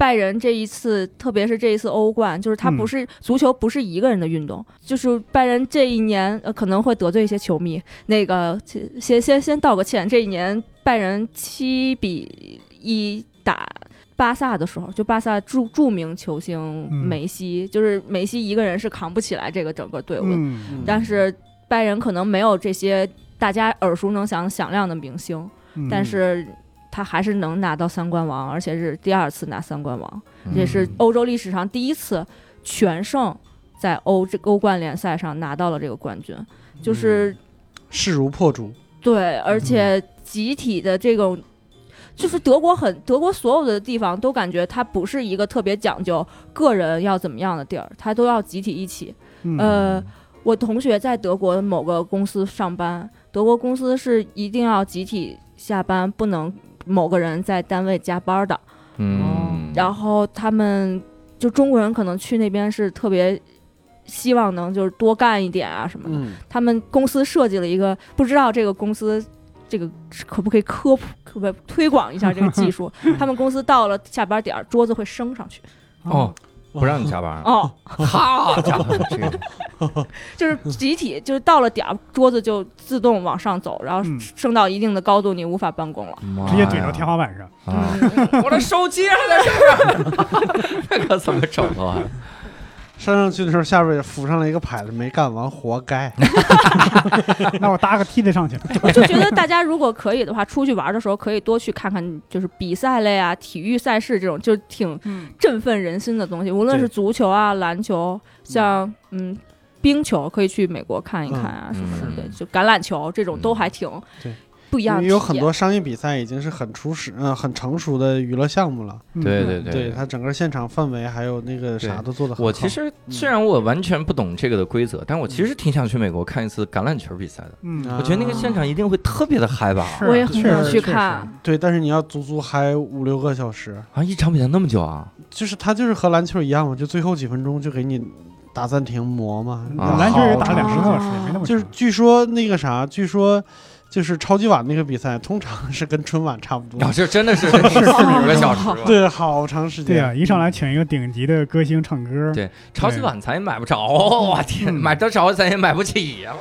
[SPEAKER 4] 拜仁这一次，特别是这一次欧冠，就是它
[SPEAKER 1] 嗯
[SPEAKER 4] 不是、足球，不是一个人的运动。就是拜仁这一年、呃、可能会得罪一些球迷，那个先先先先道个歉。这一年拜仁七比一打巴萨的时候，就巴萨著著名球星
[SPEAKER 1] 嗯
[SPEAKER 4] 梅西，就是梅西一个人是扛不起来这个整个队伍的。
[SPEAKER 1] 嗯
[SPEAKER 4] 但是拜仁可能没有这些大家耳熟能详、响亮的明星，
[SPEAKER 1] 嗯
[SPEAKER 4] 但是他还是能拿到三冠王，而且是第二次拿三冠王，
[SPEAKER 5] 嗯
[SPEAKER 4] 也是欧洲历史上第一次全胜在欧这欧冠联赛上拿到了这个冠军，就是
[SPEAKER 2] 势如破竹，
[SPEAKER 4] 对，而且集体的这种。就是德国很，德国所有的地方都感觉它不是一个特别讲究个人要怎么样的地儿，它都要集体一起。
[SPEAKER 1] 嗯
[SPEAKER 4] 呃，我同学在德国某个公司上班，德国公司是一定要集体下班，不能某个人在单位加班的。
[SPEAKER 5] 嗯，
[SPEAKER 4] 然
[SPEAKER 5] 后
[SPEAKER 4] 后他们就中国人可能去那边是特别希望能就是多干一点啊什么的。
[SPEAKER 2] 嗯，
[SPEAKER 4] 他们公司设计了一个，不知道这个公司这个可不可以科普，可不可以推广一下这个技术？他们公司到了下班点儿，桌子会升上去。
[SPEAKER 5] 哦，不让你加
[SPEAKER 4] <laughs>
[SPEAKER 5] 班，啊
[SPEAKER 4] 哦，
[SPEAKER 5] 哈，加班这个
[SPEAKER 4] <laughs> 就是集体，就是到了点儿，桌子就自动往上走，然后
[SPEAKER 1] 嗯
[SPEAKER 4] 升到一定的高度，你无法办公
[SPEAKER 5] <laughs>
[SPEAKER 4] 了。
[SPEAKER 1] 直
[SPEAKER 5] 哎
[SPEAKER 1] 接怼到天花板上，
[SPEAKER 5] 妈呀！啊我的手机还在这儿， <laughs> 这可怎么整啊？
[SPEAKER 2] 上上去的时候下边也浮上了一个牌子，没干完，活该。
[SPEAKER 1] 那我搭个梯子
[SPEAKER 4] <laughs>
[SPEAKER 1] 上去，
[SPEAKER 4] 我就觉得大家如果可以的话，出去玩的时候可以多去看看，就是比赛类啊、体育赛事这种，就是挺
[SPEAKER 1] 嗯
[SPEAKER 4] 振奋人心的东西。无论
[SPEAKER 2] 对
[SPEAKER 4] 是足球啊、篮球，像嗯冰球，可以去美国看一看啊，
[SPEAKER 5] 嗯
[SPEAKER 4] 什么的，
[SPEAKER 5] 嗯
[SPEAKER 4] 就橄榄球这种都还挺
[SPEAKER 2] 对
[SPEAKER 4] 不一样
[SPEAKER 2] 因
[SPEAKER 4] 的
[SPEAKER 2] 为
[SPEAKER 4] 体
[SPEAKER 2] 有
[SPEAKER 4] 验。
[SPEAKER 2] 很多商业比赛已经是很初始、嗯、很成熟的娱乐项目了，
[SPEAKER 1] 嗯
[SPEAKER 5] 对对
[SPEAKER 2] 对它整个现场氛围还有那个啥
[SPEAKER 5] 对
[SPEAKER 2] 都做的很好。
[SPEAKER 5] 我其实虽然我完全不懂这个的规则，但我其实挺想去美国看一次橄榄球比赛的。
[SPEAKER 1] 嗯
[SPEAKER 5] 我觉得那个现场一定会特别的嗨吧？
[SPEAKER 1] 是
[SPEAKER 4] 我也很想
[SPEAKER 1] 确实
[SPEAKER 4] 去
[SPEAKER 1] 确实
[SPEAKER 4] 看，
[SPEAKER 2] 对，但是你要足足嗨五六个小时，
[SPEAKER 5] 啊，一场比赛那么久啊？
[SPEAKER 2] 就是它就是和篮球一样嘛，就最后几分钟就给你打暂停磨嘛。
[SPEAKER 5] 啊
[SPEAKER 1] 篮球也打
[SPEAKER 2] 好
[SPEAKER 1] 两个
[SPEAKER 2] 长
[SPEAKER 1] 多小时，
[SPEAKER 4] 啊
[SPEAKER 1] 也没那么
[SPEAKER 2] 就是
[SPEAKER 1] 长
[SPEAKER 2] 据说那个啥，据说就是超级碗那个比赛，通常是跟春晚差不多
[SPEAKER 5] 啊，。这真的是是是五个小时啊吧？
[SPEAKER 2] 对，好长时间。
[SPEAKER 1] 对啊，一上来请一个顶级的歌星唱歌，
[SPEAKER 5] 对，超级碗咱也买不着，我天，
[SPEAKER 1] 嗯
[SPEAKER 5] 买得着咱也买不起呀！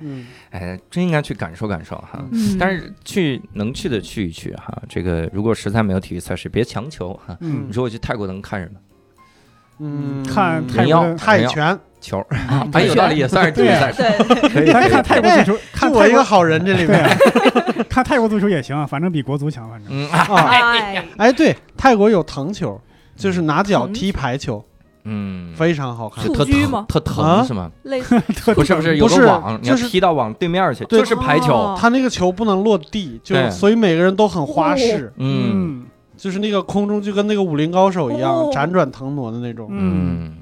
[SPEAKER 2] 嗯，
[SPEAKER 5] 哎，真应该去感受感受哈。
[SPEAKER 2] 嗯
[SPEAKER 4] 嗯，
[SPEAKER 5] 但是去能去的去一去哈，这个如果实在没有体育赛事，别强求哈。
[SPEAKER 1] 嗯
[SPEAKER 5] 你说我去泰国能看什么？
[SPEAKER 2] 嗯，
[SPEAKER 1] 看泰
[SPEAKER 5] 人妖
[SPEAKER 1] 国的，
[SPEAKER 2] 泰拳，
[SPEAKER 5] 球，
[SPEAKER 4] 哎
[SPEAKER 5] 哎，有道理，也算是体育赛事。
[SPEAKER 4] 对，
[SPEAKER 1] <laughs>
[SPEAKER 5] 可以
[SPEAKER 1] 你
[SPEAKER 5] 可
[SPEAKER 1] 还
[SPEAKER 5] 以
[SPEAKER 1] 看泰国足球，看
[SPEAKER 2] 就我
[SPEAKER 1] 泰
[SPEAKER 2] 一个
[SPEAKER 1] 国，
[SPEAKER 2] 好人这里
[SPEAKER 1] 对
[SPEAKER 2] 面。
[SPEAKER 1] 啊，看泰国足球也行啊，反正比国足强，反正
[SPEAKER 5] 嗯啊
[SPEAKER 2] 啊，
[SPEAKER 4] 哎，
[SPEAKER 2] 哎，对，泰国有藤球，就是拿脚踢排球，
[SPEAKER 5] 嗯，
[SPEAKER 2] 非常好看
[SPEAKER 4] 醋。
[SPEAKER 5] 特
[SPEAKER 4] 居
[SPEAKER 5] 疼
[SPEAKER 4] 吗
[SPEAKER 5] 特
[SPEAKER 2] 啊
[SPEAKER 5] 疼是吗？
[SPEAKER 4] 类似
[SPEAKER 1] 特
[SPEAKER 5] 不是不是，有
[SPEAKER 2] 不是
[SPEAKER 5] 个网，你要
[SPEAKER 2] 就是
[SPEAKER 5] 踢到网对面去，
[SPEAKER 2] 对
[SPEAKER 5] 就是排球。
[SPEAKER 4] 哦
[SPEAKER 2] 他那个球不能落地，就
[SPEAKER 5] 对
[SPEAKER 2] 是所以每个人都很花式，
[SPEAKER 5] 嗯
[SPEAKER 1] 嗯
[SPEAKER 2] 就是那个空中就跟那个武林高手一样
[SPEAKER 4] 哦
[SPEAKER 2] 辗转腾挪的那种，
[SPEAKER 1] 嗯，
[SPEAKER 5] 嗯，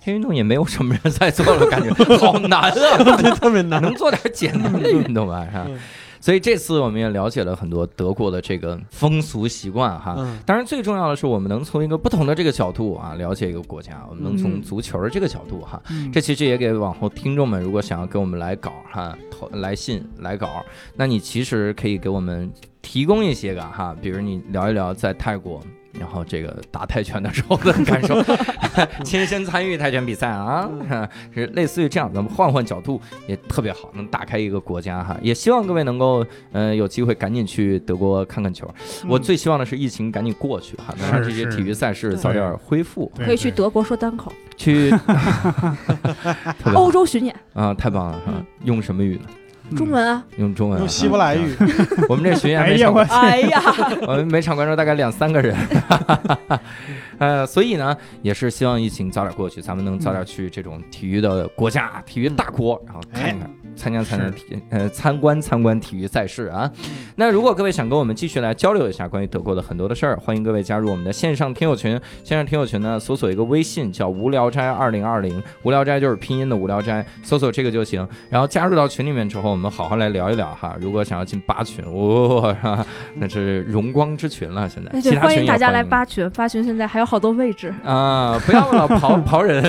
[SPEAKER 5] 天运动也没有什么人在做了，感觉 <laughs> 好难啊！
[SPEAKER 2] <laughs> 对，特别
[SPEAKER 5] <laughs>
[SPEAKER 2] 难。
[SPEAKER 5] 能做点简单的运动吧，哈
[SPEAKER 2] 嗯。
[SPEAKER 5] 所以这次我们也了解了很多德国的这个风俗习惯哈。
[SPEAKER 2] 嗯，
[SPEAKER 5] 当然，最重要的是，我们能从一个不同的这个角度啊，了解一个国家。我们能从足球的这个角度哈，
[SPEAKER 1] 嗯
[SPEAKER 5] 这其实也给往后听众们，如果想要给我们来稿哈，投来信来稿，那你其实可以给我们提供一些个哈，比如你聊一聊在泰国。然后这个打泰拳的时候的感受， <laughs> 亲身参与泰拳比赛啊， <laughs> 是类似于这样，咱们换换角度也特别好，能打开一个国家哈。也希望各位能够，呃，有机会赶紧去德国看看球。
[SPEAKER 1] 嗯
[SPEAKER 5] 我最希望的是疫情赶紧过去哈，能让这
[SPEAKER 1] 是
[SPEAKER 5] 些
[SPEAKER 1] 是
[SPEAKER 5] 体育赛事早点恢复，
[SPEAKER 1] 对
[SPEAKER 4] 可以去
[SPEAKER 1] 对
[SPEAKER 4] 德国说单口，
[SPEAKER 1] <laughs>
[SPEAKER 5] 去特别好
[SPEAKER 4] <laughs> 欧洲巡演。
[SPEAKER 5] 啊，太棒了哈！用什么语呢？
[SPEAKER 4] 中
[SPEAKER 5] <laughs>
[SPEAKER 4] 文啊！
[SPEAKER 5] 用中文啊、啊
[SPEAKER 2] 用希伯来语，
[SPEAKER 5] 我们这巡演
[SPEAKER 1] 嗯哎
[SPEAKER 5] 没
[SPEAKER 1] 呀，
[SPEAKER 5] 少
[SPEAKER 1] 我
[SPEAKER 4] 哎呀，
[SPEAKER 5] 我们每场观众大概两三个
[SPEAKER 2] <laughs>
[SPEAKER 5] 人，呃，所以呢，也是希望疫情早点过去，咱们能早点去这种体育的国家、体育大国，然后看一
[SPEAKER 2] 哎
[SPEAKER 5] 看。参加参加体呃参观参观体育赛事啊，
[SPEAKER 2] 嗯
[SPEAKER 5] 那如果各位想跟我们继续来交流一下关于德国的很多的事儿，欢迎各位加入我们的线上听友群。线上听友群呢，搜索一个微信叫“无聊斋二零二零”，无聊斋就是拼音的无聊斋，搜索这个就行。然后加入到群里面之后，我们好好来聊一聊哈。如果想要进八群，哇、 <laughs> 哈。那是荣光之群了，现在 <laughs> 其
[SPEAKER 4] 对，
[SPEAKER 5] 他
[SPEAKER 4] 欢
[SPEAKER 5] 群
[SPEAKER 4] 迎
[SPEAKER 5] 也
[SPEAKER 4] 大家来
[SPEAKER 5] 迎
[SPEAKER 4] 八群，八群现在还有好多位置。
[SPEAKER 5] 啊！不要了，刨刨人。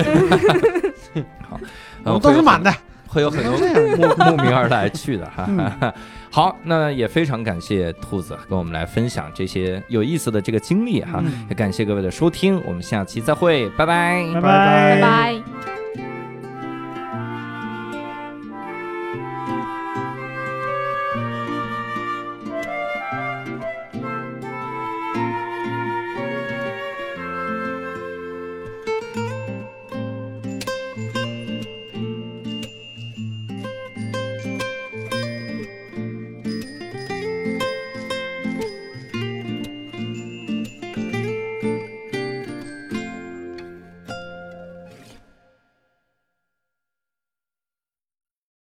[SPEAKER 5] <laughs> 好，呃
[SPEAKER 2] 我都是满，的。
[SPEAKER 5] 会有很会有很多
[SPEAKER 2] 都这样嗯
[SPEAKER 5] 慕 <laughs> 慕名而来去的哈。好，那也非常感谢兔子跟我们来分享这些有意思的这个经历哈，
[SPEAKER 2] 嗯
[SPEAKER 5] 也感谢各位的收听，我们下期再会，拜拜。
[SPEAKER 1] 拜
[SPEAKER 4] 拜拜。